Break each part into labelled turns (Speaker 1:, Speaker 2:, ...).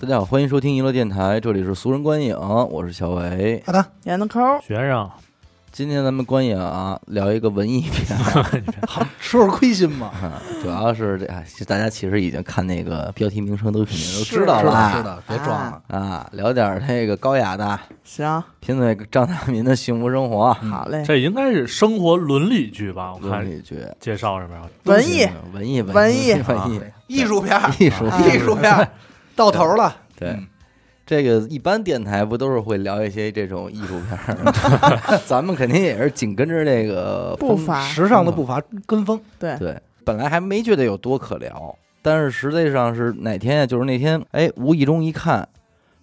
Speaker 1: 大家好，欢迎收听娱乐电台，这里是俗人观影，我是小维。
Speaker 2: 好的，
Speaker 3: 演的抠儿，
Speaker 4: 学生，
Speaker 1: 今天咱们观影啊，聊一个文艺片，
Speaker 2: 说说亏心嘛，
Speaker 1: 啊主要是这哎，大家其实已经看那个标题名称都肯定都
Speaker 2: 是
Speaker 1: 知道
Speaker 2: 知
Speaker 1: 了
Speaker 2: 道知
Speaker 1: 啊
Speaker 2: 道，别装了。
Speaker 1: 啊，聊点儿那个高雅的，
Speaker 3: 行，
Speaker 1: 贫嘴张大民的幸福生活，
Speaker 3: 好嘞，
Speaker 4: 这应该是生活伦理剧吧？我
Speaker 1: 伦
Speaker 4: 看
Speaker 1: 理剧，
Speaker 4: 介绍上面，
Speaker 3: 文艺，
Speaker 1: 文艺，
Speaker 3: 文
Speaker 1: 艺，
Speaker 3: 艺
Speaker 1: 文艺，
Speaker 2: 啊艺术片儿，
Speaker 1: 艺术
Speaker 3: 啊
Speaker 2: 艺术片儿， 到头了。
Speaker 1: 对
Speaker 2: 嗯，
Speaker 1: 这个一般电台不都是会聊一些这种艺术片儿吗？咱们肯定也是紧跟着这个
Speaker 3: 步
Speaker 1: 风
Speaker 3: 伐
Speaker 2: 时尚的步伐跟风，
Speaker 3: 对，
Speaker 1: 对，本来还没觉得有多可聊，但是实际上是哪天呀？就是那天，哎，无意中一看，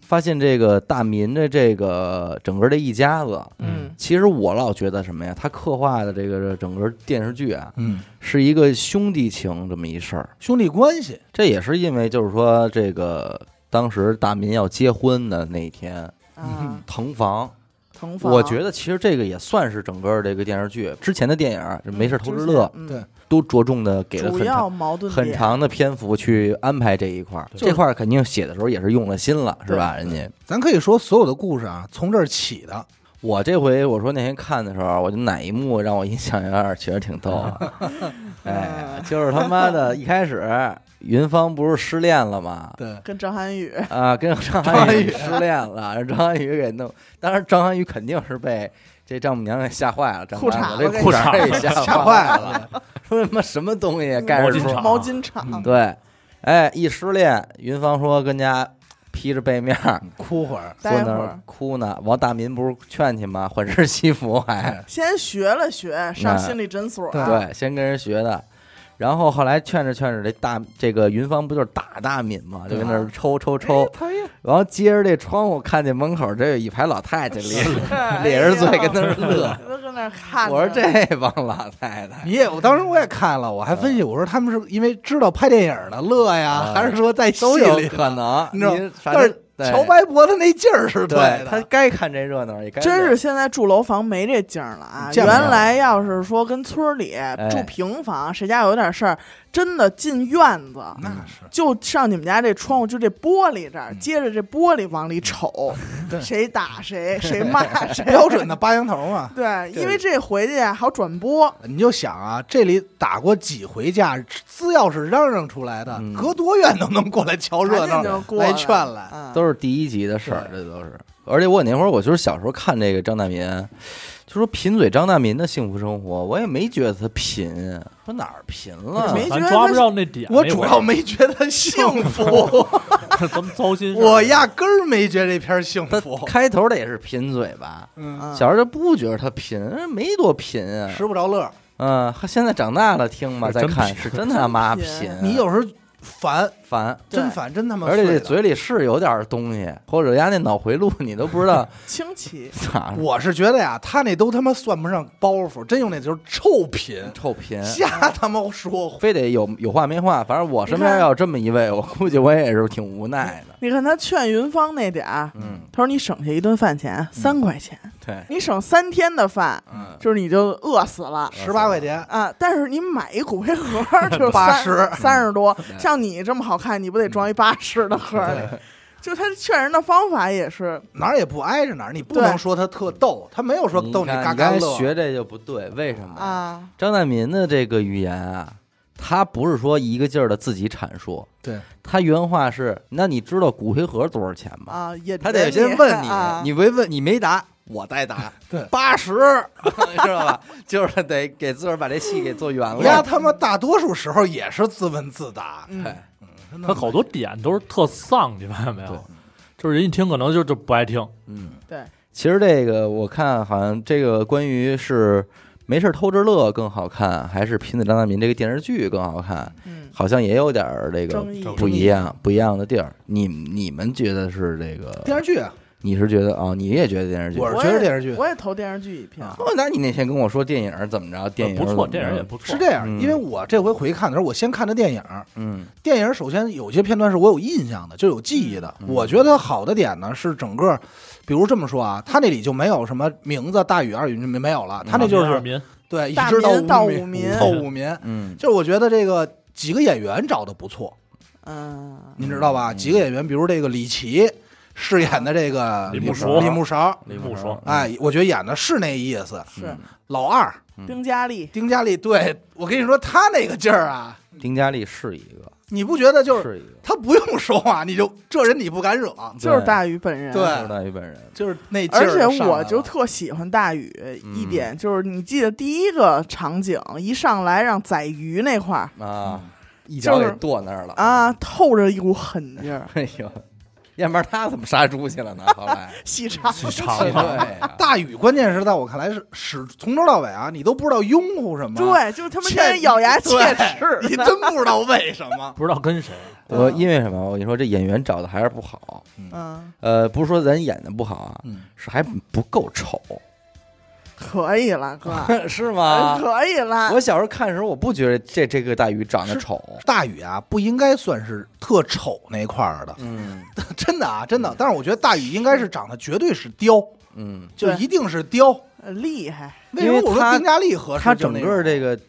Speaker 1: 发现这个大民的这个整个这一家子，
Speaker 3: 嗯，
Speaker 1: 其实我老觉得什么呀？他刻画的这个整个电视剧啊，
Speaker 2: 嗯，
Speaker 1: 是一个兄弟情这么一事儿。
Speaker 2: 兄弟关系，
Speaker 1: 这也是因为就是说这个当时大民要结婚的那一天，
Speaker 3: 啊，
Speaker 1: 腾房。
Speaker 3: 腾房，
Speaker 1: 嗯我觉得其实这个也算是整个这个电视剧之前的电影儿，就没事儿
Speaker 3: 嗯
Speaker 1: 偷
Speaker 3: 之
Speaker 1: 着
Speaker 3: 前
Speaker 1: 乐，
Speaker 3: 嗯
Speaker 2: 对
Speaker 1: 都着重的给了
Speaker 3: 主
Speaker 1: 很长
Speaker 3: 要矛盾
Speaker 1: 很
Speaker 3: 点，
Speaker 1: 长的篇幅去安排这一块儿，
Speaker 4: 对
Speaker 1: 这块儿肯定写的时候也是用了心了，是吧？人家
Speaker 2: 咱可以说所有的故事啊，从这儿起的。
Speaker 1: 我这回我说那天看的时候，我就哪一幕让我印象有点儿觉得挺逗啊？ 哎，就是他妈的一开始云芳不是失恋了吗？
Speaker 2: 对，
Speaker 3: 跟张涵予
Speaker 1: 啊，跟张
Speaker 2: 张
Speaker 1: 涵
Speaker 2: 涵
Speaker 1: 予
Speaker 2: 予
Speaker 1: 失恋了，让张涵予给弄。当然，张涵予肯定是被这丈母娘给吓坏了，张
Speaker 3: 裤
Speaker 1: 涵予
Speaker 3: 衩都
Speaker 1: 这
Speaker 3: 给
Speaker 1: 裤衩
Speaker 4: 吓
Speaker 1: 给吓
Speaker 2: 吓
Speaker 1: 坏
Speaker 2: 坏
Speaker 1: 了， 嗯
Speaker 2: 了，
Speaker 1: 说他妈什么东西啊盖着
Speaker 4: 毛巾
Speaker 1: 说
Speaker 4: 厂
Speaker 3: 毛巾厂
Speaker 2: 嗯，
Speaker 1: 对，哎，一失恋，云芳说跟家披着被面儿
Speaker 2: 哭会儿。
Speaker 1: 坐
Speaker 3: 待
Speaker 1: 那
Speaker 3: 会
Speaker 1: 儿
Speaker 3: 儿
Speaker 1: 哭呢。王大民不是劝去吗？换身西服还
Speaker 2: 哎
Speaker 3: 先学了学，
Speaker 1: 那
Speaker 3: 上心理诊所，啊
Speaker 2: 对
Speaker 1: 对，先跟人学的。然后后来劝着劝着，这大这个云芳不就是打大敏嘛，就跟那儿抽抽抽，
Speaker 3: 讨厌，
Speaker 1: 然后接着这窗户看见门口这有一排老太太咧咧着
Speaker 3: 哎
Speaker 1: 嘴跟那儿乐。
Speaker 3: 都跟那儿看着，
Speaker 1: 我说这帮老太太，
Speaker 2: 你也，我当时我也看了，我还分析，我说他们是因为知道拍电影的乐呀，
Speaker 1: 嗯
Speaker 2: 还是说在戏
Speaker 1: 都有
Speaker 2: 里？
Speaker 1: 可能，
Speaker 2: 你知道
Speaker 1: 你反正
Speaker 2: 但是
Speaker 1: 对
Speaker 2: 乔白博的那劲儿是
Speaker 1: 对他
Speaker 2: 的，
Speaker 1: 该看这热闹也该
Speaker 3: 真
Speaker 1: 乐
Speaker 3: 是现在住楼房没这景儿了啊！
Speaker 2: 见
Speaker 3: 原
Speaker 2: 不着
Speaker 3: 来要是说跟村儿里
Speaker 1: 哎
Speaker 3: 住平房，谁家有点事儿，真的进院子。
Speaker 2: 那是
Speaker 3: 就上你们家这窗户，就这玻璃这儿，接着这玻璃往里瞅，
Speaker 2: 对
Speaker 3: 谁打谁，谁骂谁，
Speaker 2: 标准的八羊头嘛。
Speaker 3: 对，
Speaker 2: 对
Speaker 3: 因为这回去还有转播，
Speaker 2: 你就想啊，这里打过几回架，资料是嚷嚷出来的，
Speaker 1: 嗯
Speaker 2: 隔多远都能过来瞧热
Speaker 3: 赶紧
Speaker 2: 闹。
Speaker 3: 就过来
Speaker 2: 来劝来
Speaker 3: 嗯
Speaker 1: 都是第一集的事儿，这都是。而且我那会儿，我就是小时候看这个张大民，就说贫嘴张大民的幸福生活，我也没觉得他贫，说哪儿贫了？
Speaker 3: 没觉
Speaker 4: 咱
Speaker 3: 得
Speaker 4: 抓
Speaker 3: 他
Speaker 4: 不
Speaker 3: 是
Speaker 4: 着那点。
Speaker 2: 我主要没觉 得幸福，
Speaker 4: 那会儿咱们糟心事 儿。
Speaker 2: 我压根儿没觉得这片儿幸
Speaker 1: 他
Speaker 2: 福。
Speaker 1: 开头的也是贫嘴吧？
Speaker 2: 嗯，
Speaker 3: 嗯
Speaker 1: 小时候就不觉得他贫，没多贫啊。
Speaker 2: 吃不着乐儿。
Speaker 1: 嗯，现在长大了听嘛，
Speaker 4: 是
Speaker 1: 再
Speaker 4: 真
Speaker 1: 看
Speaker 4: 贫
Speaker 1: 是真他妈
Speaker 3: 真
Speaker 1: 贫
Speaker 3: 贫，
Speaker 2: 你有时候烦，
Speaker 1: 烦。
Speaker 3: 对
Speaker 2: 真烦，真他妈
Speaker 1: 嗯而
Speaker 2: 碎
Speaker 1: 且这
Speaker 2: 了。
Speaker 1: 嘴里是有点东西，或者人家那脑回路你都不知道
Speaker 3: 清奇，
Speaker 1: 咋
Speaker 2: 我是觉得呀，他那都他妈算不上包袱，真用那就是臭贫，
Speaker 1: 臭贫，
Speaker 2: 瞎他妈说。
Speaker 1: 非得有有话没话。反正我身边
Speaker 3: 你看
Speaker 1: 要有这么一位，我估计我也是挺无奈的。
Speaker 3: 你看他劝云芳那点儿，
Speaker 1: 嗯，
Speaker 3: 他说你省下一顿饭钱三块钱，
Speaker 1: 对，
Speaker 3: 你省三天的饭，
Speaker 1: 嗯，
Speaker 3: 就是你就饿死了。
Speaker 2: 十八块钱，
Speaker 3: 啊！但是你买一骨灰盒儿就是
Speaker 2: 80
Speaker 3: 三十多
Speaker 1: 对，
Speaker 3: 像你这么好看，你不得装一八十的盒儿里？就他劝人的方法也是，
Speaker 2: 哪儿也不挨着哪儿，你不
Speaker 3: 对
Speaker 2: 能说他特逗，他没有 说逗
Speaker 1: 你看
Speaker 2: 嘎
Speaker 1: 你
Speaker 2: 嘎
Speaker 1: 刚才
Speaker 2: 乐。
Speaker 1: 学这就不对，为什么？
Speaker 3: 啊，
Speaker 1: 张大民的这个语言啊，他不是说一个劲儿的自己阐述，
Speaker 2: 对，
Speaker 1: 他原话是：“那你知道骨灰盒多少钱吗？”
Speaker 3: 啊，也
Speaker 1: 他得
Speaker 3: 觉
Speaker 1: 先问你，
Speaker 3: 啊
Speaker 1: 你没问，你没答，我再答，
Speaker 2: 对
Speaker 1: 八十， 知道吧？就是得给自个儿把这戏给做圆
Speaker 2: 丫
Speaker 1: 了。
Speaker 2: 他妈大多数时候也是自问自答，
Speaker 3: 嗯
Speaker 1: 哎
Speaker 2: 真的
Speaker 4: 他好多点都是特丧，你发现没
Speaker 1: 对
Speaker 4: 有？就是人一听可能就就不爱听。
Speaker 1: 嗯，
Speaker 3: 对，
Speaker 1: 其实这个我看好像这个关于是没事儿偷着乐更好看，还是《贫嘴张大民》这个电视剧更好看，
Speaker 3: 嗯，
Speaker 1: 好像也有点儿这个
Speaker 3: 争议
Speaker 1: 不一样不一样的地儿。你你们觉得是这
Speaker 2: 电
Speaker 1: 个？
Speaker 2: 视剧啊，
Speaker 1: 你是觉得啊、哦你也觉得电视剧？
Speaker 2: 我是
Speaker 3: 我
Speaker 2: 觉得
Speaker 3: 也
Speaker 2: 电视剧
Speaker 3: 我也投电视剧一票，
Speaker 1: 哦，那你那天跟我说电影儿怎么着？电影
Speaker 4: 不错，
Speaker 1: 电
Speaker 4: 电影也不错。
Speaker 2: 是这样，
Speaker 1: 嗯
Speaker 2: 因为我这回回看的时候，我先看的电影，
Speaker 1: 嗯
Speaker 2: 电影首先有些片段是我有印象的，就有记忆的。
Speaker 1: 嗯
Speaker 2: 我觉得好的点呢是整个，比如这么说啊，他那里就没有什么名字大禹二禹没没有了，他那就
Speaker 4: 二
Speaker 2: 是
Speaker 4: 民
Speaker 2: 对一
Speaker 3: 大
Speaker 2: 直
Speaker 3: 民
Speaker 2: 到
Speaker 3: 到
Speaker 2: 武
Speaker 3: 武民
Speaker 2: 到武民，
Speaker 1: 嗯
Speaker 2: 就是我觉得这个几个演员找的不错，
Speaker 3: 嗯，
Speaker 2: 您知道吧？几个演员，比如这个李琦饰演的这个
Speaker 4: 李
Speaker 2: 木
Speaker 4: 木
Speaker 2: 勺，
Speaker 4: 勺
Speaker 2: 李木勺，
Speaker 1: 李
Speaker 4: 木
Speaker 1: 说
Speaker 4: 说，
Speaker 2: 哎，我觉得演的是那意思。
Speaker 1: 嗯
Speaker 3: 是
Speaker 2: 老二
Speaker 3: 丁嘉丽，
Speaker 2: 丁嘉丽，对我跟你说，他那个劲儿啊，
Speaker 1: 丁嘉丽是一个，
Speaker 2: 你不觉得就是
Speaker 1: 是一个，
Speaker 2: 他不用说话，你就这人你不敢惹，
Speaker 1: 嗯
Speaker 3: 就是大宇本人。
Speaker 2: 对
Speaker 1: 就是大宇本人，
Speaker 2: 就是那劲
Speaker 3: 而
Speaker 2: 儿
Speaker 3: 且
Speaker 2: 上来
Speaker 3: 我
Speaker 2: 了
Speaker 3: 就特喜欢大宇一
Speaker 1: 嗯
Speaker 3: 点，就是你记得第一个场景一上来让宰鱼那块儿
Speaker 1: 啊，一
Speaker 3: 嗯就
Speaker 1: 脚
Speaker 3: 是
Speaker 1: 给剁那儿了！
Speaker 3: 啊，透着一股狠劲儿，
Speaker 1: 哎呦，要不然他怎么杀猪去了呢？后来，
Speaker 3: 细长。
Speaker 4: 细
Speaker 1: 对啊
Speaker 4: 长嘛，
Speaker 1: 呀，
Speaker 2: 大宇，关键是在我看来是始从头到尾啊，你都不知道拥护什么，，
Speaker 3: 对，就他妈天天咬牙切齿，
Speaker 2: 你真不知道为什 么。
Speaker 4: 不知道跟谁，
Speaker 1: 我
Speaker 2: 嗯
Speaker 1: 因为什么？我跟你说，这演员找的还是不好。
Speaker 3: 嗯，
Speaker 1: 呃，不是说咱演的不好啊，
Speaker 2: 嗯，
Speaker 1: 是还不够丑，
Speaker 3: 可以了，哥，
Speaker 1: 是吗？
Speaker 3: 可以了
Speaker 1: 啊 我。小时候看的时候，我不觉得这这个大鱼长得丑，
Speaker 2: 大宇啊，不应该算是特丑那块儿的，
Speaker 1: 嗯
Speaker 2: 真的啊，真的。但是我觉得大宇应该是长得绝对是雕，
Speaker 1: 嗯，
Speaker 2: 就
Speaker 3: 对
Speaker 2: 一定是雕。
Speaker 3: 呃厉害，
Speaker 2: 为什么我
Speaker 1: 因为
Speaker 2: 说
Speaker 1: 他
Speaker 2: 丁嘉丽合适？
Speaker 1: 他整
Speaker 2: 就那
Speaker 1: 个
Speaker 2: 种
Speaker 1: 这个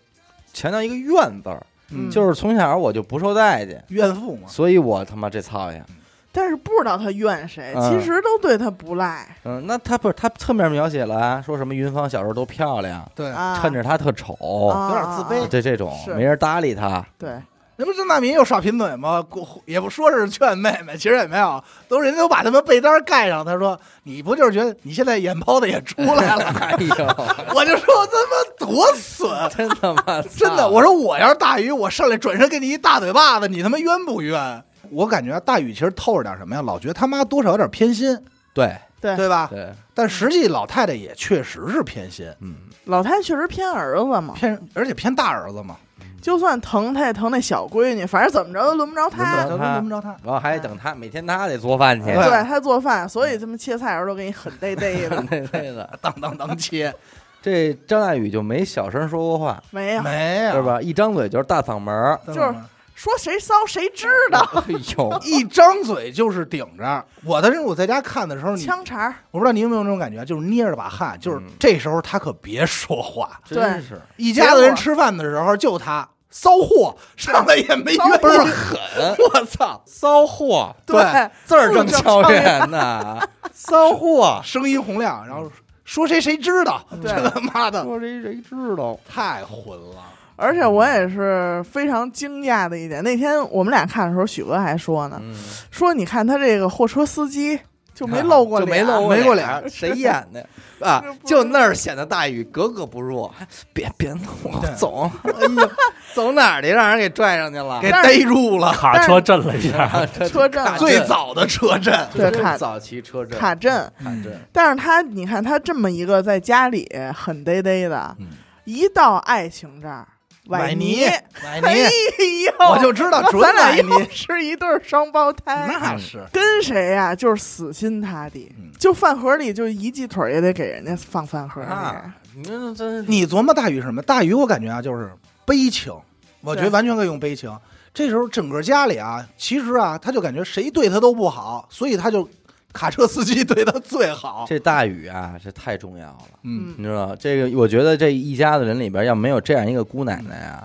Speaker 1: 强调一个愿字儿，
Speaker 2: 嗯
Speaker 1: 就是从小我就不受待见，
Speaker 2: 怨妇嘛，
Speaker 1: 所以我他妈这操呀，
Speaker 3: 但是不知道他怨谁，
Speaker 1: 嗯
Speaker 3: 其实都对他不赖
Speaker 1: 嗯，那他不是他侧面描写了啊，说什么云芳小时候多漂亮，
Speaker 2: 对。
Speaker 3: 啊，
Speaker 1: 趁着她哦特丑，
Speaker 2: 有点自卑
Speaker 3: 啊啊啊
Speaker 1: 对这种
Speaker 3: 是
Speaker 1: 没人搭理 他，
Speaker 3: 对，
Speaker 2: 那不郑大民又耍贫嘴吗？过也不说是劝妹妹，其实也没有，都人都把他们被单盖上。他说：“你不就是觉得你现在眼包子也出来了？”
Speaker 1: 哎呦，
Speaker 2: 我就说他妈多损，
Speaker 1: 真他妈操
Speaker 2: 真的！我说我要是大宇，我上来转身给你一大嘴巴子，你他妈冤不冤？我感觉大宇其实透着点什么呀，老觉得他妈多少有点偏心，
Speaker 1: 对
Speaker 3: 对
Speaker 2: 对吧？
Speaker 1: 对，
Speaker 2: 但实际老太太也确实是偏心，
Speaker 1: 嗯，
Speaker 3: 老太确实偏儿子嘛，
Speaker 2: 偏而且偏大儿子嘛，
Speaker 1: 嗯
Speaker 3: 就算疼他也疼那小闺女，反正怎么着都轮不着
Speaker 1: 轮不
Speaker 3: 他
Speaker 1: 着。
Speaker 2: 都轮不着他。
Speaker 1: 然后还得等他每天他得做饭去，
Speaker 2: 对
Speaker 3: 他做饭，所
Speaker 1: 嗯
Speaker 3: 以他们切菜的时候都给你狠逮逮的。
Speaker 1: 那类的。
Speaker 2: 当当当切，
Speaker 1: 这张大宇就没小声说过话，
Speaker 3: 没有
Speaker 2: 没有
Speaker 1: 对？吧？一张嘴就是大嗓门儿，
Speaker 2: 就是
Speaker 3: 说谁骚谁知道，
Speaker 1: 哎呦，
Speaker 2: 一张嘴就是顶着。我当时我在家看的时候，你
Speaker 3: 枪茬儿
Speaker 2: 我不知道你有没有那种感觉，就是捏着把汗，就是
Speaker 1: 嗯
Speaker 2: 这时候他可别说话，
Speaker 1: 真是
Speaker 2: 一家子人吃饭的时候，就他骚货上来也没
Speaker 3: 骚
Speaker 2: 冤
Speaker 3: 货
Speaker 2: 不是
Speaker 1: 狠，
Speaker 2: 我操，
Speaker 1: 骚货，
Speaker 2: 对
Speaker 1: 字儿正敲 人呢，骚货，
Speaker 2: 声音洪亮，然后说谁谁知道，
Speaker 3: 对
Speaker 2: 这他妈的
Speaker 1: 说谁谁知道？
Speaker 2: 太混了。
Speaker 3: 而且我也是非常惊讶的一点，那天我们俩看的时候，许哥还说呢，
Speaker 1: 嗯，
Speaker 3: 说你看他这个货车司机就 没露过
Speaker 1: 啊就
Speaker 3: 脸，
Speaker 1: 露
Speaker 2: 没过
Speaker 1: 脸，谁演的啊
Speaker 3: 这？不
Speaker 1: 就那儿显得大宇格格不入，还别别弄我走，哎呦，走哪儿去？让人给拽上去了，
Speaker 2: 给
Speaker 3: 但是
Speaker 2: 逮住了。
Speaker 4: 卡车震了一下，
Speaker 3: 车震
Speaker 1: 卡
Speaker 2: 最早的车 震，
Speaker 3: 对
Speaker 1: 这是
Speaker 3: 卡
Speaker 1: 早期车震
Speaker 3: 卡阵。
Speaker 1: 卡震，
Speaker 3: 但是他，你看他这么一个在家里狠嘚嘚的，
Speaker 2: 嗯
Speaker 3: 一到爱情这儿，崴
Speaker 2: 崴
Speaker 3: 泥
Speaker 2: 泥，崴泥
Speaker 3: 哎，呦，
Speaker 2: 我就知道准
Speaker 3: 咱俩
Speaker 2: 崴
Speaker 3: 又
Speaker 2: 泥，
Speaker 3: 是一对儿双胞胎，
Speaker 2: 那是
Speaker 3: 跟谁呀、就是死心塌地，
Speaker 2: 嗯
Speaker 3: 就饭盒里就一记腿儿也得给人家放饭盒里，
Speaker 1: 啊，你这这
Speaker 2: 你琢磨大宇是什么？大宇我感觉啊，就是悲情，我觉得
Speaker 3: 对
Speaker 2: 完全可以用悲情。这时候整个家里啊，其实啊，他就感觉谁对他都不好，所以他就卡车司机对他最好。
Speaker 1: 这大宇啊，这太重要了，
Speaker 2: 嗯，
Speaker 1: 你知道这个？我觉得这一家子人里边，要没有这样一个姑奶奶啊，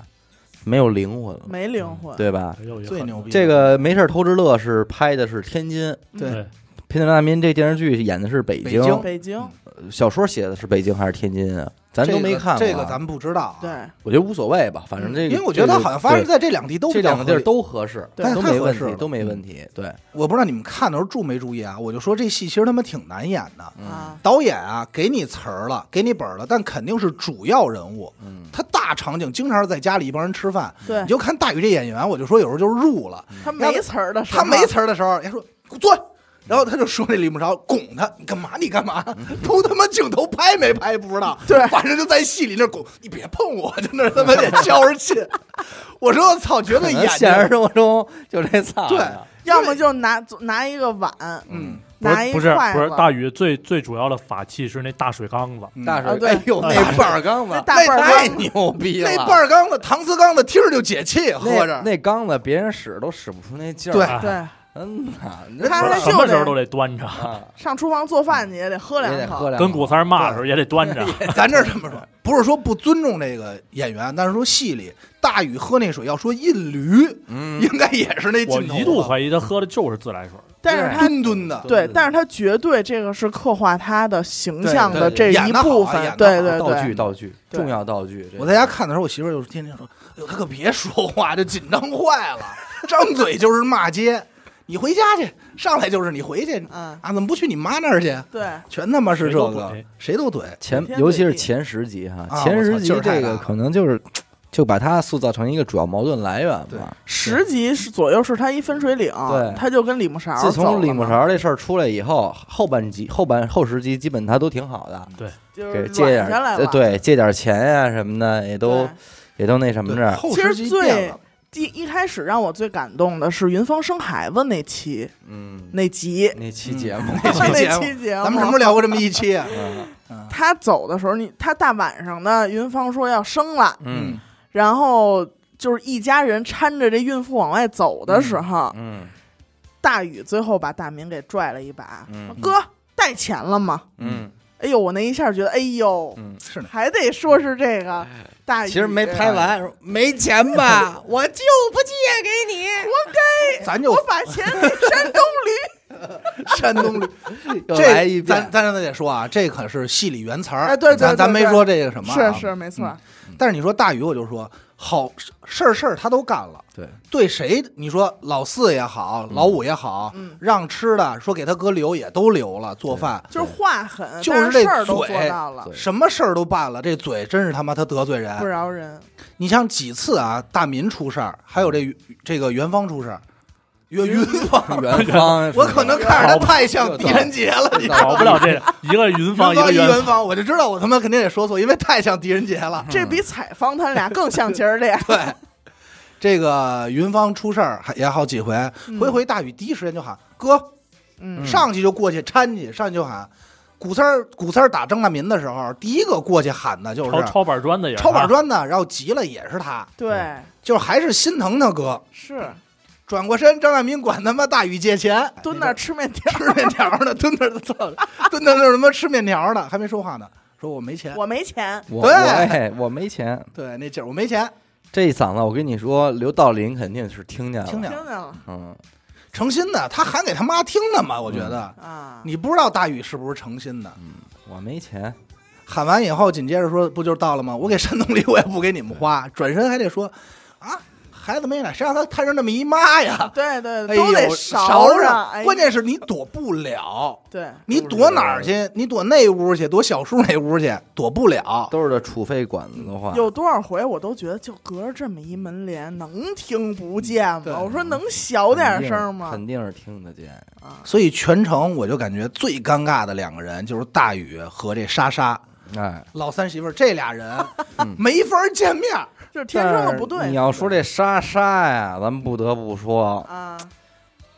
Speaker 1: 没有灵魂
Speaker 2: 嗯
Speaker 1: 了，
Speaker 3: 没灵魂，
Speaker 1: 对吧？
Speaker 4: 哎
Speaker 3: 嗯
Speaker 2: 最牛逼。
Speaker 1: 这个没事儿偷之乐是拍的是天津，
Speaker 2: 对
Speaker 4: 对，
Speaker 1: 《贫嘴大民》这电视剧演的是北
Speaker 2: 北
Speaker 1: 京，
Speaker 2: 京
Speaker 3: 北京，
Speaker 2: 嗯
Speaker 1: 小说写的是北京还是天津啊？咱
Speaker 2: 这
Speaker 1: 都
Speaker 2: 个
Speaker 1: 没看过啊、
Speaker 2: 这个咱们不知道啊。
Speaker 3: 对，
Speaker 1: 我觉得无所谓吧，反正这个，
Speaker 2: 因为我觉得
Speaker 1: 这
Speaker 2: 它
Speaker 1: 个
Speaker 2: 好像发生在这两地都
Speaker 1: 对这
Speaker 2: 比较
Speaker 1: 两个地
Speaker 2: 合
Speaker 1: 儿
Speaker 2: 理。
Speaker 1: 都合适，
Speaker 3: 对
Speaker 1: 都
Speaker 2: 太
Speaker 1: 没
Speaker 2: 合
Speaker 1: 问
Speaker 2: 适
Speaker 1: 题，
Speaker 2: 了嗯
Speaker 1: 都没问题。对，
Speaker 2: 我不知道你们看的时候注没注意啊？我就说这戏其实他妈挺难演的。
Speaker 3: 啊，
Speaker 2: 导演啊，给你词儿了，给你本儿了，但肯定是主要人物。
Speaker 1: 嗯，
Speaker 2: 他大场景经常是在家里一帮人吃饭，
Speaker 3: 对
Speaker 2: 你就看大宇这演员，我就说有时候就是入了。
Speaker 3: 他没词儿的时候，
Speaker 2: 嗯他没词儿的时候，人家说给我坐。然后他就说那李木勺拱他，你干嘛？你干嘛？
Speaker 1: 嗯
Speaker 2: 都他妈镜头拍没拍不知道，
Speaker 3: 对
Speaker 2: 反正就在戏里那拱，你别碰我，就那儿他妈得较 着劲。我说我操，绝
Speaker 1: 可
Speaker 2: 对
Speaker 1: 能
Speaker 2: 演
Speaker 1: 现实
Speaker 2: 是
Speaker 1: 生活中就这操呀，
Speaker 3: 要么就拿拿一个碗，
Speaker 2: 嗯，
Speaker 4: 不是
Speaker 3: 拿一
Speaker 4: 不是
Speaker 3: 筷
Speaker 4: 不是
Speaker 3: 子，
Speaker 4: 大宇最最主要的法器是那大水缸子，
Speaker 2: 嗯
Speaker 1: 大
Speaker 3: 啊
Speaker 1: 水，
Speaker 3: 对
Speaker 1: 哎呦，
Speaker 4: 啊
Speaker 1: 那半儿缸 子
Speaker 3: 那大半儿
Speaker 1: 太
Speaker 3: 缸
Speaker 1: 牛逼了，
Speaker 2: 那半儿缸子、搪瓷缸子听着就解气，喝
Speaker 1: 那
Speaker 2: 着
Speaker 1: 那缸子别人使都使不出那劲儿，
Speaker 2: 对
Speaker 4: 啊
Speaker 3: 对，
Speaker 1: 嗯呐，那
Speaker 3: 他
Speaker 1: 不
Speaker 3: 还
Speaker 1: 是
Speaker 4: 什么时候都得端着，
Speaker 1: 啊，
Speaker 3: 上厨房做饭去也得喝
Speaker 1: 也得
Speaker 3: 两
Speaker 1: 喝
Speaker 3: 口，
Speaker 1: 两
Speaker 4: 跟
Speaker 1: 口
Speaker 4: 古三儿骂的时候也得端着。
Speaker 2: 咱这儿这么说，不是说不尊重这个演员，但是说戏里大禹喝那水要说印驴，
Speaker 1: 嗯
Speaker 2: 应该也是那
Speaker 4: 我
Speaker 2: 劲头吧。
Speaker 4: 一度怀疑他喝的就是自来水，
Speaker 3: 但是他
Speaker 2: 吨吨的，
Speaker 3: 对，但是他绝对这个是刻画他的形象的
Speaker 1: 对
Speaker 3: 这
Speaker 2: 对
Speaker 3: 一部分
Speaker 2: 演，得好啊
Speaker 3: 对
Speaker 2: 演
Speaker 3: 对
Speaker 2: 得
Speaker 1: 道具
Speaker 3: 对，
Speaker 1: 道具
Speaker 3: 对
Speaker 1: 重要道具。这
Speaker 2: 我在家看的时候，我媳妇儿就是天天说：“哎呦，他可别说话，这紧张坏了， 张嘴就是骂街。你回家去，上来就是你回去
Speaker 3: 嗯，
Speaker 2: 啊，怎么不去你妈那儿去？
Speaker 3: 对，
Speaker 2: 全他妈是这
Speaker 4: 谁都
Speaker 2: 个
Speaker 4: 怼，
Speaker 2: 谁都怼。
Speaker 1: 前
Speaker 3: 天
Speaker 1: 尤
Speaker 3: 对
Speaker 1: 其是
Speaker 3: 地
Speaker 1: 前十集哈，
Speaker 2: 啊
Speaker 1: 前
Speaker 2: 我操
Speaker 1: 十集
Speaker 2: 劲儿太
Speaker 1: 这
Speaker 2: 大
Speaker 1: 个
Speaker 2: 了
Speaker 1: 可能就是就把它塑造成一个主要矛盾来源
Speaker 2: 对
Speaker 1: 吧。
Speaker 3: 十集是左右是他一分水岭
Speaker 1: 对，
Speaker 3: 他就跟李木勺，
Speaker 1: 自从李木，勺这事儿出来以后，后半集、后半后十集基本他都挺好的，
Speaker 3: 就
Speaker 1: 给
Speaker 3: 是
Speaker 1: 借
Speaker 3: 软
Speaker 1: 点
Speaker 3: 下来
Speaker 1: 呃
Speaker 3: 了，
Speaker 1: 对借点钱呀、什么的，也都
Speaker 3: 对
Speaker 1: 也都那什么
Speaker 2: 对
Speaker 1: 着，
Speaker 2: 后
Speaker 3: 其
Speaker 2: 十
Speaker 3: 实
Speaker 2: 集
Speaker 3: 最
Speaker 2: 变了，
Speaker 3: 第一开始让我最感动的是云峰生孩子那期
Speaker 1: 嗯，
Speaker 3: 那集
Speaker 1: 那期节目，
Speaker 2: 那期节目
Speaker 3: 期节目，
Speaker 2: 咱们什么时候聊过这么一期啊？
Speaker 1: 嗯
Speaker 3: 他走的时候，你他大晚上的，云芳说要生了，
Speaker 1: 嗯
Speaker 3: 然后就是一家人搀着这孕妇往外走的时候，
Speaker 1: 嗯
Speaker 3: 大宇最后把大明给拽了一把，
Speaker 1: 嗯
Speaker 3: 哥带钱了吗？
Speaker 1: 嗯
Speaker 3: 哎呦，我那一下觉得，哎呦，
Speaker 1: 嗯，
Speaker 2: 是呢，
Speaker 3: 还得说是这个大宇，
Speaker 1: 其实没拍完，说没钱 吧，我就不借给你。
Speaker 2: 咱就
Speaker 3: 我把钱给山东驴，
Speaker 2: 山东驴，
Speaker 1: 又来一
Speaker 2: 这咱
Speaker 1: 遍，
Speaker 2: 咱得说啊，这可是戏里原词儿。
Speaker 3: 哎对对
Speaker 2: 咱
Speaker 3: 对
Speaker 2: 咱没
Speaker 3: 对
Speaker 2: 说这个什么啊，
Speaker 3: 是是没错，
Speaker 2: 但是你说大宇，我就说好事儿事儿他都干了，
Speaker 1: 对
Speaker 2: 对谁你说老四也好，老五也好，
Speaker 3: 嗯，
Speaker 2: 让吃的说给他哥留也都留了，做饭
Speaker 3: 就是话狠，
Speaker 2: 就
Speaker 3: 但
Speaker 2: 是
Speaker 3: 是
Speaker 2: 这
Speaker 3: 事儿都
Speaker 2: 嘴
Speaker 3: 做到了
Speaker 1: 嘴，
Speaker 2: 什么事儿都办了，这嘴真是他妈他得罪
Speaker 3: 不
Speaker 2: 人。
Speaker 3: 饶人，
Speaker 2: 你像几次啊，大民出事儿，还有这这个元芳出事儿，袁云芳，，
Speaker 1: 元芳
Speaker 2: 我可能看着他太像
Speaker 1: 又
Speaker 2: 狄
Speaker 1: 到
Speaker 2: 仁杰了， 你知道吗
Speaker 4: 少不了这一个云
Speaker 2: 云芳
Speaker 4: 方一个
Speaker 2: 一
Speaker 4: 元
Speaker 2: 元芳，我就知道我他妈肯定得说错，因为太像狄仁杰了。
Speaker 3: 这比采访他俩更像姐儿俩，
Speaker 2: 对，这个云芳出事儿还也好几回，回回大禹第一时间就喊哥，
Speaker 3: 嗯，嗯，
Speaker 2: 上去就过去搀去，上去就喊。古三儿古三儿打张大民的时候，第一个过去喊的就是
Speaker 4: 抄抄板砖
Speaker 3: 啊
Speaker 4: 的也是
Speaker 2: 抄板
Speaker 4: 他，
Speaker 2: 砖的，然后急了也是他，
Speaker 3: 对，
Speaker 2: 就是还是心疼他哥。
Speaker 3: 是
Speaker 2: 转过身，张大民管他妈大禹借钱，
Speaker 3: 蹲那儿吃面条，
Speaker 2: 吃面条 呢，蹲那儿操，蹲那儿他妈吃面条呢，还没说话呢，说我没钱。
Speaker 3: 我没钱，
Speaker 1: 我我
Speaker 2: 对
Speaker 1: 哎我没钱，
Speaker 2: 对，那劲儿我没钱，
Speaker 1: 这一嗓子我跟你说，刘道林肯定是听见了，
Speaker 2: 听
Speaker 3: 听
Speaker 2: 见了，
Speaker 3: 见了
Speaker 1: 嗯，
Speaker 2: 诚心的，他喊给他妈听的嘛，我觉得。
Speaker 3: 啊，
Speaker 2: 你不知道大禹是不是诚心的，
Speaker 1: 我没钱，
Speaker 2: 喊完以后，紧接着说不就是到了吗？我给山东礼我也不给你们花，转身还得说啊，孩子没来，谁让他摊上那么一妈呀？
Speaker 3: 对对，
Speaker 2: 哎
Speaker 3: 都得
Speaker 2: 呦，
Speaker 3: 勺
Speaker 2: 上，
Speaker 3: 哎呀
Speaker 2: 关键是你躲不了，
Speaker 3: 对，
Speaker 2: 你躲哪儿
Speaker 3: 嗯
Speaker 2: 去？你躲那屋去，躲小叔那屋去，躲不了。
Speaker 1: 都是这储肺管子的话，
Speaker 3: 有多少回我都觉得就隔着这么一门帘，能听不见
Speaker 2: 对
Speaker 3: 吗？我说能小点声吗？
Speaker 1: 肯定是听得见，
Speaker 3: 啊，
Speaker 2: 所以全程我就感觉最尴尬的两个人就是大禹和这莎莎
Speaker 1: 哎，
Speaker 2: 老三媳妇儿，这俩人
Speaker 1: 嗯
Speaker 2: 没法见面儿。
Speaker 3: 就是天生的不
Speaker 1: 但是
Speaker 3: 对
Speaker 1: 你要说这莎莎呀，咱们不得不说，
Speaker 3: 啊，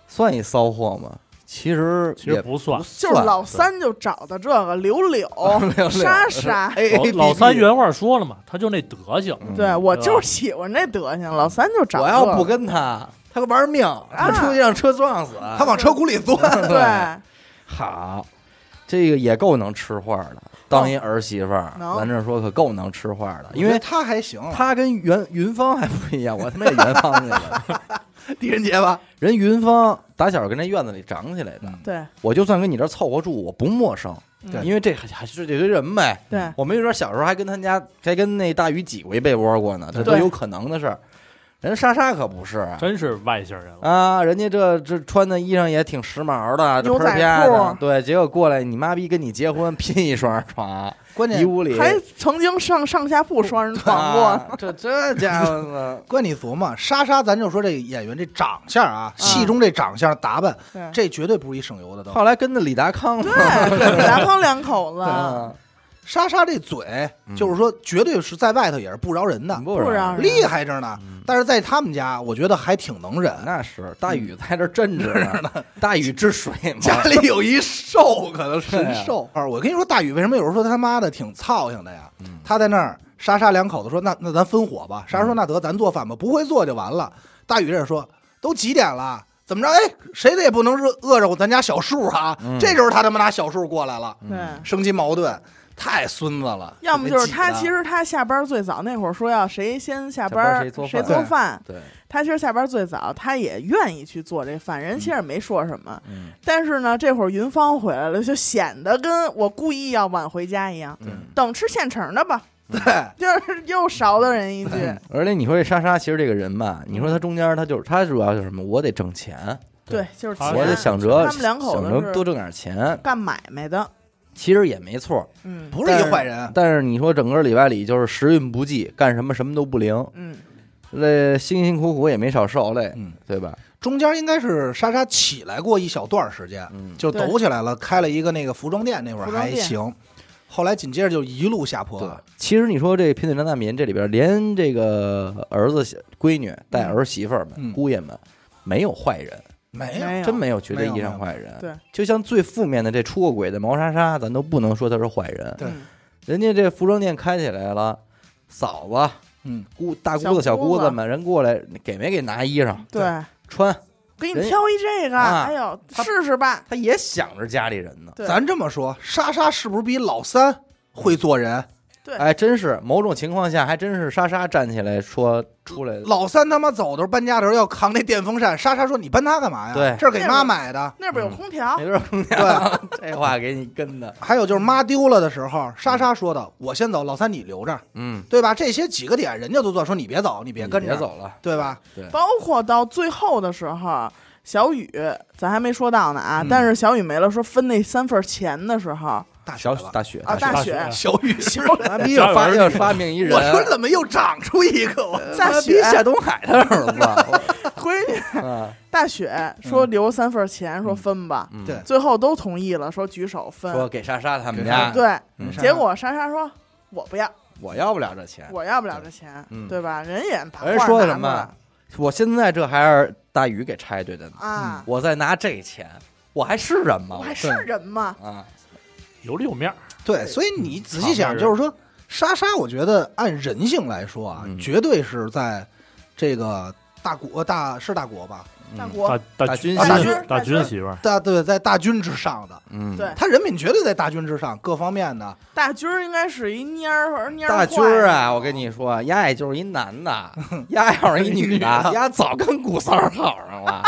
Speaker 1: 算一骚货吗？其实
Speaker 4: 其
Speaker 1: 也
Speaker 4: 实不算
Speaker 1: 不。
Speaker 3: 就
Speaker 1: 算
Speaker 3: 是老三就找的这个柳 柳
Speaker 1: 柳柳哎
Speaker 3: 莎莎，
Speaker 2: A
Speaker 4: 老老三原话说了嘛，他就那德行，
Speaker 1: 嗯
Speaker 3: 对我
Speaker 4: 对吧
Speaker 3: 就是喜欢这德行，老三就找
Speaker 1: 我
Speaker 3: 这
Speaker 1: 要
Speaker 3: 个
Speaker 1: 不跟他，他玩命，他出去让车撞死，啊
Speaker 2: 他往车轱辘里 钻。
Speaker 3: 对，
Speaker 1: 好，这个也够能吃话的，当一儿媳妇儿，
Speaker 3: 能
Speaker 1: 咱这说可够能吃话的，因为
Speaker 2: 他还行，
Speaker 3: 嗯
Speaker 1: 他跟袁云芳还不一样，我他妈也元芳去 了，
Speaker 2: 狄仁杰吧，
Speaker 1: 人云芳打小跟这院子里长起来的，
Speaker 2: 嗯
Speaker 3: 对
Speaker 1: 我就算跟你这儿凑合住，我不陌生，
Speaker 3: 嗯
Speaker 2: 对
Speaker 1: 因为这还还是这堆人呗。
Speaker 3: 对，
Speaker 1: 我没准小时候还跟他家，还跟那大鱼挤过一被窝过呢，这都
Speaker 3: 对
Speaker 1: 有可能的事儿。人莎莎可不是啊，
Speaker 4: 真是外星人了。
Speaker 1: 啊，人家这这穿的衣裳也挺时髦的，这
Speaker 3: 牛
Speaker 1: 喷儿
Speaker 3: 仔
Speaker 1: 啪的
Speaker 3: 裤，
Speaker 1: 对，结果过来你妈逼跟你结婚，拼一双 床，
Speaker 2: 关
Speaker 1: 一
Speaker 2: 键，
Speaker 1: 屋里
Speaker 3: 还曾经上上下铺双人床过，
Speaker 1: 啊这这家伙呢
Speaker 2: 关键你琢磨，莎莎，咱就说这演员这长相啊，戏中这长相打扮，
Speaker 3: 对
Speaker 2: 这绝对不是一省油的都。
Speaker 1: 后来跟着李达康嘛，
Speaker 3: 对，李达康两口子
Speaker 1: 啊，
Speaker 2: 莎莎这嘴，就是说绝对是在外头也是不饶人的，
Speaker 1: 不
Speaker 3: 不让人
Speaker 2: 厉害着呢
Speaker 1: 嗯。
Speaker 2: 但是在他们家，我觉得还挺能忍。
Speaker 1: 那是
Speaker 3: 嗯
Speaker 1: 大禹在这镇着 呢，大禹治水嘛
Speaker 2: 家，里有一 兽，可能
Speaker 1: 对
Speaker 2: 神
Speaker 1: 啊
Speaker 2: 兽。啊，我跟你说，大禹为什么有时候说他妈的挺操性的呀？
Speaker 1: 嗯
Speaker 2: 他在那儿，莎莎两口子说：“那那嗯咱分伙吧。”莎莎说：“那得，咱做饭吧，不会做就完了。”大禹这说：“都几点了？怎么着？哎，谁的也不能饿饿着我咱家小树啊！
Speaker 1: 嗯
Speaker 2: 这就是他他妈拿小树过来了，
Speaker 3: 对。
Speaker 2: 生机矛盾，太孙子了。
Speaker 3: 要么就是他，
Speaker 2: 给
Speaker 3: 其
Speaker 2: 挤的
Speaker 3: 实他下班最早那会儿说要谁先下班
Speaker 1: 下班
Speaker 3: 儿
Speaker 1: 谁做
Speaker 3: 谁
Speaker 1: 饭
Speaker 3: 做饭，
Speaker 1: 对，
Speaker 3: 他其实下班最早，他也愿意去做这饭，人其实也没说什么。
Speaker 1: 嗯
Speaker 3: 但是呢，这会儿云芳回来了，就显得跟我故意要晚回家一样，
Speaker 1: 嗯。
Speaker 3: 等吃现成的吧，
Speaker 2: 对，
Speaker 3: 就是 又勺了人一句。
Speaker 1: 而且你说这莎莎，其实这个人吧，你说他中间他就是他主要就是什么？我得挣钱，
Speaker 3: 对，就是
Speaker 4: 他
Speaker 1: 我得
Speaker 3: 钱
Speaker 1: 想着
Speaker 3: 他们两口
Speaker 1: 想
Speaker 3: 子
Speaker 1: 着
Speaker 3: 是
Speaker 1: 多挣点钱，
Speaker 3: 干买卖的，
Speaker 1: 其实也没错。
Speaker 3: 嗯
Speaker 2: 不是一坏人。啊
Speaker 1: 但是你说整个里外里就是时运不济，干什么什么都不灵，
Speaker 3: 嗯，
Speaker 1: 累辛辛苦苦也没少受累，
Speaker 2: 嗯，
Speaker 1: 对吧？
Speaker 2: 中间应该是莎莎起来过一小段时间，
Speaker 1: 嗯
Speaker 2: 就
Speaker 3: 对
Speaker 2: 抖起来了，开了一个那个服装店，那会儿
Speaker 3: 服装
Speaker 2: 还
Speaker 3: 店
Speaker 2: 行。后来紧接着就一路下坡
Speaker 1: 对
Speaker 2: 了，，
Speaker 1: 其实你说这贫嘴张大民这里边，连这个儿子、闺女带儿媳妇儿们、
Speaker 2: 嗯
Speaker 1: 姑爷们，没有坏人，
Speaker 2: 没
Speaker 3: 没
Speaker 2: 有
Speaker 3: 有
Speaker 1: 真没有绝对意义
Speaker 2: 没有
Speaker 1: 上坏人。
Speaker 3: 对，
Speaker 1: 就像最负面的这出过轨的毛莎莎，咱都不能说她是坏人。
Speaker 2: 对
Speaker 3: 嗯
Speaker 1: 人家这服装店开起来了，嫂子、
Speaker 2: 嗯，
Speaker 1: 姑大姑子、
Speaker 3: 小
Speaker 1: 小
Speaker 3: 姑
Speaker 1: 姑
Speaker 3: 子
Speaker 1: 子们，人过来给没给拿衣裳
Speaker 3: 对，
Speaker 1: 穿？
Speaker 3: 给你
Speaker 1: 人
Speaker 3: 挑一这个，
Speaker 1: 啊
Speaker 3: 哎呦，
Speaker 1: 他
Speaker 3: 试试吧。
Speaker 1: 他也想着家里人呢。
Speaker 3: 对，
Speaker 2: 咱这么说，莎莎是不是比老三会做人？
Speaker 3: 对
Speaker 1: 哎，真是某种情况下，还真是莎莎站起来说出来的。
Speaker 2: 老三他妈走的时候搬家的时候要扛那电风扇，莎莎说：“你搬它干嘛呀？
Speaker 1: 对
Speaker 2: 这是给妈买的。
Speaker 3: 那边有空调
Speaker 1: 嗯没，准空调， 这话给你跟的”，
Speaker 2: 还有就是妈丢了的时候，莎莎说的：“我先走，老三你留着，
Speaker 1: 嗯，
Speaker 2: 对吧？”这些几个点，人家都做说：“你别走，你别跟
Speaker 1: 你
Speaker 2: 着，
Speaker 1: 别，走了，
Speaker 2: 对吧
Speaker 3: 包括到最后的时候，小雨咱还没说到呢
Speaker 1: 嗯
Speaker 3: 啊，但是小雨没了，说分那三份钱的时候，？”
Speaker 2: 大雪
Speaker 1: 小
Speaker 2: 了，
Speaker 1: 大雪
Speaker 3: 啊，
Speaker 1: 雪
Speaker 3: 大
Speaker 4: 大
Speaker 3: 雪
Speaker 4: 雪
Speaker 2: 小雨星儿，
Speaker 1: 他 逼 又发又发明一人，呃
Speaker 2: 我说怎么又长出一个？我
Speaker 3: 大
Speaker 1: 他逼
Speaker 3: 雪
Speaker 1: 夏东海他 儿子，
Speaker 3: 闺女
Speaker 1: 啊，
Speaker 3: 大雪说留三份钱，说分吧，
Speaker 1: 嗯
Speaker 2: 对
Speaker 3: 最后都同意了，说举手
Speaker 1: 说
Speaker 3: 分。
Speaker 1: 给莎莎他们
Speaker 2: 给莎
Speaker 1: 家，
Speaker 2: 莎
Speaker 3: 对，
Speaker 1: 嗯
Speaker 3: 结果莎莎说：“我不要，
Speaker 1: 我要不了这钱，
Speaker 3: 我要不了这钱，
Speaker 1: 嗯
Speaker 3: 对吧？”人也把
Speaker 1: 人
Speaker 3: 话
Speaker 1: 说的
Speaker 3: 拿
Speaker 1: 什
Speaker 3: 过来
Speaker 1: 么我现在这还是大宇给拆对的呢，
Speaker 3: 啊？
Speaker 1: 我再拿这钱，嗯我还是人吗？
Speaker 3: 我还是人吗？
Speaker 1: 啊，
Speaker 4: 有里有面儿，
Speaker 2: 对，所以你仔细想，就是说，莎莎，我觉得按人性来说啊，
Speaker 1: 嗯
Speaker 2: 绝对是在这个大国大是大国吧，
Speaker 3: 大
Speaker 1: 嗯
Speaker 3: 国
Speaker 4: 大
Speaker 1: 大军
Speaker 4: 军
Speaker 2: 大
Speaker 3: 军大
Speaker 4: 大
Speaker 3: 军
Speaker 4: 军媳妇儿，
Speaker 2: 大对，在大军之上的，
Speaker 1: 嗯，
Speaker 3: 对
Speaker 2: 他人品绝对在大军之上，各方面的。
Speaker 3: 大军儿应该是一蔫儿蔫儿
Speaker 1: 大军
Speaker 3: 坏
Speaker 1: 儿
Speaker 3: 的
Speaker 1: 啊，我跟你说，丫也就是一男的，丫要是一女的，丫早跟古三儿好上了，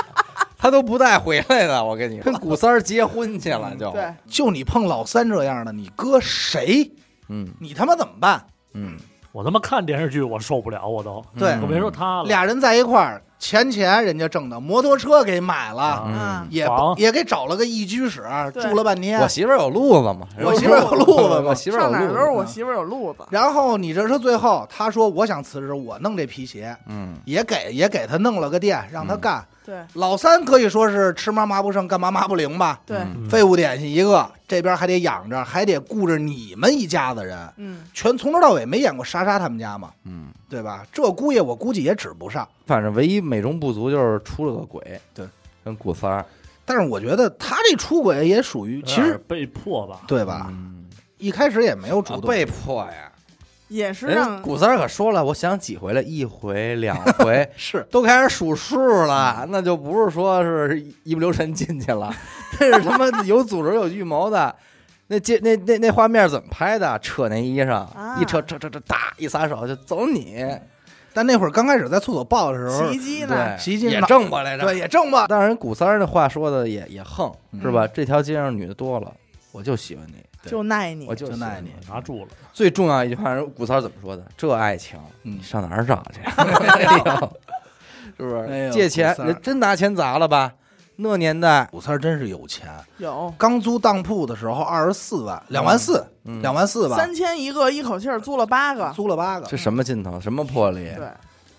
Speaker 1: 他都不带回来的。我跟你说嗯跟古三儿结婚去了就，
Speaker 3: 对，
Speaker 2: 就你碰老三这样的，你搁谁，
Speaker 1: 嗯
Speaker 2: 你他妈怎么办？
Speaker 1: 嗯，
Speaker 4: 我他妈看电视剧我受不了，我都，
Speaker 2: 对
Speaker 1: 嗯
Speaker 4: 我别说他了，
Speaker 2: 俩人在一块儿，钱钱人家挣的，摩托车给买了，
Speaker 4: 啊
Speaker 3: 啊
Speaker 1: 嗯，
Speaker 2: 也
Speaker 4: 房
Speaker 2: 也给找了个一居室，
Speaker 3: 对
Speaker 2: 住了半天
Speaker 1: 我。媳妇儿有路子嘛，
Speaker 2: 我媳妇儿有路子嘛
Speaker 1: 我媳妇儿
Speaker 3: 上哪
Speaker 1: 有
Speaker 3: 儿
Speaker 1: 路
Speaker 3: 都是
Speaker 1: 子，啊
Speaker 3: 我媳妇儿有路子，
Speaker 2: 然后你这是最后，他说我想辞职，我弄这皮鞋，
Speaker 1: 嗯，
Speaker 2: 也给也给他弄了个店，让他干。
Speaker 3: 对
Speaker 2: 老三可以说是吃嘛嘛不剩，干嘛嘛不灵吧，
Speaker 3: 对，
Speaker 1: 嗯
Speaker 4: 嗯
Speaker 2: 废物点心一个，这边还得养着，还得顾着你们一家子人，
Speaker 3: 嗯，
Speaker 2: 全从头到尾没演过莎莎他们家嘛，
Speaker 1: 嗯，
Speaker 2: 对吧？这姑爷我估计也指不上，
Speaker 1: 反正唯一美中不足就是出了个轨，
Speaker 2: 对，
Speaker 1: 跟古三儿，
Speaker 2: 但是我觉得他这出轨也属于
Speaker 4: 有
Speaker 2: 其
Speaker 4: 点
Speaker 2: 实
Speaker 4: 被迫吧，
Speaker 2: 对吧？
Speaker 1: 嗯，啊
Speaker 2: 一开始也没有主动，
Speaker 1: 被迫呀。
Speaker 3: 也是
Speaker 1: 人
Speaker 3: 让
Speaker 1: 古三儿可说了，我想几回了，一回两回，
Speaker 2: 是
Speaker 1: 都开始数数了，那就不是说是一不留神进去了，这是他妈 有组织有预谋的。那接那那那画面怎么拍的？扯那衣裳，
Speaker 3: 啊
Speaker 1: 一扯扯扯扯，哒一撒手就走你，
Speaker 2: 但那会儿刚开始在厕所抱的时候
Speaker 3: 洗衣，机呢，
Speaker 1: 对，
Speaker 2: 洗衣机
Speaker 1: 哎也
Speaker 2: 拿
Speaker 1: 挣啊吧来着。
Speaker 2: 对也正吧，
Speaker 1: 当然，古三儿的话说的也也横，
Speaker 2: 嗯
Speaker 1: 是吧？这条街上女的多了，我就喜欢你，
Speaker 3: 就耐你
Speaker 1: 我，就
Speaker 2: 就
Speaker 1: 喜欢
Speaker 2: 爱你。
Speaker 4: 拿住了，
Speaker 1: 最重要一句话，古三儿怎么说的？这爱情，
Speaker 2: 嗯
Speaker 1: 你上哪儿找去？ 哎呦是不
Speaker 2: 哎
Speaker 1: 是？
Speaker 2: 呦
Speaker 1: 借钱
Speaker 2: 古三儿
Speaker 1: 真拿钱砸了吧？那年代，
Speaker 2: 五三儿真是有钱，
Speaker 3: 有
Speaker 2: 刚租当铺的时候二十四万，两万四，
Speaker 1: 嗯
Speaker 2: 两万四吧，
Speaker 3: 三千一个，一口气儿租了八个，
Speaker 2: 租了八个
Speaker 1: 这。什么劲头？什么魄力？
Speaker 3: 对，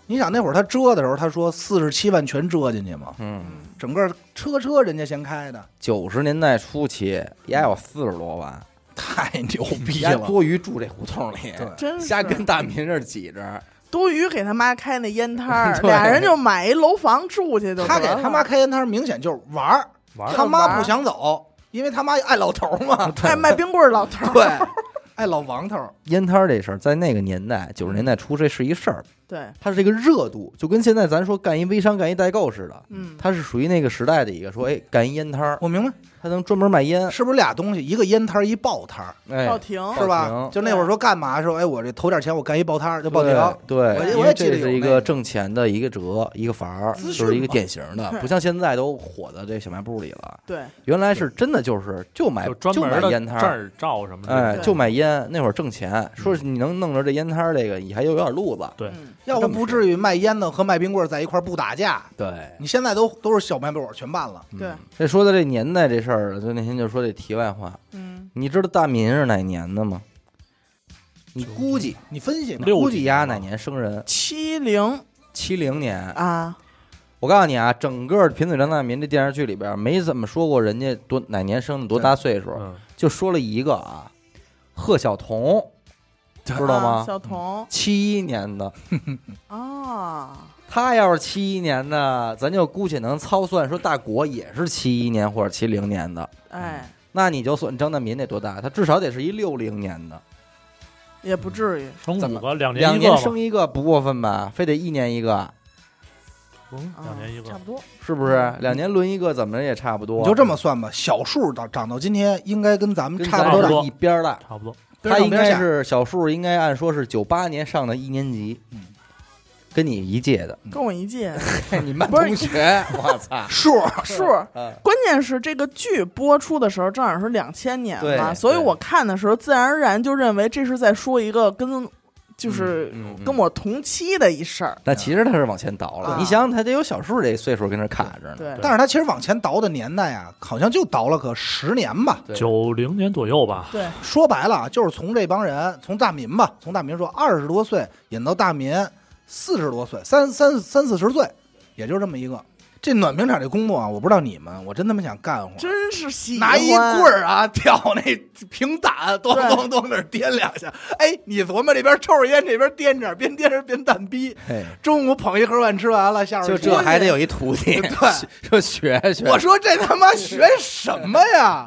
Speaker 2: 你想那会儿他遮的时候，他说四十七万全遮进去嘛，
Speaker 1: 嗯，
Speaker 2: 整个车车人家先 开的，
Speaker 1: 九十年代初期，丫有四十多万，
Speaker 2: 太牛逼
Speaker 1: 丫
Speaker 2: 了。
Speaker 1: 多余住这胡同里，
Speaker 2: 对
Speaker 3: 真是
Speaker 1: 瞎跟大民这儿挤着，
Speaker 3: 多余给他妈开那烟摊儿，
Speaker 1: 对
Speaker 3: 俩人就买一楼房住去就
Speaker 2: 他给
Speaker 3: 得
Speaker 2: 他
Speaker 3: 了
Speaker 2: 妈开烟摊儿，明显就是玩儿，
Speaker 4: 玩儿
Speaker 2: 他妈不想走，因为他妈爱老头儿嘛，
Speaker 3: 爱卖冰棍儿老头儿，
Speaker 2: 对，爱老王头儿，
Speaker 1: 烟摊儿这事儿，在那个年代，九十年代初这是一事儿，
Speaker 3: 对，
Speaker 1: 它是这个热度，就跟现在咱说干一微商、干一代购似的，
Speaker 3: 嗯，
Speaker 1: 它是属于那个时代的一个说，哎，干一烟摊儿，
Speaker 2: 我明白，
Speaker 1: 它能专门卖烟，
Speaker 2: 是不是俩东西？一个烟摊儿，一报摊儿，
Speaker 1: 哎，
Speaker 3: 赵婷
Speaker 1: 报
Speaker 2: 是吧
Speaker 1: 亭？
Speaker 2: 就那会儿说干嘛说，哎，我这投点钱，我干一报摊儿，叫报亭。
Speaker 1: 对，
Speaker 2: 我
Speaker 1: 对
Speaker 2: 也
Speaker 1: 因
Speaker 2: 我
Speaker 1: 为
Speaker 2: 也记
Speaker 1: 这
Speaker 2: 得有
Speaker 1: 是一
Speaker 2: 那
Speaker 1: 个
Speaker 2: 个
Speaker 1: 挣钱的一个辙，一个法儿，
Speaker 2: 资
Speaker 1: 就是一
Speaker 2: 讯
Speaker 1: 个
Speaker 2: 嘛
Speaker 1: 典型的，不像现在都火的这小卖部里了。
Speaker 3: 对，
Speaker 1: 原来是真的就是哎就买
Speaker 4: 就专
Speaker 1: 买
Speaker 4: 门的
Speaker 1: 烟摊
Speaker 4: 证
Speaker 1: 儿，
Speaker 4: 儿照什么的，
Speaker 1: 哎，
Speaker 3: 对
Speaker 1: 就买烟。那会儿挣钱，说是你能弄着这烟摊儿这个，你还有点路子。
Speaker 4: 对
Speaker 3: 嗯
Speaker 2: 要不不至于卖烟的和卖冰棍儿在一块儿不打架。
Speaker 1: 对，
Speaker 2: 你现在都都是小卖部全办了，
Speaker 4: 嗯
Speaker 3: 对，
Speaker 1: 这说到这年代这事儿了，就那天就说这题外话，
Speaker 3: 嗯，
Speaker 1: 你知道大民是哪年的吗？你估计
Speaker 2: 你分析吧
Speaker 4: 六
Speaker 1: 估
Speaker 4: 几
Speaker 1: 计丫
Speaker 4: 啊
Speaker 1: 哪年生人？
Speaker 3: 七零
Speaker 1: 七零年。
Speaker 3: 啊，
Speaker 1: 我告诉你啊，整个《贫嘴张大民》这电视剧里边没怎么说过人家多哪年生的多大岁数，
Speaker 4: 嗯，
Speaker 1: 就说了一个啊，贺晓彤，知道
Speaker 3: 啊
Speaker 1: 吗？
Speaker 3: 小童
Speaker 1: 七一年的，
Speaker 3: 啊，
Speaker 1: 他要是七一年的，咱就姑且能操算说大国也是七一年或者七零年的，
Speaker 3: 哎，
Speaker 1: 那你就算张大民得多大，他至少得是一六零年的，
Speaker 3: 也不至于
Speaker 4: 生
Speaker 1: 怎
Speaker 4: 五
Speaker 1: 么
Speaker 4: 个，两
Speaker 1: 两
Speaker 4: 一个
Speaker 1: 年
Speaker 4: 吧
Speaker 1: 生，一个不过分吧？非得一年一个，
Speaker 4: 嗯，
Speaker 3: 啊，
Speaker 4: 两年一
Speaker 3: 差
Speaker 4: 个，
Speaker 3: 不多，
Speaker 1: 是不是？两年轮一个，怎么着也差不多。
Speaker 2: 你就这么算吧。小树到长到今天，应该跟咱们
Speaker 1: 跟
Speaker 2: 差不
Speaker 1: 咱
Speaker 2: 多
Speaker 1: 俩
Speaker 2: 大
Speaker 4: 多
Speaker 1: 一边儿大。
Speaker 4: 差不多，
Speaker 2: 边
Speaker 1: 他
Speaker 2: 上
Speaker 1: 应
Speaker 2: 边
Speaker 1: 该
Speaker 2: 下。
Speaker 1: 是小树，应该按说是九八年上的一年级，
Speaker 2: 嗯！
Speaker 1: 跟你一届的，
Speaker 3: 跟我一 届
Speaker 1: 你们
Speaker 3: 不是
Speaker 1: 同学， 我操
Speaker 2: 树
Speaker 3: 数。
Speaker 1: 嗯，
Speaker 3: 关键是这个剧播出的时候正好是两千年嘛，
Speaker 1: 对
Speaker 3: 所以
Speaker 1: 对
Speaker 3: 我看的时候自然而然就认为这是在说一个跟就是
Speaker 1: 嗯嗯
Speaker 3: 跟我同期的一事儿。
Speaker 1: 但其实他是往前倒了。
Speaker 3: 啊
Speaker 1: 你想想，他得有小树这岁数跟这卡着呢。
Speaker 3: 对
Speaker 2: 但是他其实往前倒的年代啊，好像就倒了个十年吧。
Speaker 1: 对
Speaker 4: 九零年左右吧，
Speaker 3: 对，
Speaker 2: 说白了啊，就是从这帮人，从大民吧，从大民说二十多岁引到大民四十多岁，三三三四十岁，也就这么一个。这暖瓶厂这工作啊，我不知道你们，我真他妈想干活，
Speaker 3: 真是喜
Speaker 2: 拿
Speaker 3: 欢
Speaker 2: 一棍儿啊 挑那平板，咚咚咚那儿颠两下。哎，你琢磨这边抽着烟，这边颠着，边颠着边蛋逼。
Speaker 1: 嘿
Speaker 2: 中午捧一盒饭吃完了，下午
Speaker 1: 就这还得有一徒弟，
Speaker 2: 对
Speaker 1: 就学学。
Speaker 2: 我说这他妈学什么呀？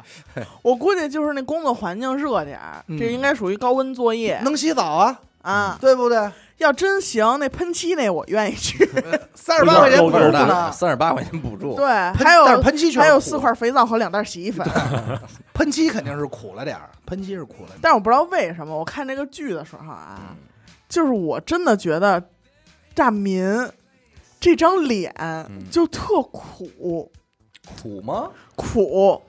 Speaker 3: 我估计就是那工作环境热点儿，
Speaker 2: 嗯
Speaker 3: 这应该属于高温作业
Speaker 2: 能洗澡啊，
Speaker 3: 啊。
Speaker 2: 对不对？
Speaker 3: 要真行，那喷漆那我愿意去。
Speaker 2: 三十八块钱
Speaker 4: 有
Speaker 2: 不
Speaker 4: 有
Speaker 2: 是
Speaker 4: 有
Speaker 2: 呢，
Speaker 1: 三十八块钱补助，
Speaker 3: 对，
Speaker 2: 喷
Speaker 3: 还有
Speaker 2: 但是喷漆确实
Speaker 3: 还有
Speaker 2: 苦
Speaker 3: 四块肥皂和两袋洗衣粉。
Speaker 2: 喷漆肯定是苦了点儿，喷漆是苦了点儿。
Speaker 3: 但是我不知道为什么，我看这个剧的时候
Speaker 2: 嗯
Speaker 3: 啊，就是我真的觉得大民这张脸
Speaker 2: 嗯
Speaker 3: 就特苦、
Speaker 1: 苦吗？
Speaker 3: 苦，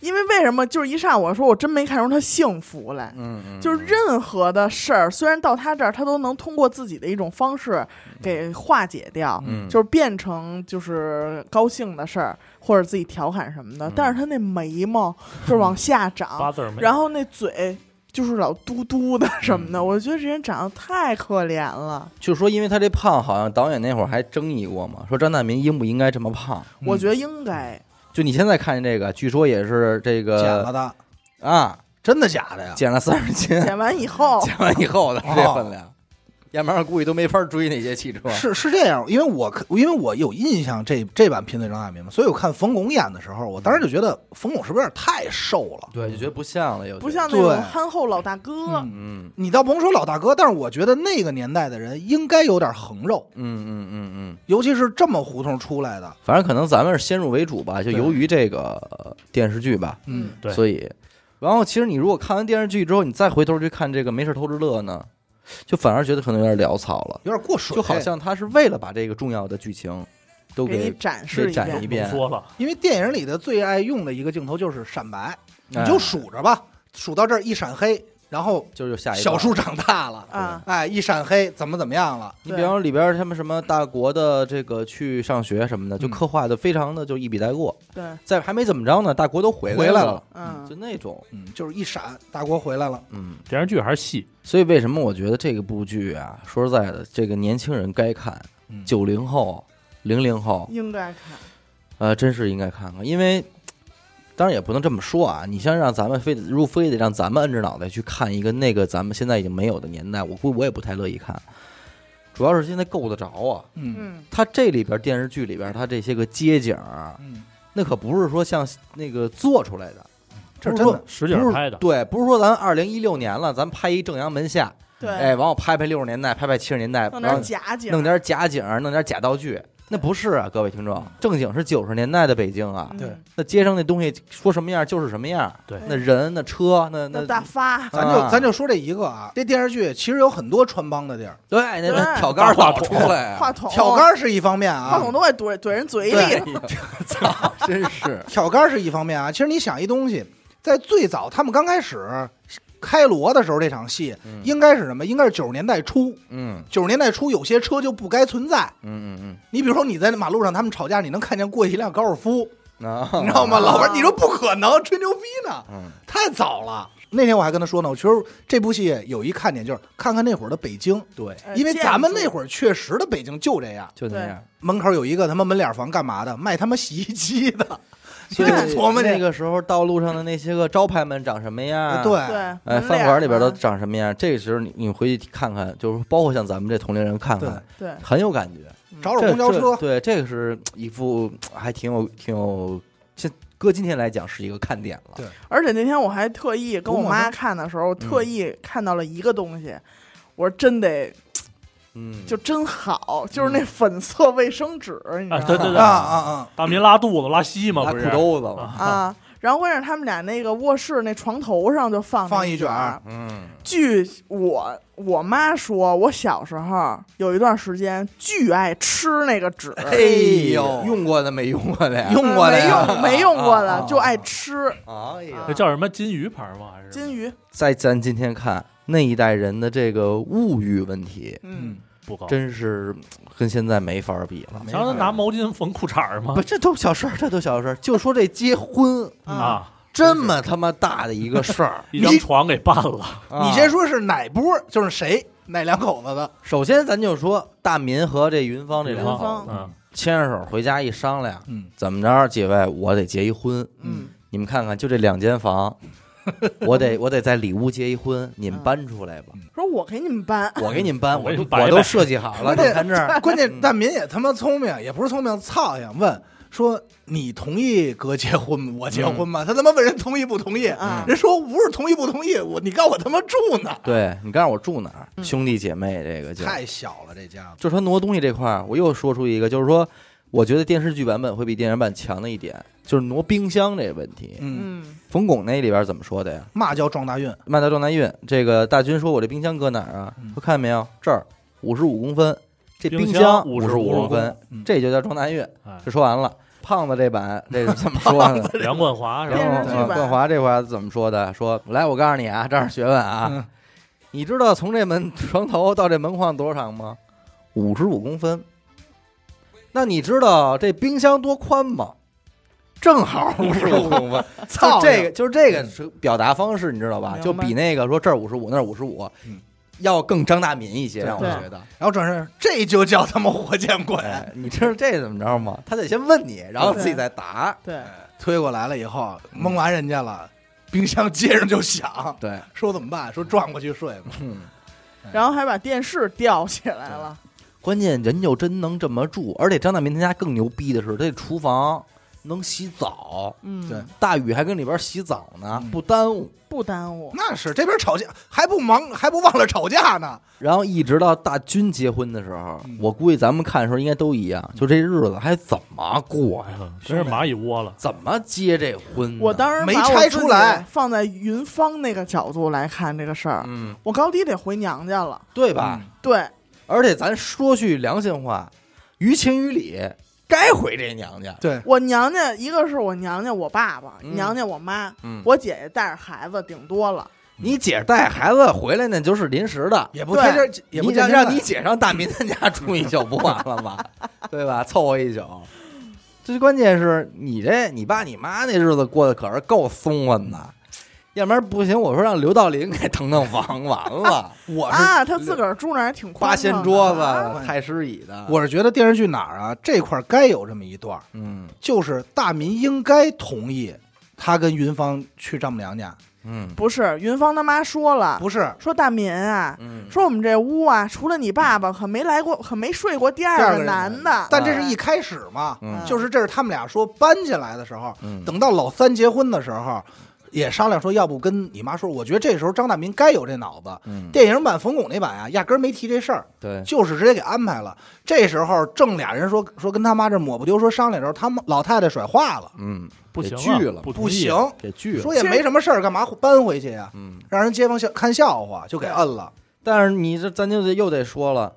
Speaker 3: 因为为什么？就是一上我说我真没看出他幸福来。
Speaker 1: 嗯嗯，
Speaker 3: 就是任何的事儿，虽然到他这儿，他都能通过自己的一种方式给化解掉，
Speaker 1: 嗯
Speaker 3: 就是变成就是高兴的事儿，或者自己调侃什么
Speaker 1: 嗯
Speaker 3: 的。但是他那眉毛就是往下
Speaker 4: 八
Speaker 3: 长，
Speaker 4: 字儿没，
Speaker 3: 然后那嘴就是老嘟嘟的什么的，
Speaker 1: 嗯
Speaker 3: 我觉得这人长得太可怜了。
Speaker 1: 就说因为他这胖，好像导演那会儿还争议过嘛，说张大民应不应该这么胖？
Speaker 3: 我觉得应该
Speaker 1: 就你现在看见这个，据说也是这
Speaker 2: 剪
Speaker 1: 个
Speaker 2: 了的，
Speaker 1: 啊，
Speaker 2: 真的假的呀？
Speaker 1: 减了三十斤，
Speaker 3: 剪完以后，
Speaker 1: 减完以后的
Speaker 2: 哦
Speaker 1: 这分量，要不然估计都没法追那些汽车。
Speaker 2: 是是这样，因为我可因为我有印象这这版《贫嘴张大民》嘛，所以我看冯巩演的时候，我当时就觉得冯巩是不是有点太瘦了？
Speaker 1: 对，就觉得不像了，又觉得
Speaker 3: 不像那种
Speaker 2: 对
Speaker 3: 憨厚老大哥。
Speaker 2: 嗯
Speaker 1: 嗯
Speaker 2: 你倒甭说老大哥，但是我觉得那个年代的人应该有点横肉，
Speaker 1: 嗯嗯嗯嗯，
Speaker 2: 尤其是这么胡同出来的。
Speaker 1: 反正可能咱们是先入为主吧，就
Speaker 2: 对
Speaker 1: 由于这个呃电视剧吧，
Speaker 2: 嗯，
Speaker 4: 对
Speaker 1: 所以，然后其实你如果看完电视剧之后，你再回头去看这个《没事偷着乐》呢，就反而觉得可能有点潦草了，
Speaker 2: 有点过水，
Speaker 1: 就好像他是为了把这个重要的剧情都
Speaker 3: 给你
Speaker 1: 给
Speaker 3: 展示
Speaker 1: 嗯给
Speaker 3: 一
Speaker 1: 展
Speaker 3: 遍
Speaker 1: 一，遍
Speaker 4: 浓，缩了，
Speaker 2: 因为电影里的最爱用的一个镜头就是闪白，你
Speaker 1: 哎
Speaker 2: 就数着吧，数到这儿一闪黑，然后
Speaker 1: 就是下一
Speaker 2: 小
Speaker 1: 段
Speaker 2: 树长大了，
Speaker 3: 啊，
Speaker 2: 哎，一闪黑怎么怎么样了？
Speaker 1: 你
Speaker 3: 对
Speaker 1: 比方说里边儿他们什么大国的这个去上学什么的，就
Speaker 2: 嗯
Speaker 1: 刻画的非常的就一笔带过，
Speaker 3: 对，
Speaker 1: 在还没怎么着呢，大国都回
Speaker 2: 回
Speaker 1: 来
Speaker 2: 来
Speaker 1: 了
Speaker 2: 了，
Speaker 1: 就
Speaker 3: 嗯，
Speaker 1: 那种，
Speaker 2: 嗯，就是一闪，大国回来了。
Speaker 1: 嗯，
Speaker 4: 电视剧还是戏，
Speaker 1: 所以为什么我觉得这个部剧啊，说实在的，这个年轻人该看，
Speaker 2: 嗯
Speaker 1: 九零后、零零后，
Speaker 3: 应该看。
Speaker 1: 呃，真是应该看看，因为。当然也不能这么说啊！你像让咱们非得如非得让咱们摁着脑袋去看一个那个咱们现在已经没有的年代，我估计我也不太乐意看。主要是现在够得着啊！
Speaker 2: 嗯
Speaker 3: 嗯，
Speaker 1: 它这里边儿电视剧里边儿它这些个街景儿啊
Speaker 2: 嗯，
Speaker 1: 那可不是说像那个做出来的，
Speaker 2: 这是
Speaker 1: 不是
Speaker 2: 真的
Speaker 1: 说。
Speaker 4: 实
Speaker 1: 不
Speaker 4: 景
Speaker 1: 是
Speaker 4: 拍的，
Speaker 1: 对，不是说咱二零一六年了，咱拍一正阳门下，
Speaker 3: 对，
Speaker 1: 哎，往我拍拍六十年代，拍拍七十年代，
Speaker 3: 弄
Speaker 1: 然后
Speaker 3: 点假景，
Speaker 1: 弄点假景，弄点假道具，那不是啊，各位听众，正经是九十年代的北京啊，
Speaker 3: 嗯
Speaker 2: 对，
Speaker 1: 那街上那东西说什么样就是什么样，
Speaker 4: 对
Speaker 1: 那人那车那那
Speaker 3: 那大发，
Speaker 2: 咱就
Speaker 1: 啊
Speaker 2: 咱就说这一个啊，这电视剧其实有很多穿帮的地儿，
Speaker 1: 对那那
Speaker 3: 对
Speaker 1: 挑杆儿
Speaker 4: 大
Speaker 1: 老
Speaker 4: 话
Speaker 1: 出
Speaker 4: 筒
Speaker 1: 来啊，
Speaker 3: 话筒，
Speaker 2: 挑哎杆儿是一方面啊，
Speaker 3: 话筒都快怼怼人嘴
Speaker 2: 对
Speaker 3: 里，
Speaker 1: 操，真是
Speaker 2: 挑杆儿是一方面啊，其实你想一东西，在最早他们刚开始开锣的时候，这场戏
Speaker 1: 嗯
Speaker 2: 应该是什么？应该是九十年代初。
Speaker 1: 嗯
Speaker 2: 九十年代初有些车就不该存在。
Speaker 1: 嗯嗯
Speaker 2: 你比如说你在马路上他们吵架，你能看见过去一辆高尔夫，
Speaker 1: 嗯，啊
Speaker 2: 你知道吗？
Speaker 3: 啊
Speaker 2: 老玩你说不可能，吹牛逼呢，
Speaker 1: 嗯
Speaker 2: 太早了。那天我还跟他说呢，我觉得这部戏有一看点就是看看那会儿的北京，
Speaker 1: 对，
Speaker 3: 哎
Speaker 2: 因为咱们那
Speaker 3: 儿
Speaker 2: 会儿确实的北京就这样。
Speaker 1: 就那样。
Speaker 2: 门口有一个他妈门脸房干嘛的？卖他妈洗衣机的，
Speaker 1: 所以
Speaker 2: 你得琢磨这
Speaker 1: 那个时候道路上的那些个招牌们长什么样？
Speaker 2: 对，
Speaker 3: 对，
Speaker 1: 哎，
Speaker 3: 门
Speaker 1: 饭
Speaker 3: 脸
Speaker 1: 馆里边都
Speaker 3: 嘛
Speaker 1: 长什么样？这个时候你你回去看看，就是包括像咱们这同龄人看看，
Speaker 3: 对，
Speaker 1: 很有感觉。
Speaker 2: 找找
Speaker 1: 这
Speaker 2: 公交
Speaker 1: 这
Speaker 2: 车，
Speaker 1: 对，这个是一副还挺有挺有，现搁今天来讲是一个看点了
Speaker 2: 对。
Speaker 3: 而且那天我还特意跟我
Speaker 2: 不过嗯
Speaker 3: 妈
Speaker 2: 呢
Speaker 3: 看的时候，特意看到了一个东西，我说真得
Speaker 1: 嗯，
Speaker 3: 就真好，就是那粉色卫生纸，你知道
Speaker 4: 啊
Speaker 3: 吗？
Speaker 4: 对
Speaker 2: 嗯
Speaker 4: 对
Speaker 2: 啊
Speaker 4: 对，
Speaker 2: 啊啊！
Speaker 4: 大民拉肚子拉稀嘛，
Speaker 1: 拉
Speaker 4: 不
Speaker 1: 裤
Speaker 4: 是
Speaker 1: 兜子了。
Speaker 3: 啊然后关键是他们俩那个卧室那床头上就放
Speaker 2: 放
Speaker 3: 一
Speaker 2: 一卷
Speaker 3: 儿
Speaker 2: 儿。
Speaker 1: 嗯，
Speaker 3: 据我我妈说，我小时候有一段时间巨爱吃那个纸，
Speaker 1: 哎呦，用过的没用过的呀？
Speaker 2: 用过的
Speaker 3: 呃没
Speaker 2: 呀
Speaker 3: 用没用过的
Speaker 1: 啊
Speaker 3: 就爱吃
Speaker 1: 哎呀
Speaker 4: 那叫什么金鱼牌吗？还是
Speaker 3: 金鱼，
Speaker 1: 在咱今天看那一代人的这个物欲问题，
Speaker 3: 嗯，
Speaker 4: 不高？
Speaker 1: 真是跟现在没法儿比了。
Speaker 2: 没
Speaker 4: 瞧他
Speaker 2: 法
Speaker 4: 拿毛巾缝裤衩儿吗
Speaker 1: 不，？这都小事儿，这都小事儿。就说这结婚
Speaker 2: 嗯
Speaker 3: 啊，
Speaker 4: 啊，
Speaker 1: 这么他妈大的一个事儿，
Speaker 4: 一张床给办了，
Speaker 2: 你
Speaker 1: 先
Speaker 2: 先说是哪波，就是谁哪两口子的？
Speaker 1: 首先咱就说大民和这云芳这两
Speaker 3: 云
Speaker 1: 口
Speaker 3: 芳
Speaker 1: 子
Speaker 4: 嗯，
Speaker 1: 牵着手回家一商量，
Speaker 2: 嗯，
Speaker 1: 怎么着，几位，我得结一婚。
Speaker 3: 嗯，
Speaker 1: 你们看看，就这两间房，我得我得在里屋结一婚，你们搬出来吧，
Speaker 3: 说我给你们搬，
Speaker 1: 我给你们搬，
Speaker 4: 我
Speaker 1: 我
Speaker 4: 给
Speaker 1: 都
Speaker 4: 你摆
Speaker 1: 我都
Speaker 4: 摆
Speaker 1: 设计好了，
Speaker 2: 不是
Speaker 1: 你看这儿，
Speaker 2: 关键
Speaker 1: 嗯
Speaker 2: 大民也他妈聪明，也不是聪明，操想问说你同意哥结婚吗？我结婚吗？他他妈问人同意不同意？
Speaker 3: 啊
Speaker 2: 嗯人说不是同意不同意，我你告诉我他妈住哪？
Speaker 1: 对你告诉我住哪儿，
Speaker 3: 嗯
Speaker 1: 兄弟姐妹这个就
Speaker 2: 太小了，这家
Speaker 1: 就是他挪东西这块儿，我又说出一个，就是说，我觉得电视剧版本会比电影版强的一点，就是挪冰箱这个问题。
Speaker 2: 嗯，
Speaker 3: 嗯，
Speaker 1: 冯巩那里边怎么说的呀？
Speaker 2: 嘛叫撞大运？
Speaker 1: 卖到撞大运，这个大军说：“我这冰箱搁哪儿啊？
Speaker 2: 嗯
Speaker 1: 说看见没有，这儿五十五公分，这
Speaker 4: 冰
Speaker 1: 箱
Speaker 4: 箱
Speaker 1: 五
Speaker 4: 55
Speaker 1: 五公
Speaker 4: 公
Speaker 1: 分
Speaker 4: 分，
Speaker 2: 嗯
Speaker 1: 这就叫撞大运。”
Speaker 4: 哎
Speaker 1: 这说完了。胖子这版这是 怎么说的？
Speaker 4: 梁冠华是
Speaker 1: 然
Speaker 4: 吧？
Speaker 3: 电
Speaker 1: 后
Speaker 3: 视剧
Speaker 1: 呃
Speaker 3: 版
Speaker 1: 冠华这块怎么说的？说来，我告诉你啊，这儿是学问啊，
Speaker 2: 嗯
Speaker 1: 你知道从这门床头到这门框多长吗？五十五公分。那你知道这冰箱多宽吗？正好五十五公 分。就
Speaker 2: 操
Speaker 1: 这个
Speaker 2: 呀
Speaker 1: 就是这个是表达方式，你知道吧？
Speaker 3: 嗯明白
Speaker 1: 就比那个说这儿五十五，那儿五十五
Speaker 2: 嗯，
Speaker 1: 要更张大民一些，让我
Speaker 3: 对
Speaker 1: 觉得。
Speaker 2: 然后转身，这就叫他妈活见鬼！
Speaker 1: 哎，你知道这怎么着吗？他得先问你，然后自己再答。
Speaker 3: 对，
Speaker 2: 推过来了以后，蒙完人家了，冰箱接上就响，
Speaker 1: 对，
Speaker 2: 说怎么办？说撞过去睡吧。
Speaker 1: 嗯。
Speaker 3: 然后还把电视吊起来了，
Speaker 1: 关键人就真能这么住，而且张大民他家更牛逼的是，他这厨房能洗澡，
Speaker 3: 嗯，
Speaker 2: 对
Speaker 1: 大宇还跟里边洗澡呢，
Speaker 2: 嗯
Speaker 1: 不耽误。
Speaker 3: 不耽 误，
Speaker 2: 那是这边吵架还不忙，还不忘了吵架呢。
Speaker 1: 然后一直到大军结婚的时候，
Speaker 2: 嗯
Speaker 1: 我估计咱们看的时候应该都一样，就这日子还怎么过呀？
Speaker 4: 嗯真是蚂蚁窝了，
Speaker 1: 怎么结这婚呢？
Speaker 3: 我当时
Speaker 2: 没
Speaker 3: 把我
Speaker 2: 拆
Speaker 3: 自
Speaker 2: 出
Speaker 3: 己
Speaker 2: 来
Speaker 3: 放在云芳那个角度来看这个事儿，
Speaker 1: 嗯，
Speaker 3: 我高低得回娘家了。
Speaker 1: 对吧？
Speaker 2: 嗯
Speaker 3: 对，
Speaker 1: 而且咱说句良心话，于情于理，该回这娘家。
Speaker 2: 对，
Speaker 3: 我娘家一个是我娘家我爸爸，
Speaker 1: 嗯
Speaker 3: 娘家我妈，
Speaker 1: 嗯
Speaker 3: 我姐姐带着孩子，顶多了。
Speaker 1: 你姐带孩子回来呢，就是临时的，
Speaker 2: 也不天天，也不
Speaker 1: 你让
Speaker 2: 天天
Speaker 1: 让你姐上大民他家住一宿不完了 吗？对吧？凑合一宿。最关键是你这你爸你妈那日子过得可是够松稳的，要不然不行，我说让刘道林给腾腾房，完 了
Speaker 2: 我是
Speaker 3: 啊，她自个儿住那儿还挺宽
Speaker 1: 八
Speaker 3: 敞
Speaker 1: 仙
Speaker 3: 的
Speaker 1: 桌子、
Speaker 3: 啊
Speaker 1: 太师椅的，
Speaker 2: 我是觉得电视剧哪儿啊这块儿该有这么一段儿，
Speaker 1: 嗯
Speaker 2: 就是大民应该同意他跟云芳去丈母娘家，
Speaker 1: 嗯
Speaker 3: 不是，云芳他妈说了，
Speaker 2: 不是
Speaker 3: 说大民啊，
Speaker 1: 嗯，
Speaker 3: 说我们这屋啊，除了你爸爸，可没来过，可没睡过第
Speaker 2: 第二个
Speaker 3: 二个
Speaker 2: 人
Speaker 3: 男的。
Speaker 2: 但这是一开始嘛，
Speaker 1: 嗯
Speaker 2: 就是这是他们俩说搬进来的时候，
Speaker 1: 嗯
Speaker 2: 等到老三结婚的时候，也商量说，要不跟你妈说。我觉得这时候张大民该有这脑子。
Speaker 1: 嗯，
Speaker 2: 电影版冯巩那版啊，压根儿没提这事儿，
Speaker 4: 嗯
Speaker 1: 对，
Speaker 2: 就是直接给安排了。这时候正俩人说说跟他妈这抹不丢说商量的时候，他们老太太甩话了，
Speaker 1: 嗯，
Speaker 4: 不
Speaker 1: 给
Speaker 4: 行
Speaker 1: 拒
Speaker 4: 啊
Speaker 1: 了
Speaker 4: 不
Speaker 2: 不
Speaker 4: 同意
Speaker 2: 行，，
Speaker 1: 给拒了，
Speaker 2: 说也没什么事儿，干嘛搬回去呀、
Speaker 1: 嗯。
Speaker 2: 让人街坊笑看笑话，就给摁了。
Speaker 1: 但是你这咱就得又得说了，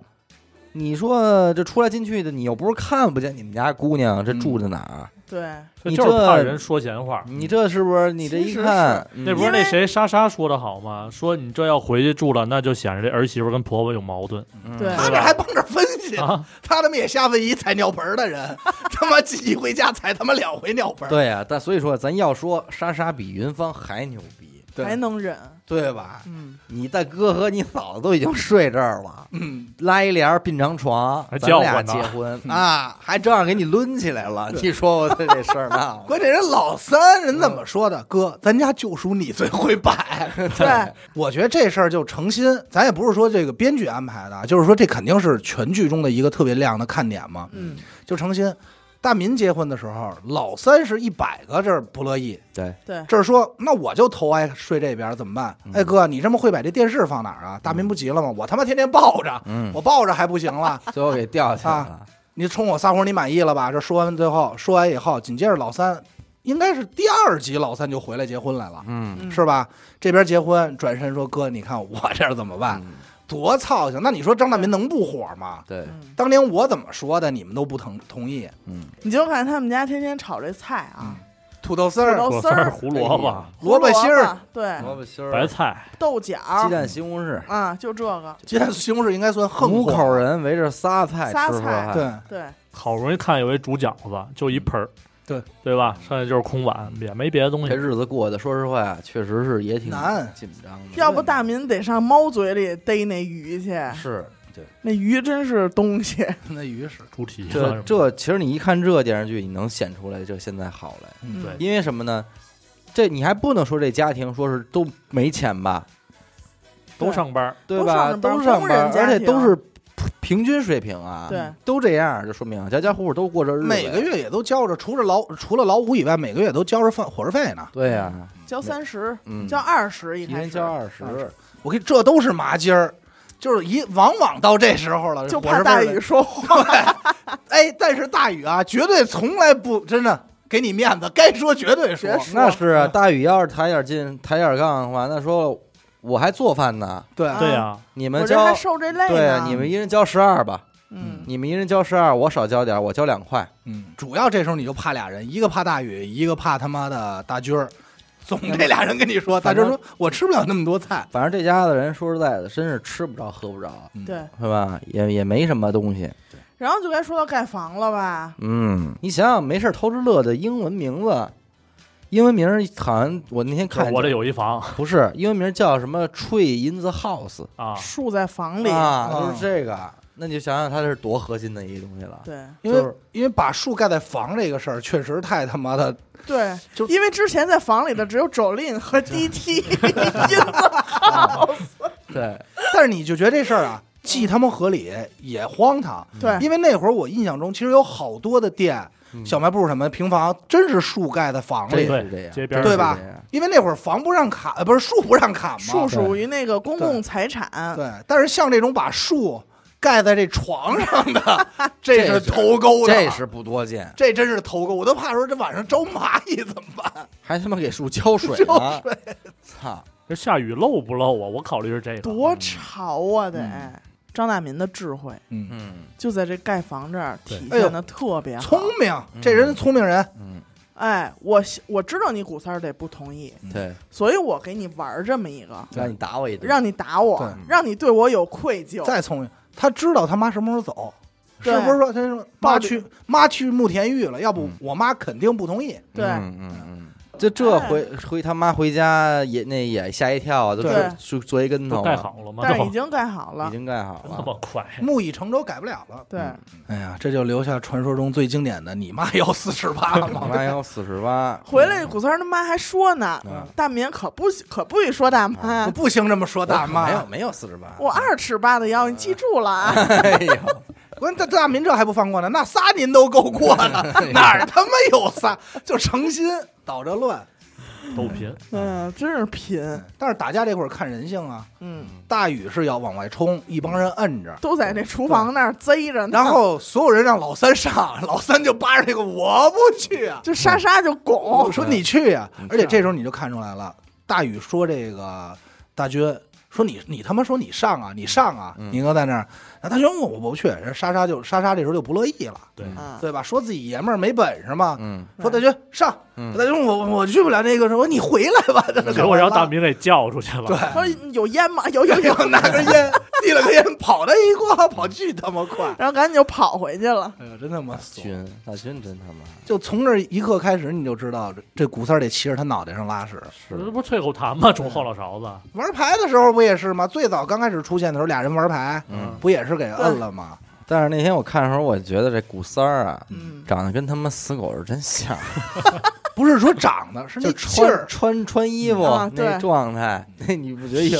Speaker 1: 你说这出来进去的，你又不是看不见你们家姑娘这住在哪儿，啊
Speaker 3: 对，
Speaker 1: 你
Speaker 4: 就是
Speaker 1: 这嗯
Speaker 4: 怕人说闲话。
Speaker 1: 你这是不是？你这一看，嗯
Speaker 4: 那不是那谁莎莎说的好吗？说你这要回去住了，那就显着这儿媳妇跟婆婆有矛盾
Speaker 1: 嗯
Speaker 3: 对
Speaker 2: 他这还帮着分析，
Speaker 4: 啊。
Speaker 2: 他他妈也瞎问一踩尿盆儿的人， 他妈一回家踩他妈两回尿盆儿，
Speaker 1: 对呀、啊但所以说咱要说莎莎比云芳还牛逼，
Speaker 3: 还
Speaker 2: 对
Speaker 3: 能忍，
Speaker 2: 对吧？
Speaker 3: 嗯，
Speaker 1: 你大哥和你嫂子都已经睡这儿了，
Speaker 2: 嗯
Speaker 1: 拉一帘儿病床床，
Speaker 4: 还
Speaker 1: 咱
Speaker 4: 叫
Speaker 1: 俩
Speaker 4: 唤呢
Speaker 1: 结婚
Speaker 2: 嗯
Speaker 1: 啊，还照样给你抡起来了。你说我这这事儿闹的，
Speaker 2: 关键人老三人怎么说的？哥，咱家就属你最会摆。
Speaker 1: 嗯
Speaker 3: 对，
Speaker 2: 我觉得这事儿就诚心，咱也不是说这个编剧安排的啊，就是说这肯定是全剧中的一个特别亮的看点嘛。
Speaker 3: 嗯，
Speaker 2: 就诚心，大民结婚的时候，老三是一百个这儿不乐意，
Speaker 1: 对，
Speaker 3: 对，
Speaker 2: 这是说那我就头挨睡这边儿怎么办
Speaker 1: 嗯？
Speaker 2: 哎哥，你这么会摆，这电视放哪儿啊？大民不急了吗？我他妈天天抱着，
Speaker 1: 嗯，
Speaker 2: 我抱着还不行了。
Speaker 1: 最后给吊起来了。
Speaker 2: 你冲我撒谎，你满意了吧？这说完最后，说完以后，紧接着老三应该是第二集，老三就回来结婚来了，
Speaker 1: 嗯，
Speaker 3: 嗯
Speaker 2: 是吧？这边结婚，转身说：“哥，你看我这儿怎么办？
Speaker 1: 嗯
Speaker 2: 多操性！”那你说张大民能不火吗？
Speaker 1: 对，
Speaker 3: 嗯
Speaker 2: 当年我怎么说的，你们都不同同意。
Speaker 1: 嗯，
Speaker 3: 你就看他们家天天炒这菜啊，
Speaker 2: 土豆丝儿、
Speaker 3: 土豆
Speaker 4: 我
Speaker 3: 丝哦儿
Speaker 4: 是胡萝卜、
Speaker 3: 胡
Speaker 2: 萝卜
Speaker 3: 卜
Speaker 2: 心儿、
Speaker 3: 对，
Speaker 1: 萝卜心儿、
Speaker 4: 白菜，
Speaker 3: 豆角
Speaker 1: 鸡
Speaker 3: 儿
Speaker 1: 蛋、西红柿，
Speaker 3: 啊，就这个，
Speaker 2: 鸡蛋西红柿应该算横
Speaker 1: 五
Speaker 2: 火
Speaker 1: 口人围着仨菜
Speaker 3: 仨
Speaker 1: 吃
Speaker 3: 菜
Speaker 1: 饭，
Speaker 2: 对，
Speaker 3: 对，
Speaker 4: 好容易看有一煮饺子，就一盆儿，
Speaker 2: 对
Speaker 4: 对吧？剩下就是空碗，也没别的东
Speaker 1: 这
Speaker 4: 西。
Speaker 1: 日子过得，说实话，确实是也挺
Speaker 2: 难
Speaker 1: 紧张的。
Speaker 3: 要不大民得上猫嘴里逮那鱼去，
Speaker 1: 是对
Speaker 3: 那鱼真是东西，
Speaker 2: 那鱼是
Speaker 4: 猪蹄子啊什
Speaker 1: 这
Speaker 4: 么
Speaker 1: 这，其实你一看这电视剧，你能显出来这现在好来，
Speaker 2: 嗯
Speaker 4: 对
Speaker 1: 因为什么呢？这你还不能说这家庭说是都没钱吧，
Speaker 4: 都上班儿，
Speaker 1: 对吧？
Speaker 3: 都
Speaker 1: 都
Speaker 3: 上着班
Speaker 1: 上
Speaker 3: 工人
Speaker 1: 班，
Speaker 3: 家
Speaker 1: 而
Speaker 3: 庭
Speaker 1: 且都是平均水平啊，
Speaker 3: 对，
Speaker 1: 都这样，就说明家家户户都过这日子，
Speaker 2: 每个月也都交着，除了老除了老五以外，每个月都交着饭伙食费呢。
Speaker 1: 对呀，
Speaker 3: 交三十，
Speaker 1: 嗯，
Speaker 3: 交二十啊一
Speaker 1: 一
Speaker 3: 开
Speaker 1: 天
Speaker 3: 始，
Speaker 1: 交二十，
Speaker 2: 我跟你这都是麻筋儿，就是一往往到这时候了，
Speaker 3: 就
Speaker 2: 伙
Speaker 3: 怕
Speaker 2: 食
Speaker 3: 大
Speaker 2: 费的
Speaker 3: 禹说话，
Speaker 2: 哎，但是大宇啊，绝对从来不真的给你面子，该说绝对说
Speaker 3: 别。说嗯
Speaker 1: 那是啊，大宇要是抬眼进抬眼杠的话，那说我还做饭呢，
Speaker 2: 对
Speaker 3: 啊
Speaker 4: 对呀，
Speaker 1: 你
Speaker 3: 我
Speaker 1: 们
Speaker 3: 这还
Speaker 1: 交
Speaker 3: 受这累呢，
Speaker 2: 啊
Speaker 1: 对啊你们一人交十二吧，
Speaker 3: 嗯，
Speaker 1: 你们一人交十二，我少交点儿，我交两块。
Speaker 2: 嗯，主要这时候你就怕俩人，一个怕大宇，一个怕他妈的 大军儿。总这俩人跟你说，大
Speaker 1: 反
Speaker 2: 军
Speaker 1: 正
Speaker 2: 儿说我吃不了那么多菜。
Speaker 1: 反正这家的人说实在的，真是吃不着喝不着，
Speaker 3: 对，
Speaker 1: 是吧？也也没什么东西。
Speaker 3: 然后就该说到盖房了吧，
Speaker 1: 嗯，你想想，没事儿偷着乐的英文名字，英文名儿好像我那天
Speaker 4: 就是
Speaker 1: 看
Speaker 4: 我这有一房
Speaker 1: 不是英文名儿叫什么 Tree in the House
Speaker 4: 啊，
Speaker 3: 树在房里，
Speaker 1: 啊，
Speaker 2: 嗯
Speaker 1: 就是这个。那你就想想它是多核心的一个东西了。
Speaker 3: 对
Speaker 2: 因为、
Speaker 1: 就是
Speaker 2: 因为把树盖在房这个事儿，确实太他妈的
Speaker 3: 对
Speaker 2: 就，
Speaker 3: 因为之前在房里的只有 Jolin 和 DT，因此
Speaker 1: 对，
Speaker 2: 但是你就觉得这事儿啊，既他妈合理也荒唐，
Speaker 3: 对
Speaker 2: 因为那会儿我印象中，其实有好多的店，
Speaker 1: 嗯
Speaker 2: 小卖部什么的平房，真是树盖在房
Speaker 1: 这
Speaker 2: 里，
Speaker 1: 是这样，
Speaker 4: 街边儿
Speaker 2: 对吧
Speaker 1: 这样？
Speaker 2: 因为那会儿房不让砍，呃，不是树不让砍嘛。
Speaker 3: 树属于那个公共财产，
Speaker 2: 对，但是像这种把树盖在这床上的，这是头钩的，
Speaker 1: 这是不多见，
Speaker 2: 这真是头钩，我都怕说这晚上招蚂蚁怎么办？
Speaker 1: 还他妈给树浇水呢！操，
Speaker 4: 这下雨漏不漏啊？我考虑是这个。
Speaker 3: 多潮啊！得张大民的智慧
Speaker 2: 嗯，
Speaker 1: 嗯
Speaker 3: 就在这盖房这儿体
Speaker 2: 对哎呦
Speaker 3: 现的特别好
Speaker 2: 聪。明，这人聪明人，
Speaker 1: 嗯，
Speaker 3: 哎，我我知道你古三儿得不同意，
Speaker 1: 对，
Speaker 3: 所以我给你玩儿这么一个，
Speaker 1: 嗯让你打我一顿，
Speaker 3: 让你打我，
Speaker 2: 对
Speaker 3: 让你对我有愧疚。
Speaker 2: 再聪明，他知道他妈什么时候走。是
Speaker 3: 对
Speaker 2: 不是说他说
Speaker 3: 抱
Speaker 2: 妈
Speaker 3: 着
Speaker 2: 去妈去慕田峪了？要不
Speaker 1: 嗯
Speaker 2: 我妈肯定不同意。
Speaker 3: 对
Speaker 1: 嗯嗯嗯，这这
Speaker 3: 哎
Speaker 1: 回回他妈回家也那也吓一跳啊，都
Speaker 2: 对
Speaker 1: 是就坐一跟头
Speaker 4: 都
Speaker 1: 啊，
Speaker 4: 盖好了吗？
Speaker 3: 但是
Speaker 4: 都
Speaker 3: 已经盖好了
Speaker 1: 已，经盖好
Speaker 4: 那
Speaker 1: 了。
Speaker 4: 么快，
Speaker 2: 木已成舟，改不了了。
Speaker 3: 对，
Speaker 1: 嗯
Speaker 2: 哎呀，这就留下传说中最经典的“你妈要四十八”
Speaker 1: 我
Speaker 2: 嘛。
Speaker 1: 妈有四十八，
Speaker 3: 回来古三儿他妈还说呢
Speaker 1: 嗯，
Speaker 3: 大民可不许可不许说大妈，
Speaker 2: 不行，这么说大妈
Speaker 1: 没有没有四十八，
Speaker 3: 我二尺八的腰，你记住了 啊！
Speaker 1: 哎呦，
Speaker 2: 关大大民这还不放过呢，那 仨您都够过的，哪儿他妈有仨？就诚心捣这乱。
Speaker 4: 都贫，
Speaker 3: 嗯，真是贫，
Speaker 2: 但是打架这会儿看人性啊，
Speaker 3: 嗯，
Speaker 2: 大禹是要往外冲，一帮人摁着，
Speaker 3: 都在那厨房那儿贼着呢，
Speaker 2: 然后所有人让老三上，老三就扒着那个我不去啊，
Speaker 3: 就莎莎就拱
Speaker 2: 我，说你去呀、
Speaker 1: 哦嗯
Speaker 2: 而且这时候你就看出来了，大禹说这个大军说你你他妈说你上啊，你上啊，
Speaker 1: 嗯
Speaker 2: 宁哥在那儿，然后大军我我不去，然后莎莎就莎莎这时候就不乐意了，
Speaker 4: 对，
Speaker 3: 啊，
Speaker 2: 对吧？说自己爷们儿没本事嘛，
Speaker 1: 嗯
Speaker 2: 说大军上，
Speaker 1: 嗯
Speaker 2: 大军我我我去不了那个什么，你回来吧，真的
Speaker 4: 结果让大明给叫出去
Speaker 2: 对
Speaker 4: 了。。
Speaker 3: 说有烟吗？有有
Speaker 2: 然
Speaker 3: 有
Speaker 2: 后，哎拿根烟，递了根烟，跑的一过，跑巨他妈快！
Speaker 3: 然后赶紧就跑回去了。
Speaker 2: 哎呀，真
Speaker 1: 啊
Speaker 2: 他妈怂！
Speaker 1: 军大军真他妈
Speaker 2: 就从这一刻开始，你就知道这这古三儿得骑着他脑袋上拉屎。
Speaker 1: 是
Speaker 4: 这不是啐口痰吗？冲后脑勺子，
Speaker 2: 玩牌的时候不也是吗？最早刚开始出现的时候，俩人玩牌，
Speaker 1: 嗯。
Speaker 2: 不也是给摁了吗？
Speaker 1: 但是那天我看的时候，我觉得这古三儿啊，
Speaker 3: 嗯，
Speaker 1: 长得跟他妈死狗是真像，
Speaker 2: 不是说长 得，是
Speaker 1: 就
Speaker 2: 那气
Speaker 1: 穿
Speaker 2: 儿。
Speaker 1: 穿穿衣服
Speaker 3: 啊
Speaker 1: 那
Speaker 3: 对
Speaker 1: 状 态，那你不觉得有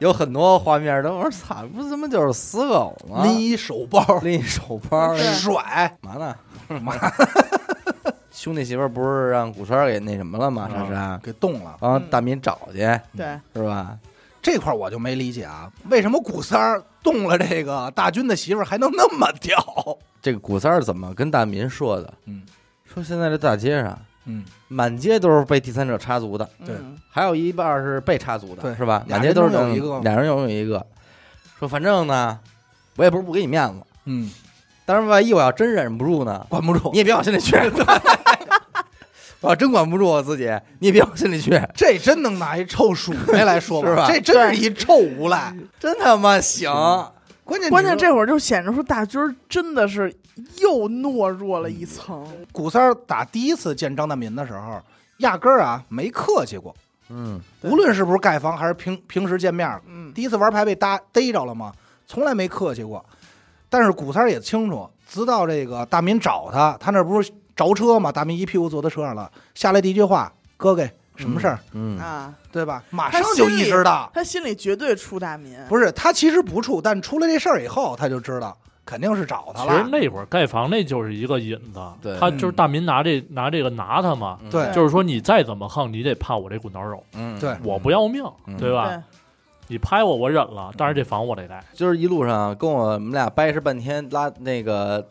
Speaker 1: 有很多画面都我说操，不是他妈就是死狗吗？
Speaker 2: 拎一手包，
Speaker 1: 拎一手包
Speaker 3: 对
Speaker 2: 甩，
Speaker 1: 干嘛 呢？ 兄弟媳妇儿不是让古三儿给那什么了
Speaker 2: 嗯
Speaker 1: 吗？莎莎
Speaker 2: 给冻了。
Speaker 1: 帮大民找去
Speaker 3: 对，
Speaker 1: 是吧？
Speaker 2: 这块儿我就没理解啊，为什么古三儿动了这个大军的媳妇儿还能那么屌？
Speaker 1: 这个古三儿怎么跟大民说的？
Speaker 2: 嗯
Speaker 1: 说现在这大街上
Speaker 2: 嗯，
Speaker 1: 满街都是被第三者插足的，
Speaker 2: 对
Speaker 3: 嗯
Speaker 1: 还有一半儿是被插足的，
Speaker 2: 对
Speaker 1: 是吧？
Speaker 2: 俩
Speaker 1: 满
Speaker 2: 人
Speaker 1: 街都是
Speaker 2: 拥有
Speaker 1: 这种
Speaker 2: 一个
Speaker 1: 俩人拥有一个。说反正呢，我也不是不给你面子，
Speaker 2: 嗯，
Speaker 1: 但是万一我要真忍不住呢，
Speaker 2: 管不住
Speaker 1: 你。也别往心里 去。 我要真管不住我自己，你也别往心里去。
Speaker 2: 这真能拿一臭鼠辈来说
Speaker 1: 是吧
Speaker 2: 这 真是一臭无赖。
Speaker 1: 真他妈行！
Speaker 2: 关键
Speaker 3: 关键
Speaker 2: 你说
Speaker 3: 这会儿就显着出大军儿真的是又懦弱了一层，
Speaker 2: 古三儿打第一次见张大民的时候，压根儿啊没客气过，
Speaker 1: 嗯，
Speaker 3: 对
Speaker 2: 无论是不是盖房还是平平时见面儿，
Speaker 3: 嗯，
Speaker 2: 第一次玩牌被搭逮着了吗？从来没客气过。但是古三儿也清楚，直到这个大民找他，他那不是着车吗？大民一屁股坐他车上了，下来第一句话：“哥给什么事儿？”
Speaker 1: 嗯
Speaker 3: 啊，
Speaker 2: 对吧？马上就意识到，
Speaker 3: 他心里绝对出大民，
Speaker 2: 不是他其实不处，但出了这事儿以后，他就知道肯定是找他
Speaker 4: 其实
Speaker 2: 了。
Speaker 4: 那会儿盖房那就是一个引子
Speaker 1: 对，
Speaker 4: 他就是大民拿这拿这个拿他嘛，
Speaker 2: 嗯对，
Speaker 4: 就是说你再怎么横，你得怕我这滚刀肉，
Speaker 1: 嗯
Speaker 2: 对
Speaker 4: 我不要命
Speaker 1: 嗯，
Speaker 4: 对吧？
Speaker 3: 对，
Speaker 4: 你拍我，我忍了，但是这房我得盖。
Speaker 1: 就是一路上跟我们俩掰扯半天，拉那个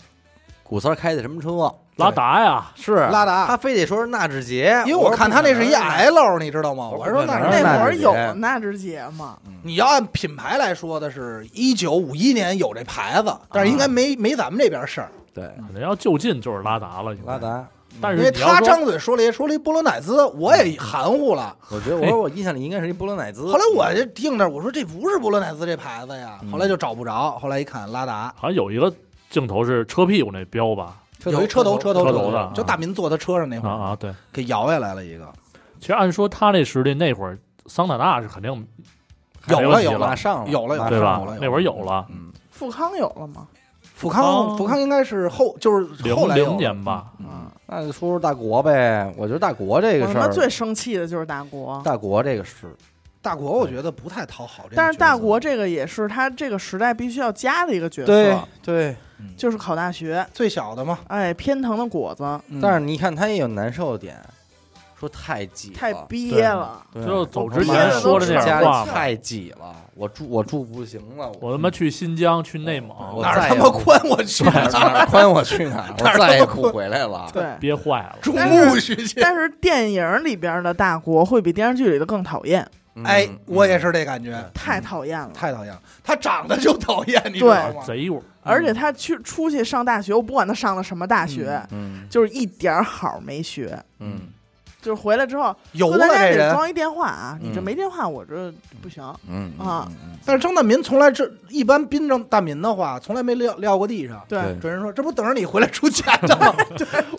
Speaker 1: 古三儿开的什么车？
Speaker 4: 拉达呀，
Speaker 1: 是
Speaker 2: 拉达
Speaker 1: 他非得说是纳智捷，
Speaker 2: 因为我看他那是一 L，你知道吗？
Speaker 1: 我
Speaker 2: 我说
Speaker 1: 不可
Speaker 2: 那
Speaker 1: 能
Speaker 2: 是
Speaker 3: 那
Speaker 1: 纳
Speaker 3: 会儿
Speaker 1: 智捷
Speaker 3: 有纳智捷吗？
Speaker 2: 你要按品牌来说的是，一九五一年有这牌子，但
Speaker 4: 啊
Speaker 2: 是应该没没咱们这边事儿，
Speaker 1: 对
Speaker 4: 可能要就近就是拉达了，应该
Speaker 1: 拉。达。
Speaker 4: 但
Speaker 2: 因
Speaker 4: 是
Speaker 2: 为
Speaker 4: 你要
Speaker 2: 他
Speaker 4: 说嗯
Speaker 2: 张嘴说了一说了一波罗乃兹，我也含糊了。
Speaker 1: 我觉得我说我印象里应该是一波罗乃
Speaker 4: 嗯
Speaker 1: 兹。
Speaker 2: 后来我就定那儿，我说这不是波罗乃兹这牌子呀，后来就找不着，后来一看拉达。
Speaker 4: 好像有一个镜头是车屁股那标吧？
Speaker 1: 车头
Speaker 2: 有一车头，车头，
Speaker 4: 车头的啊
Speaker 2: 就大民坐他车上那会
Speaker 4: 啊
Speaker 2: 儿
Speaker 4: 啊，对。
Speaker 2: 给摇下来了一个，
Speaker 4: 其实按说他那实力，那会儿桑塔纳是肯定
Speaker 2: 有
Speaker 4: 没
Speaker 2: 了
Speaker 4: 问题
Speaker 2: 有
Speaker 1: 马
Speaker 2: 了，
Speaker 1: 上
Speaker 2: 有了有
Speaker 1: 马
Speaker 4: 对
Speaker 1: 上
Speaker 4: 吧
Speaker 2: 有了有了？
Speaker 4: 那会儿有了，
Speaker 1: 嗯，
Speaker 3: 富康有了吗？
Speaker 2: 富
Speaker 4: 康
Speaker 2: 康富康应该是后就是
Speaker 4: 零
Speaker 2: 后来有
Speaker 4: 零
Speaker 2: 了
Speaker 4: 年吧，
Speaker 1: 嗯，那就说说大国呗。我觉得大国这
Speaker 2: 嗯
Speaker 3: 我
Speaker 1: 个
Speaker 3: 他
Speaker 1: 事
Speaker 3: 妈
Speaker 1: 儿，
Speaker 3: 最生气的就是大国，
Speaker 1: 大国这个是，
Speaker 2: 大国，我觉得不太讨好这个角色。
Speaker 3: 但是大国这个也是他这个时代必须要加的一个角
Speaker 1: 对
Speaker 3: 色，
Speaker 1: 对。
Speaker 4: 嗯
Speaker 3: 就是考大学，
Speaker 2: 最小的嘛，
Speaker 3: 哎，偏疼的果子
Speaker 4: 嗯
Speaker 1: 但是
Speaker 2: 是
Speaker 1: 你看他也有难受的点，说太挤了，
Speaker 3: 太憋了，
Speaker 1: 对
Speaker 4: 就走
Speaker 1: 我
Speaker 4: 之
Speaker 1: 妈
Speaker 4: 前
Speaker 1: 呀
Speaker 4: 说的那
Speaker 1: 家
Speaker 4: 点
Speaker 1: 里
Speaker 4: 话嘛。
Speaker 1: 太挤了，我住我住不行了，
Speaker 4: 我他妈去新疆，去内蒙，
Speaker 1: 我
Speaker 4: 我
Speaker 2: 哪儿
Speaker 1: 再
Speaker 2: 他
Speaker 1: 也
Speaker 2: 妈
Speaker 1: 不
Speaker 2: 宽我去哪
Speaker 1: 哪
Speaker 2: 儿
Speaker 1: 儿哪儿宽我去哪儿，我再也不回来了。
Speaker 3: 对。
Speaker 4: 憋坏了。
Speaker 2: 种苜蓿去。
Speaker 3: 但是电影里边的大国会比电视剧里的更讨厌，
Speaker 1: 嗯
Speaker 2: 哎，我也，是这感觉，
Speaker 3: 太讨厌了。
Speaker 2: 太讨厌了。他长得就讨厌，你知道吗？
Speaker 4: 贼味儿，
Speaker 3: 而且他去出去上大学，我不管他上的什么大学，
Speaker 1: 嗯
Speaker 3: 就是一点儿好没学。
Speaker 1: 嗯
Speaker 3: 就是回来之后，
Speaker 2: 油
Speaker 3: 说
Speaker 2: 了
Speaker 3: 大家
Speaker 2: 这
Speaker 3: 得
Speaker 2: 人。
Speaker 3: 装一电话啊，
Speaker 1: 嗯
Speaker 3: 你这没电话，我这不行。
Speaker 1: 嗯
Speaker 3: 啊，
Speaker 1: 嗯
Speaker 2: 但是张大民从来这一般宾张大民的话，从来没撂撂过地上。
Speaker 1: 对
Speaker 2: 主人说：“这不等着你回来出钱的 吗？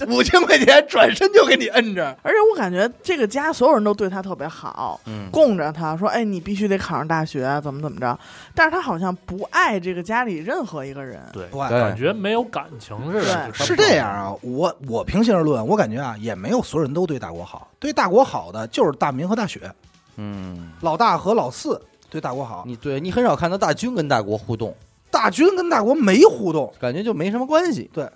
Speaker 2: 五千块钱转身就给你摁着。
Speaker 3: 而且我感觉这个家所有人都对他特别好，
Speaker 1: 嗯
Speaker 3: 供着他说：“哎，你必须得考上大学，怎么怎么着。”但是他好像不爱这个家里任何一个人。
Speaker 4: 对，
Speaker 2: 不爱
Speaker 1: 对
Speaker 4: 感觉没有感情似的。
Speaker 3: 对
Speaker 2: 是这样啊，我我平心而论，我感觉啊，也没有所有人都对大国好，对大国好的就是大明和大雪，
Speaker 1: 嗯，
Speaker 2: 老大和老四对大国好，
Speaker 1: 你对你很少看到大军跟大国互动，
Speaker 2: 大军跟大国没互动，
Speaker 1: 感觉就没什么关系。
Speaker 2: 对。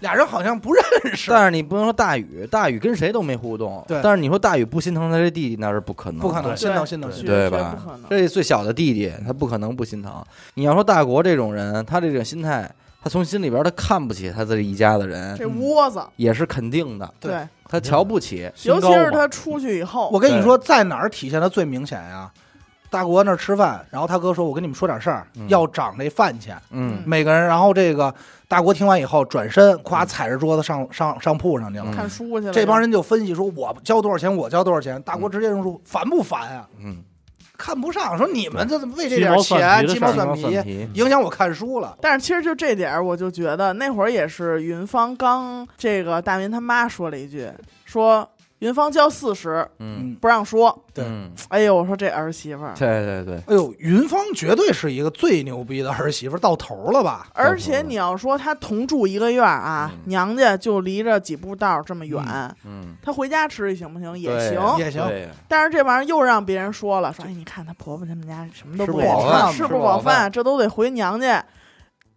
Speaker 2: 俩人好像不认识，
Speaker 1: 但是你不能说大宇，大宇跟谁都没互动。
Speaker 2: 对
Speaker 1: 但是你说大宇不心疼他这弟弟，那是不可能，
Speaker 2: 不可能，
Speaker 4: 对
Speaker 2: 心疼心疼
Speaker 4: 对
Speaker 2: 心疼。
Speaker 1: 对
Speaker 3: 绝
Speaker 1: 吧
Speaker 3: 不可能。
Speaker 1: 这最小的弟弟，他不可能不心疼。你要说大国这种人，他这种心态，他从心里边儿他看不起他这一家的人，
Speaker 3: 这窝子，
Speaker 1: 也是肯定的，
Speaker 2: 对
Speaker 3: 对，
Speaker 1: 他瞧不起。
Speaker 3: 尤
Speaker 4: 身
Speaker 3: 其
Speaker 4: 高
Speaker 3: 是
Speaker 4: 嘛
Speaker 3: 他出去以后，
Speaker 2: 我跟你说，在哪儿体现的最明显呀、大国那儿吃饭，然后他哥说：“我跟你们说点事儿，
Speaker 1: 嗯
Speaker 2: 要涨这饭钱。”
Speaker 1: 嗯
Speaker 2: 每个人，然后这个大国听完以后，转身夸踩着桌子上上上铺上去了。
Speaker 1: 嗯
Speaker 3: 看书去了，
Speaker 2: 这帮人就分析说：“我交多少钱，我交多少钱。”大国直接就说：“烦不烦啊？
Speaker 1: 嗯，
Speaker 2: 看不上，说你们这为这
Speaker 4: 鸡
Speaker 2: 点
Speaker 4: 毛蒜
Speaker 2: 钱
Speaker 4: 皮
Speaker 2: 鸡
Speaker 4: 的事
Speaker 2: 毛
Speaker 4: 儿
Speaker 2: 蒜
Speaker 1: 鸡毛
Speaker 2: 皮，
Speaker 1: 皮，
Speaker 2: 影响我看书了。
Speaker 3: 但是其实就这点儿，我就觉得那会儿也是云芳刚这个大明他妈说了一句，说云芳交四十
Speaker 1: 嗯，”
Speaker 3: 不让说。
Speaker 2: 对
Speaker 1: 嗯
Speaker 3: 哎呦，我说这儿媳妇儿，
Speaker 1: 对对对，
Speaker 2: 哎呦，云芳绝对是一个最牛逼的儿媳妇，到头了吧？
Speaker 3: 而且你要说她同住一个院儿啊，
Speaker 1: 嗯
Speaker 3: 娘家就离着几步道儿这么远，
Speaker 1: 嗯，
Speaker 3: 她回家吃去行不行？也
Speaker 1: 对
Speaker 3: 行。
Speaker 2: 也行，
Speaker 1: 对呀
Speaker 3: 但是这玩意儿又让别人说了，说哎，你看她婆婆他们家什么都
Speaker 1: 吃
Speaker 3: 不
Speaker 1: 不
Speaker 3: 给
Speaker 1: 饱
Speaker 3: 吃，
Speaker 1: 饭
Speaker 3: 吃
Speaker 1: 吃
Speaker 3: 不
Speaker 1: 不饱
Speaker 3: 饱
Speaker 1: 饭
Speaker 3: 饭，这都得回娘家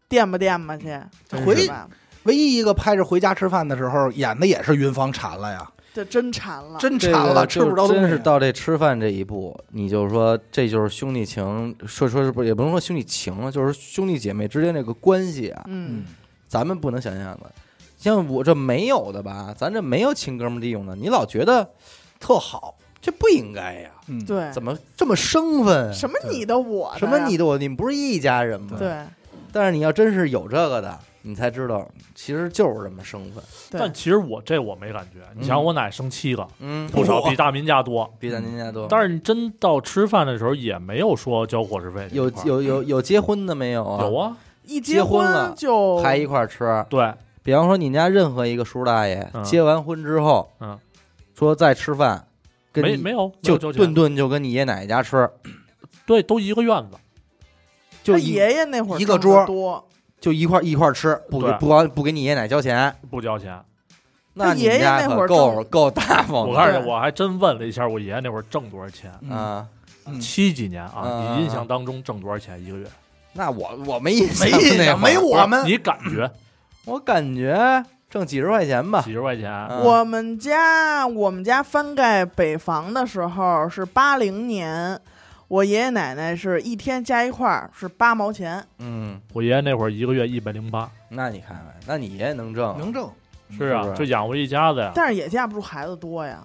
Speaker 3: 垫吧垫吧去，
Speaker 1: 真
Speaker 2: 回
Speaker 1: 是
Speaker 3: 是吧？
Speaker 2: 唯一一个拍着回家吃饭的时候演的也是云芳馋了呀，
Speaker 3: 这真馋了，
Speaker 2: 啊真
Speaker 1: 这
Speaker 2: 馋了，
Speaker 1: 个
Speaker 2: 吃
Speaker 1: 就
Speaker 2: 不着东西。
Speaker 1: 真是到这吃饭这一步，你就说这就是兄弟情，说说是不是也不能说兄弟情了，就是兄弟姐妹之间这个关系啊，
Speaker 3: 嗯
Speaker 2: 嗯，
Speaker 1: 咱们不能想象的。像我这没有的吧，咱这没有亲哥们儿弟兄的，你老觉得特好，这不应该呀、
Speaker 2: 嗯，
Speaker 3: 对，
Speaker 1: 怎么这么生分啊？
Speaker 3: 什么
Speaker 2: 对
Speaker 3: 你的我的
Speaker 1: 什么
Speaker 3: 呀
Speaker 1: 你的我，你们不是一家人吗？。
Speaker 3: 对
Speaker 1: 但是你要真是有这个的，你才知道其实就是这么生分。
Speaker 3: 对
Speaker 4: 但，其实我这我没感觉，你想我奶生气了
Speaker 1: 嗯，
Speaker 4: 不少，比大民家多。
Speaker 1: 比咱您家多。
Speaker 4: 但是你真到吃饭的时候，也没有说交伙食费这
Speaker 1: 有
Speaker 4: 一块儿。
Speaker 1: 有有有结婚的没有啊？
Speaker 4: 有啊，
Speaker 3: 一
Speaker 1: 结婚
Speaker 3: 婚
Speaker 1: 了
Speaker 3: 就
Speaker 1: 还一块儿吃。
Speaker 4: 对，
Speaker 1: 比方说你家任何一个叔大爷、
Speaker 4: 嗯
Speaker 1: 结完婚之后，
Speaker 4: 嗯，
Speaker 1: 说再吃饭，跟
Speaker 4: 没
Speaker 1: 你
Speaker 4: 没有，没
Speaker 1: 就
Speaker 4: 有交钱
Speaker 1: 顿顿就跟你爷奶奶家吃，
Speaker 4: 对，都一个院子，
Speaker 1: 就
Speaker 3: 他
Speaker 1: 一
Speaker 3: 爷爷那会儿
Speaker 2: 一个
Speaker 3: 挣得
Speaker 2: 桌
Speaker 3: 多，
Speaker 1: 就一块一块吃，不给
Speaker 4: 对
Speaker 1: 不光不给你爷奶奶交钱，
Speaker 4: 不交钱。
Speaker 1: 那你
Speaker 3: 爷爷
Speaker 1: 家
Speaker 3: 那
Speaker 1: 可
Speaker 3: 会儿
Speaker 1: 够够大方的。
Speaker 4: 我告诉
Speaker 3: 对
Speaker 4: 你，我还真问了一下我爷爷那会儿挣多少钱，
Speaker 2: 嗯
Speaker 1: 啊，
Speaker 2: 嗯
Speaker 4: 七几年啊，
Speaker 1: 嗯
Speaker 4: 你印象当中挣多少钱一个月？
Speaker 1: 那我我没印象，
Speaker 2: 没印象，没
Speaker 1: 我，
Speaker 2: 我们
Speaker 4: 你感觉
Speaker 1: 我感觉挣几十块钱吧
Speaker 4: 几，十块钱？
Speaker 1: 嗯
Speaker 3: 我们家我们家翻盖北房的时候是八零年，我爷爷奶奶是一天加一块儿是八毛钱，
Speaker 1: 嗯，
Speaker 4: 我爷爷那会儿一个月一百零八，
Speaker 1: 那你看看，那你爷爷能挣，啊
Speaker 2: 能挣。
Speaker 4: 是
Speaker 1: 是不
Speaker 4: 啊，
Speaker 1: 是
Speaker 4: 就养活一家子呀，
Speaker 3: 但是也架不住孩子多呀。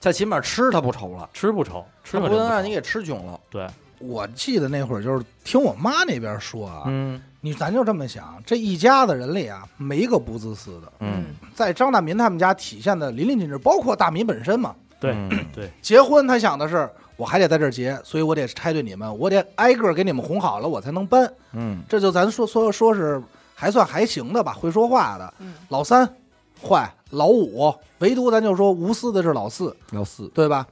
Speaker 1: 他起码吃他不愁了，
Speaker 4: 吃不愁，吃
Speaker 1: 他不
Speaker 4: 可真
Speaker 1: 能
Speaker 4: 不
Speaker 1: 让
Speaker 4: 愁
Speaker 1: 你给吃穷了，
Speaker 4: 对，
Speaker 2: 我记得那会儿就是听我妈那边说啊，
Speaker 1: 嗯
Speaker 2: 你咱就这么想，这一家子人里啊，没个不自私的。
Speaker 1: 嗯，
Speaker 2: 在张大民他们家体现的淋漓尽致，包括大民本身嘛。
Speaker 4: 对
Speaker 1: 嗯
Speaker 4: 对，
Speaker 2: 结婚他想的是，我还得在这儿结，所以我得拆对你们，我得挨个儿给你们哄好了，我才能搬。
Speaker 1: 嗯，
Speaker 2: 这就咱说说说是还算还行的吧，会说话的。
Speaker 3: 嗯
Speaker 2: 老三坏，老五唯独咱就说无私的是老四，
Speaker 1: 老四，
Speaker 2: 对吧？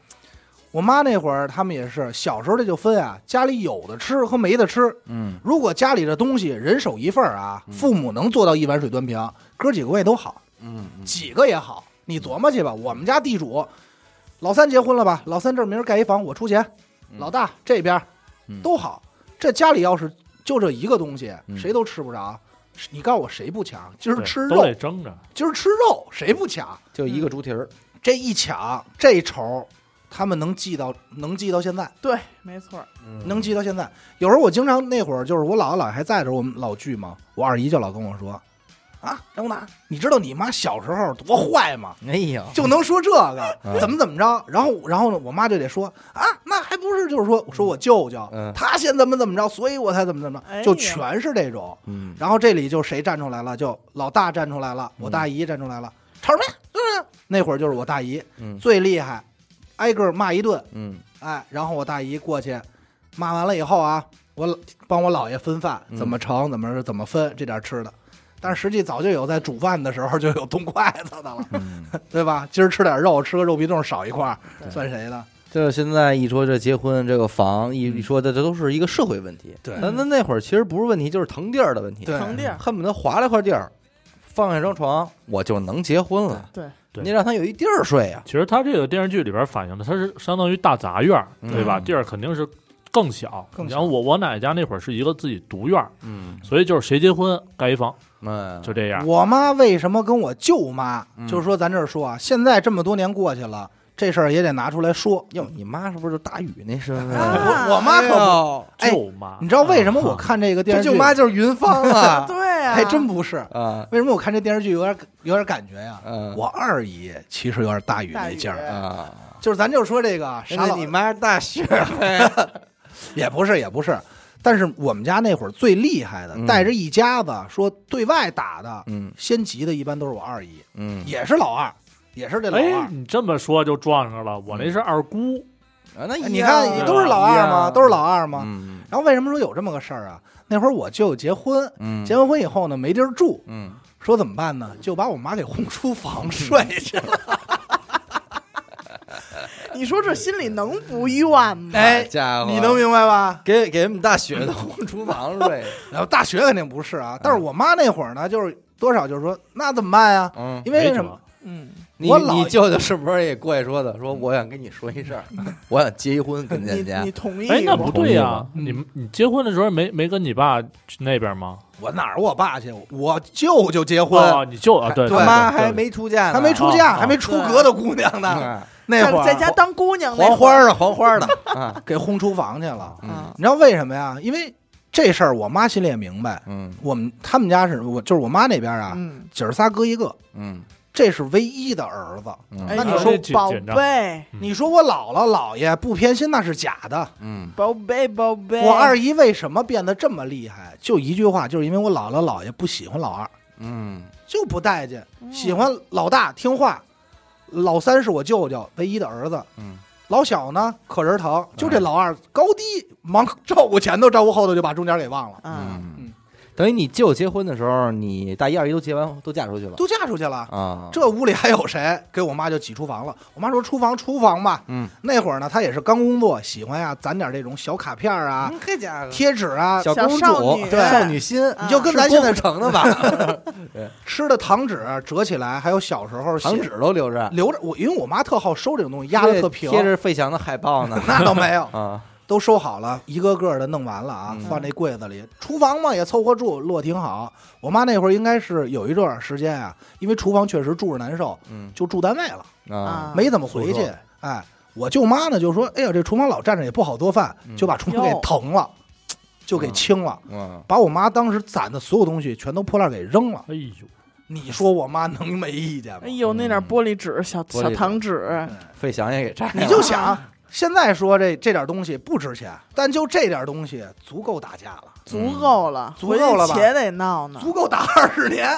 Speaker 2: 我妈那会儿他们也是小时候这就分啊，家里有的吃和没的吃。
Speaker 1: 嗯
Speaker 2: 如果家里的东西人手一份儿啊，父母能做到一碗水端平，哥几个胃都好，
Speaker 1: 嗯嗯
Speaker 2: 几个也好，你琢磨去吧。我们家地主，老三结婚了吧？老三这儿明儿盖一房，我出钱。
Speaker 1: 嗯
Speaker 2: 老大这边儿
Speaker 1: 嗯
Speaker 2: 都好，这家里要是就这一个东西，
Speaker 1: 嗯
Speaker 2: 谁都吃不着。你告诉我谁不抢？今儿
Speaker 4: 对
Speaker 2: 吃
Speaker 4: 都
Speaker 2: 肉
Speaker 4: 得，争着，
Speaker 2: 今儿吃肉，谁不抢？
Speaker 1: 就一个猪蹄儿，
Speaker 2: 这一抢，这仇，他们能记到，能记到现在。
Speaker 3: 对，没错儿，
Speaker 1: 嗯
Speaker 2: 能记到现在。有时候我经常那会儿就是我姥姥姥爷还在的时候，我们老聚嘛，我二姨就老跟我说：“啊，张大，你知道你妈小时候多坏吗？
Speaker 1: 哎呀，
Speaker 2: 就能说这个
Speaker 1: 嗯，
Speaker 2: 怎么怎么着。”然后，然后呢，我妈就得说：“啊，那还不是就是说说我舅舅
Speaker 1: 嗯，
Speaker 2: 他先怎么怎么着，所以我才怎么怎么
Speaker 3: 哎
Speaker 2: 着，
Speaker 3: 呀
Speaker 2: 就全是这种。”
Speaker 1: 嗯
Speaker 2: 然后这里就谁站出来了，就老大站出来了，我大姨站出来了，吵什么呀？就是那会儿就是我大姨
Speaker 1: 嗯
Speaker 2: 最厉害，挨个骂一顿，
Speaker 1: 嗯
Speaker 2: 哎，然后我大姨过去骂完了以后啊，我老帮我姥爷分饭，
Speaker 1: 嗯
Speaker 2: 怎么盛，怎么怎么分这点吃的。但是实际早就有在煮饭的时候就有动筷子 的了，
Speaker 1: 嗯，
Speaker 2: 对吧？今儿吃点肉，吃个肉皮冻少一块儿，
Speaker 3: 对
Speaker 2: 算谁的？
Speaker 1: 这现在一说这结婚这个房，一
Speaker 2: 嗯
Speaker 1: 一说这这都是一个社会问题。
Speaker 2: 对
Speaker 1: 那那那会儿其实不是问题，就是腾地儿的问题。
Speaker 2: 对
Speaker 3: 腾地儿，
Speaker 1: 恨不得划了块地儿，放下张床，我就能结婚了。
Speaker 3: 对，
Speaker 4: 对
Speaker 1: 你让他有一地儿睡啊呀、
Speaker 4: 其实他这个电视剧里边反映的，他是相当于大杂院儿，
Speaker 1: 嗯
Speaker 4: 对吧？地儿肯定是更小。
Speaker 2: 更小
Speaker 4: 然后我我奶奶家那会儿是一个自己独院儿，
Speaker 1: 嗯
Speaker 4: 所以就是谁结婚盖一房，
Speaker 1: 嗯，
Speaker 4: 就这样。
Speaker 2: 我妈为什么跟我舅妈，
Speaker 1: 嗯
Speaker 2: 就是说咱这儿说啊，现在这么多年过去了，这事儿也得拿出来说。
Speaker 1: 哟，你妈是不是就大宇那身份啊？
Speaker 3: 啊
Speaker 2: 我我妈可不，
Speaker 1: 不，
Speaker 2: 哎
Speaker 4: 舅妈，嗯
Speaker 2: 你知道为什么 我看这个电
Speaker 1: 这
Speaker 2: 视剧？
Speaker 1: 啊嗯舅妈就是云芳啊！
Speaker 3: 对呀、
Speaker 2: 还真不是。
Speaker 1: 啊，
Speaker 2: 为什么我看这电视剧有点有点感觉呀？
Speaker 1: 嗯，
Speaker 2: 我二姨其实有点大宇那劲
Speaker 3: 大
Speaker 2: 儿
Speaker 3: 宇，
Speaker 1: 啊，
Speaker 2: 就是咱就说这个傻
Speaker 1: 那
Speaker 2: 老
Speaker 1: 你妈是大学
Speaker 2: 也不是也不是，但是我们家那会儿最厉害的
Speaker 1: 嗯，
Speaker 2: 带着一家子说对外打的，
Speaker 1: 嗯
Speaker 2: 先急的一般都是我二姨，
Speaker 1: 嗯，
Speaker 2: 也是老二，也是这老嗯
Speaker 4: 哎
Speaker 2: 二，。
Speaker 4: 你这么说就撞上了，我那是二姑，
Speaker 1: 啊，那
Speaker 2: 哎
Speaker 1: 一
Speaker 2: 你
Speaker 1: 样
Speaker 2: 看
Speaker 1: 啊
Speaker 2: 都是老二
Speaker 1: 一
Speaker 2: 吗？
Speaker 1: 样
Speaker 2: 都是老二吗？
Speaker 1: 嗯
Speaker 2: 然后为什么说有这么个事儿啊？那会儿我舅结婚，
Speaker 1: 嗯，
Speaker 2: 结完婚以后呢，没地儿住，
Speaker 1: 嗯，
Speaker 2: 说怎么办呢？就把我妈给轰出房睡去了。
Speaker 3: 你说这心里能不怨吗？
Speaker 2: 哎
Speaker 1: 好家伙，
Speaker 2: 你能明白吧？
Speaker 1: 给给我们大学的轰厨房睡，
Speaker 2: 然后大学肯定不是啊，但是我妈那会儿呢，就是多少就是说，那怎么办呀？
Speaker 1: 嗯，
Speaker 2: 因为
Speaker 4: 没
Speaker 2: 什
Speaker 4: 辙
Speaker 2: 么？
Speaker 3: 嗯，
Speaker 1: 你
Speaker 2: 我老
Speaker 1: 你舅舅是不是也过来说的？说我想跟你说一事儿， 我想结一婚跟
Speaker 3: 你
Speaker 1: 人家
Speaker 3: 你，同意
Speaker 4: 哎，那
Speaker 3: 吗
Speaker 4: 不对呀、
Speaker 2: 同意嗯
Speaker 4: 你
Speaker 2: 吧
Speaker 4: 们你结婚的时候没没跟你爸去那边吗？
Speaker 2: 我哪儿我爸去？我舅舅结婚，
Speaker 4: 哦，你舅啊，对，
Speaker 1: 他
Speaker 2: 对
Speaker 1: 妈还没出嫁呢，
Speaker 2: 还没出
Speaker 1: 哦
Speaker 2: 嫁，啊
Speaker 4: 啊
Speaker 2: 还没出阁的姑娘呢。
Speaker 1: 呢，
Speaker 2: 那会儿
Speaker 3: 在在家当姑娘那
Speaker 1: 黄
Speaker 3: 会
Speaker 1: 花
Speaker 3: 儿
Speaker 1: 儿的黄花 儿的啊，
Speaker 2: 给轰出房去了。
Speaker 1: 嗯
Speaker 2: 你知道为什么呀？因为这事儿我妈心里也明白，
Speaker 1: 嗯
Speaker 2: 我们他们家是我就是我妈那边
Speaker 3: 啊，
Speaker 2: 啊，
Speaker 3: 嗯，
Speaker 2: 姐儿仨哥一个，
Speaker 1: 嗯
Speaker 2: 这是唯一的儿子。
Speaker 1: 嗯
Speaker 3: 哎，
Speaker 2: 那
Speaker 3: 你
Speaker 2: 你
Speaker 4: 说
Speaker 3: 说
Speaker 4: 这
Speaker 3: 宝
Speaker 4: 紧张嗯
Speaker 3: 贝，
Speaker 2: 你说我姥姥姥爷不偏心那是假的，
Speaker 1: 嗯
Speaker 3: 宝贝，宝贝，
Speaker 2: 我二姨为什么变得这么厉害？就一句话，就是因为我姥姥姥爷不喜欢老二，
Speaker 1: 嗯
Speaker 2: 就不待见，
Speaker 3: 嗯
Speaker 2: 喜欢老大听话，老三是我舅舅唯一的儿子，
Speaker 1: 嗯，
Speaker 2: 老小呢可人疼，就这老二高低忙照顾前头，照顾后头，就把中间给忘了，
Speaker 3: 啊，
Speaker 1: 嗯，等于你舅结婚的时候，你大一、二姨都结完，都嫁出去了
Speaker 2: 都嫁出去了。
Speaker 1: 啊，
Speaker 2: 这屋里还有谁？给我妈就挤厨房了。我妈说：“厨房，厨房吧。”
Speaker 1: 嗯，
Speaker 2: 那会儿呢，她也是刚工作，喜欢呀攒点这种小卡片儿啊、
Speaker 1: 嗯这家伙
Speaker 2: 贴纸啊，
Speaker 1: 小公
Speaker 3: 小少
Speaker 1: 主
Speaker 3: 女
Speaker 1: 少女心，
Speaker 3: 啊
Speaker 2: 你就跟咱
Speaker 1: 是
Speaker 2: 现
Speaker 1: 郭
Speaker 2: 在
Speaker 1: 富城的吧，
Speaker 2: 吃的糖纸折起来，还有小时候写
Speaker 1: 糖纸都 留着，
Speaker 2: 留着我，因为我妈特好收这种东西，压的特平，
Speaker 1: 贴着费翔的海报呢
Speaker 2: 那倒没有，
Speaker 1: 啊，
Speaker 2: 都收好了，一个个的弄完了啊，
Speaker 1: 嗯
Speaker 2: 放那柜子里。厨房嘛也凑合住，落挺好。我妈那会儿应该是有一段时间啊，因为厨房确实住着难受，
Speaker 1: 嗯
Speaker 2: 就住单位
Speaker 1: 啊
Speaker 2: 了，
Speaker 3: 啊，
Speaker 2: 没怎么回
Speaker 4: 宿
Speaker 2: 去
Speaker 4: 舍。
Speaker 2: 哎，我舅妈呢就说：“哎呀，这厨房老站着也不好做饭
Speaker 1: 嗯，
Speaker 2: 就把厨房给
Speaker 3: 哟
Speaker 2: 腾了，就给清了。”
Speaker 1: 嗯，
Speaker 2: 把我妈当时攒的所有东西全都破烂给扔了，
Speaker 4: 哎呦，
Speaker 2: 你说我妈能没意见吗
Speaker 3: 哎？呦，那点
Speaker 4: 嗯
Speaker 3: 玻璃纸、小
Speaker 1: 玻璃
Speaker 3: 小
Speaker 1: 纸
Speaker 3: 糖
Speaker 2: 嗯
Speaker 3: 纸，
Speaker 1: 费翔也给摘了，
Speaker 2: 你就想现在说这这点东西不值钱，但就这点东西足够打架了，
Speaker 3: 足够了，
Speaker 2: 足够了吧
Speaker 3: 回去且得闹呢。
Speaker 2: 足够打二十年。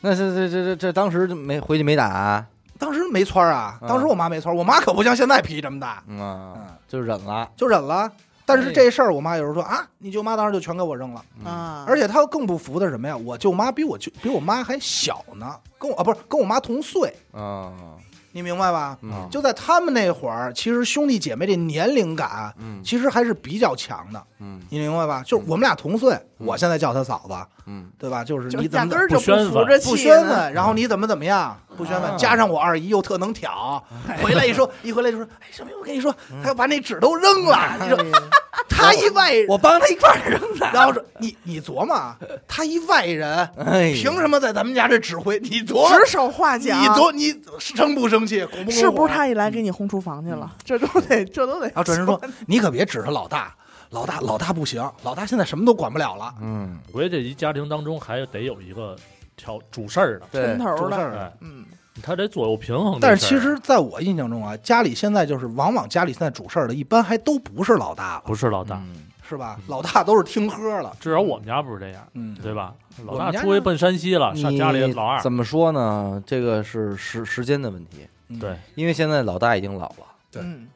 Speaker 1: 那这这这这这当时就没回去没打啊，
Speaker 2: 当时没村儿啊，
Speaker 1: 嗯
Speaker 2: 当时我妈没村儿，我妈可不像现在脾气这么大，
Speaker 1: 嗯啊
Speaker 2: 嗯，
Speaker 1: 就忍了，
Speaker 2: 就忍了。但是
Speaker 1: 哎
Speaker 2: 这事儿，我妈有时候说啊，你舅妈当时就全给我扔了。
Speaker 3: 啊，
Speaker 2: 而且她更不服的是什么呀？我舅妈比我舅比我妈还小呢，跟我啊不是跟我妈同岁，
Speaker 1: 嗯
Speaker 2: 你明白吧？
Speaker 1: 嗯
Speaker 2: 就在他们那会儿，其实兄弟姐妹这年龄感啊
Speaker 1: 嗯
Speaker 2: 其实还是比较强的，
Speaker 1: 嗯
Speaker 2: 你明白吧？就是我们俩同岁，我现在叫她嫂子，
Speaker 1: 嗯
Speaker 2: 对吧？就是
Speaker 3: 就
Speaker 2: 你
Speaker 3: 压
Speaker 2: 怎么
Speaker 3: 根儿就
Speaker 4: 不宣
Speaker 3: 服
Speaker 4: 愤
Speaker 3: 这
Speaker 2: 不
Speaker 3: 气
Speaker 2: 宣
Speaker 3: 呢，
Speaker 2: 愤，然后你怎么怎么样，不宣愤，
Speaker 1: 啊哎
Speaker 2: 加上我二姨又特能挑，回来一说，一回来就说，哎，小明，我跟你说，
Speaker 1: 嗯
Speaker 2: 他要把那纸都扔了，你说他一外人，
Speaker 1: 我帮他一块儿扔的，
Speaker 2: 然后说你你琢磨啊，他一外人，
Speaker 1: 哎，
Speaker 2: 凭什么在咱们家这指挥？你琢磨
Speaker 3: 指，手画
Speaker 2: 你
Speaker 3: 脚。
Speaker 2: 琢你生不生气？恐不
Speaker 3: 是不
Speaker 2: 恐
Speaker 3: 是他一来给你轰出房去了？这都得，这都得。
Speaker 2: 然后转身说，你可别指着老大，老大老大不行，老大现在什么都管不了了，
Speaker 1: 嗯，
Speaker 4: 我觉得这一家庭当中还得有一个挑主事儿的，
Speaker 1: 对
Speaker 3: 抻，头
Speaker 2: 出事
Speaker 3: 了，
Speaker 2: 儿了。
Speaker 4: 哎，
Speaker 3: 嗯，
Speaker 4: 他得左右平衡这事儿。啊
Speaker 2: 但是其实，在我印象中啊，家里现在就是往往家里现在主事儿的，一般还都不是老大了，
Speaker 4: 不是老大，
Speaker 1: 嗯
Speaker 2: 是吧
Speaker 4: 嗯？
Speaker 2: 老大都是听喝了，
Speaker 4: 至少我们家不是这样，
Speaker 2: 嗯，
Speaker 4: 对吧？老
Speaker 2: 我们
Speaker 4: 大
Speaker 2: 家
Speaker 4: 出去奔山西了，啊上家里
Speaker 1: 你
Speaker 4: 老二
Speaker 1: 怎么说呢？这个是时时间的问题，
Speaker 2: 嗯
Speaker 4: 对
Speaker 1: 因为现在老大已经老了。
Speaker 2: 对
Speaker 3: 嗯，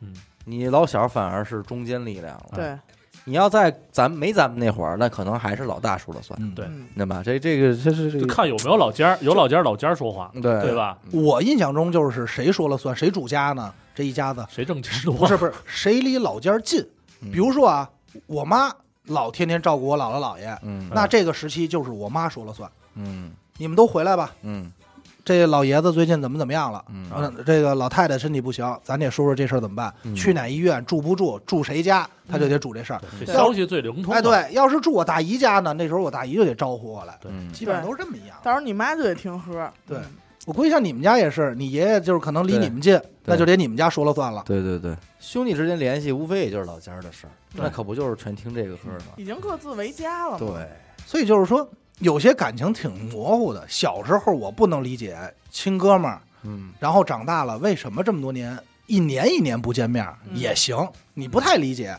Speaker 1: 你老小反而是中坚力量了。
Speaker 3: 对，
Speaker 1: 你要在咱没咱们那会儿，那可能还是老大说了算，
Speaker 2: 嗯
Speaker 4: 对
Speaker 3: 嗯，
Speaker 1: 对吧？这这个这是这
Speaker 4: 就
Speaker 1: 个，
Speaker 4: 看有没有老尖儿，有老尖儿老尖儿说话，
Speaker 1: 对
Speaker 4: 对？吧？
Speaker 2: 我印象中就是谁说了算，谁主家呢？这一家子
Speaker 4: 谁挣钱多？
Speaker 2: 不是不是，谁离老家近？
Speaker 1: 嗯
Speaker 2: 比如，说啊，我妈老天天照顾我姥姥姥爷，
Speaker 1: 嗯
Speaker 2: 那这个时期就是我妈说了算，
Speaker 1: 嗯
Speaker 2: 你们都回来吧。
Speaker 1: 嗯
Speaker 2: 这老爷子最近怎么怎么样了？
Speaker 1: 嗯
Speaker 2: 我想这个老太太身体不行，咱得说说这事儿怎么办？
Speaker 1: 嗯
Speaker 2: 去哪医院住不住？住谁家？他
Speaker 4: 嗯
Speaker 2: 就得主这事儿。
Speaker 4: 这
Speaker 3: 对
Speaker 4: 消息最灵通。啊
Speaker 2: 哎，，对，要是住我大姨家呢，那时候我大姨就得招呼我来，
Speaker 1: 嗯
Speaker 2: 基本上都是这么一样。
Speaker 3: 到时候你妈就得听喝。嗯
Speaker 2: 对我估计像你们家也是，你爷爷就是可能离你们近，那就得你们家说了算了。
Speaker 1: 对对对，兄弟之间联系无非也就是老家儿的事儿，那可不就是全听这个歌儿吗？
Speaker 3: 已经各自为家了嘛。
Speaker 1: 对，
Speaker 2: 所以就是说，有些感情挺模糊的。小时候我不能理解亲哥们儿，
Speaker 1: 嗯，
Speaker 2: 然后长大了为什么这么多年一年一年不见面儿
Speaker 3: 嗯
Speaker 2: 也行，你不太理解。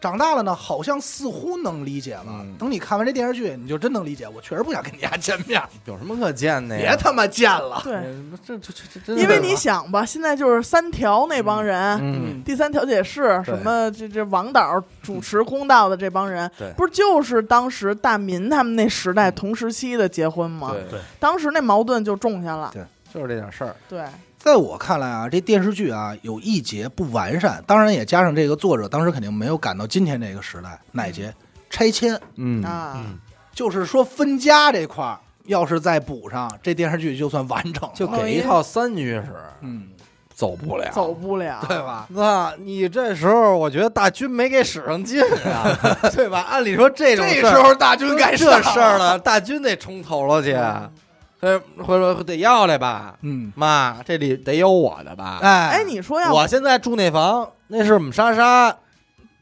Speaker 2: 长大了呢，好像似乎能理解了。
Speaker 1: 嗯
Speaker 2: 等你看完这电视剧，你就真能理解。我确实不想跟你家见面儿，
Speaker 1: 有什么可见的哎呀？
Speaker 2: 别他妈见了。
Speaker 3: 对，
Speaker 1: 哎这这这这，
Speaker 3: 因为你想吧，现在就是三条那帮人，
Speaker 1: 嗯，
Speaker 3: 第三调解室什么这这王导主持公道的这帮人
Speaker 1: 对，
Speaker 3: 不是就是当时大民他们那时代同时期的结婚吗？
Speaker 1: 对
Speaker 4: 对
Speaker 3: 当时那矛盾就种下了
Speaker 2: 对。
Speaker 1: 就是这点事儿，
Speaker 3: 对，
Speaker 2: 在我看来啊，这电视剧啊有一节不完善，当然也加上这个作者当时肯定没有赶到今天这个时代，哪节拆迁，
Speaker 1: 嗯
Speaker 3: 啊，
Speaker 4: 嗯，
Speaker 2: 就是说分家这块儿，要是再补上，这电视剧就算完整了。
Speaker 1: 就给一套三居室，
Speaker 2: 嗯，
Speaker 1: 走不了，
Speaker 3: 走不了。
Speaker 2: 对吧？
Speaker 1: 那你这时候，我觉得大军没给使上劲 啊，对吧？按理说这种
Speaker 2: 这
Speaker 1: 事
Speaker 2: 时
Speaker 1: 儿，
Speaker 2: 候大军该上
Speaker 1: 这事儿，了，大军得冲头了去，所以回头得要来吧，
Speaker 2: 嗯，
Speaker 1: 妈，这里得有我的吧？
Speaker 2: 哎
Speaker 3: 哎，你说要
Speaker 1: 我现在住那房，那是我们莎莎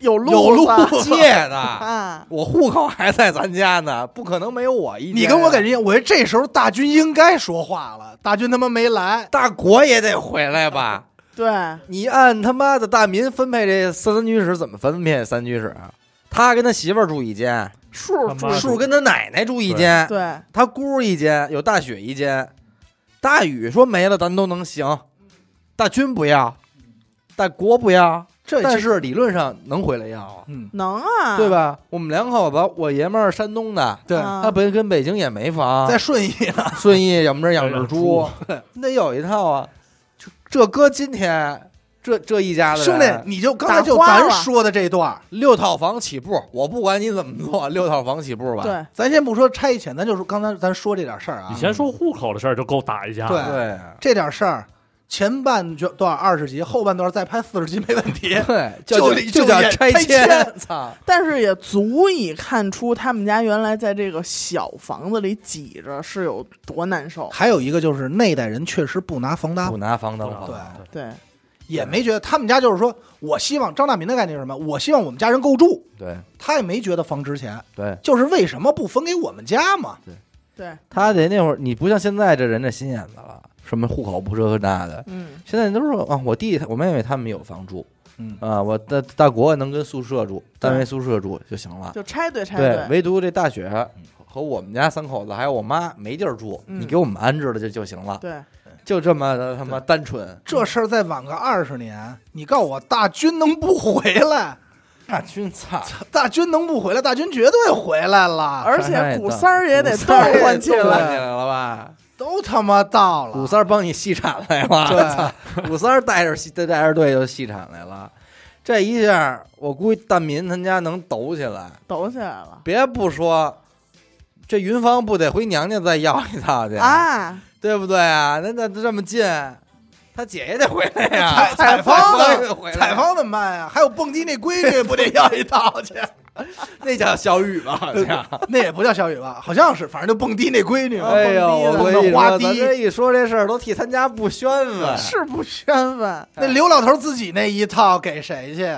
Speaker 3: 有
Speaker 1: 有
Speaker 3: 路
Speaker 1: 路啊
Speaker 3: 子
Speaker 1: 借的，
Speaker 3: 啊，
Speaker 1: 我户口还在咱家呢，不可能没有我一。
Speaker 2: 你跟我给。人家，我觉得这时候大军应该说话了，大军他妈没来，
Speaker 1: 大国也得回来 吧？
Speaker 3: 对，
Speaker 1: 你按他妈的大民分配这三居室怎么分配三居室啊？他跟他媳妇儿住一间，
Speaker 3: 数
Speaker 4: 他
Speaker 3: 住
Speaker 4: 妈的
Speaker 1: 树跟他奶奶住一间，
Speaker 3: 啊对，
Speaker 1: 他姑一间，有大雪一间。大雨说没了，咱都能行。大军不要，大国不要，
Speaker 2: 这
Speaker 1: 但是理论上能回来要啊，
Speaker 2: 嗯，
Speaker 3: 能啊，
Speaker 1: 对？吧？我们两口子，我爷们儿山东的，
Speaker 2: 对，
Speaker 3: 啊
Speaker 1: 他北跟北京也没房，
Speaker 2: 在顺义呢，
Speaker 1: 顺义养这养只
Speaker 4: 养只
Speaker 1: 猪
Speaker 4: 猪，
Speaker 1: 你得有一套啊。就这搁今天，这这一家子
Speaker 2: 兄弟，
Speaker 1: 人
Speaker 2: 你就刚才就
Speaker 3: 打花
Speaker 2: 咱
Speaker 3: 了
Speaker 2: 说的这段儿，
Speaker 1: 六套房起步，我不管你怎么做，六套房起步吧。
Speaker 3: 对，
Speaker 2: 咱先不说拆迁，咱就说刚才咱说这点事儿啊，
Speaker 4: 你先说户口的事儿就够打一架
Speaker 2: 对
Speaker 4: 了。
Speaker 1: 对。
Speaker 2: 这点事儿，前半段二十集，后半段再拍四十集没问题
Speaker 1: 对，
Speaker 2: 就
Speaker 1: 叫
Speaker 2: 就
Speaker 1: 就叫
Speaker 2: 演拆
Speaker 1: 迁，
Speaker 2: 迁
Speaker 1: 操！
Speaker 3: 但是也足以看出他们家原来在这个小房子里挤着是有多难受。
Speaker 2: 还有一个就是那代人确实不拿房搭
Speaker 1: 不，拿房当
Speaker 4: 不拿
Speaker 3: 哦
Speaker 1: 房，
Speaker 2: 对，
Speaker 3: 对，
Speaker 2: 也没觉得他们家就是说，我希望张大民的概念是什么？我希望我们家人够住，
Speaker 1: 对
Speaker 2: 他也没觉得房值钱，
Speaker 1: 对，
Speaker 2: 就是为什么不分给我们家嘛？
Speaker 3: 对，
Speaker 1: 他得那会儿，你不像现在这人这心眼子了，什么户口不这那的，
Speaker 3: 嗯，
Speaker 1: 现在都是啊，我弟我妹妹他们有房住
Speaker 2: 嗯，
Speaker 1: 啊，我大大国能跟宿舍住，单位宿舍住就行了。
Speaker 3: 就拆对拆
Speaker 1: 对，唯独这大雪和我们家三口子还有我妈没地儿住，
Speaker 3: 嗯
Speaker 1: 你给我们安置了就就行了，
Speaker 3: 对，
Speaker 1: 就这么呃的他妈单纯。
Speaker 2: 这事儿再晚个二十年，你告诉我大军能不回来？
Speaker 1: 大军操，
Speaker 2: 大军能不回来？大军绝对回来了，
Speaker 3: 而
Speaker 1: 山上也
Speaker 3: 且古
Speaker 1: 到
Speaker 3: 三儿 也得
Speaker 1: 古
Speaker 3: 倒
Speaker 1: 三儿也
Speaker 3: 换进
Speaker 1: 动换
Speaker 3: 来。
Speaker 1: 起来了吧？
Speaker 2: 都他妈到了。
Speaker 1: 古三儿帮你戏产来了， 对，古三儿带着戏带着队就戏产来了。这一下，我估计大民他们家能抖起来。
Speaker 3: 抖起来了
Speaker 1: 别不说，这云芳不得回娘家再要一套去，
Speaker 3: 啊！
Speaker 1: 对不对啊？那那这么近，他姐也得回来呀、
Speaker 2: 采采
Speaker 1: 访
Speaker 2: 访
Speaker 1: 也得回
Speaker 2: 的
Speaker 1: 来
Speaker 2: 采访怎么办呀？还有蹦迪那闺女不得要一套去？
Speaker 1: 那叫小雨吧，好 像。
Speaker 2: 那也不叫小雨吧？好像是，反正就蹦迪那闺女嘛。
Speaker 1: 哎呦，我
Speaker 2: 蹦
Speaker 1: 跟
Speaker 2: 迪
Speaker 1: 你
Speaker 2: 的花
Speaker 1: 说，咱这
Speaker 2: 滴，
Speaker 1: 一说这事儿，都替他们家不宣愤。
Speaker 3: 啊是不宣愤，
Speaker 2: 那刘老头自己那一套给谁去？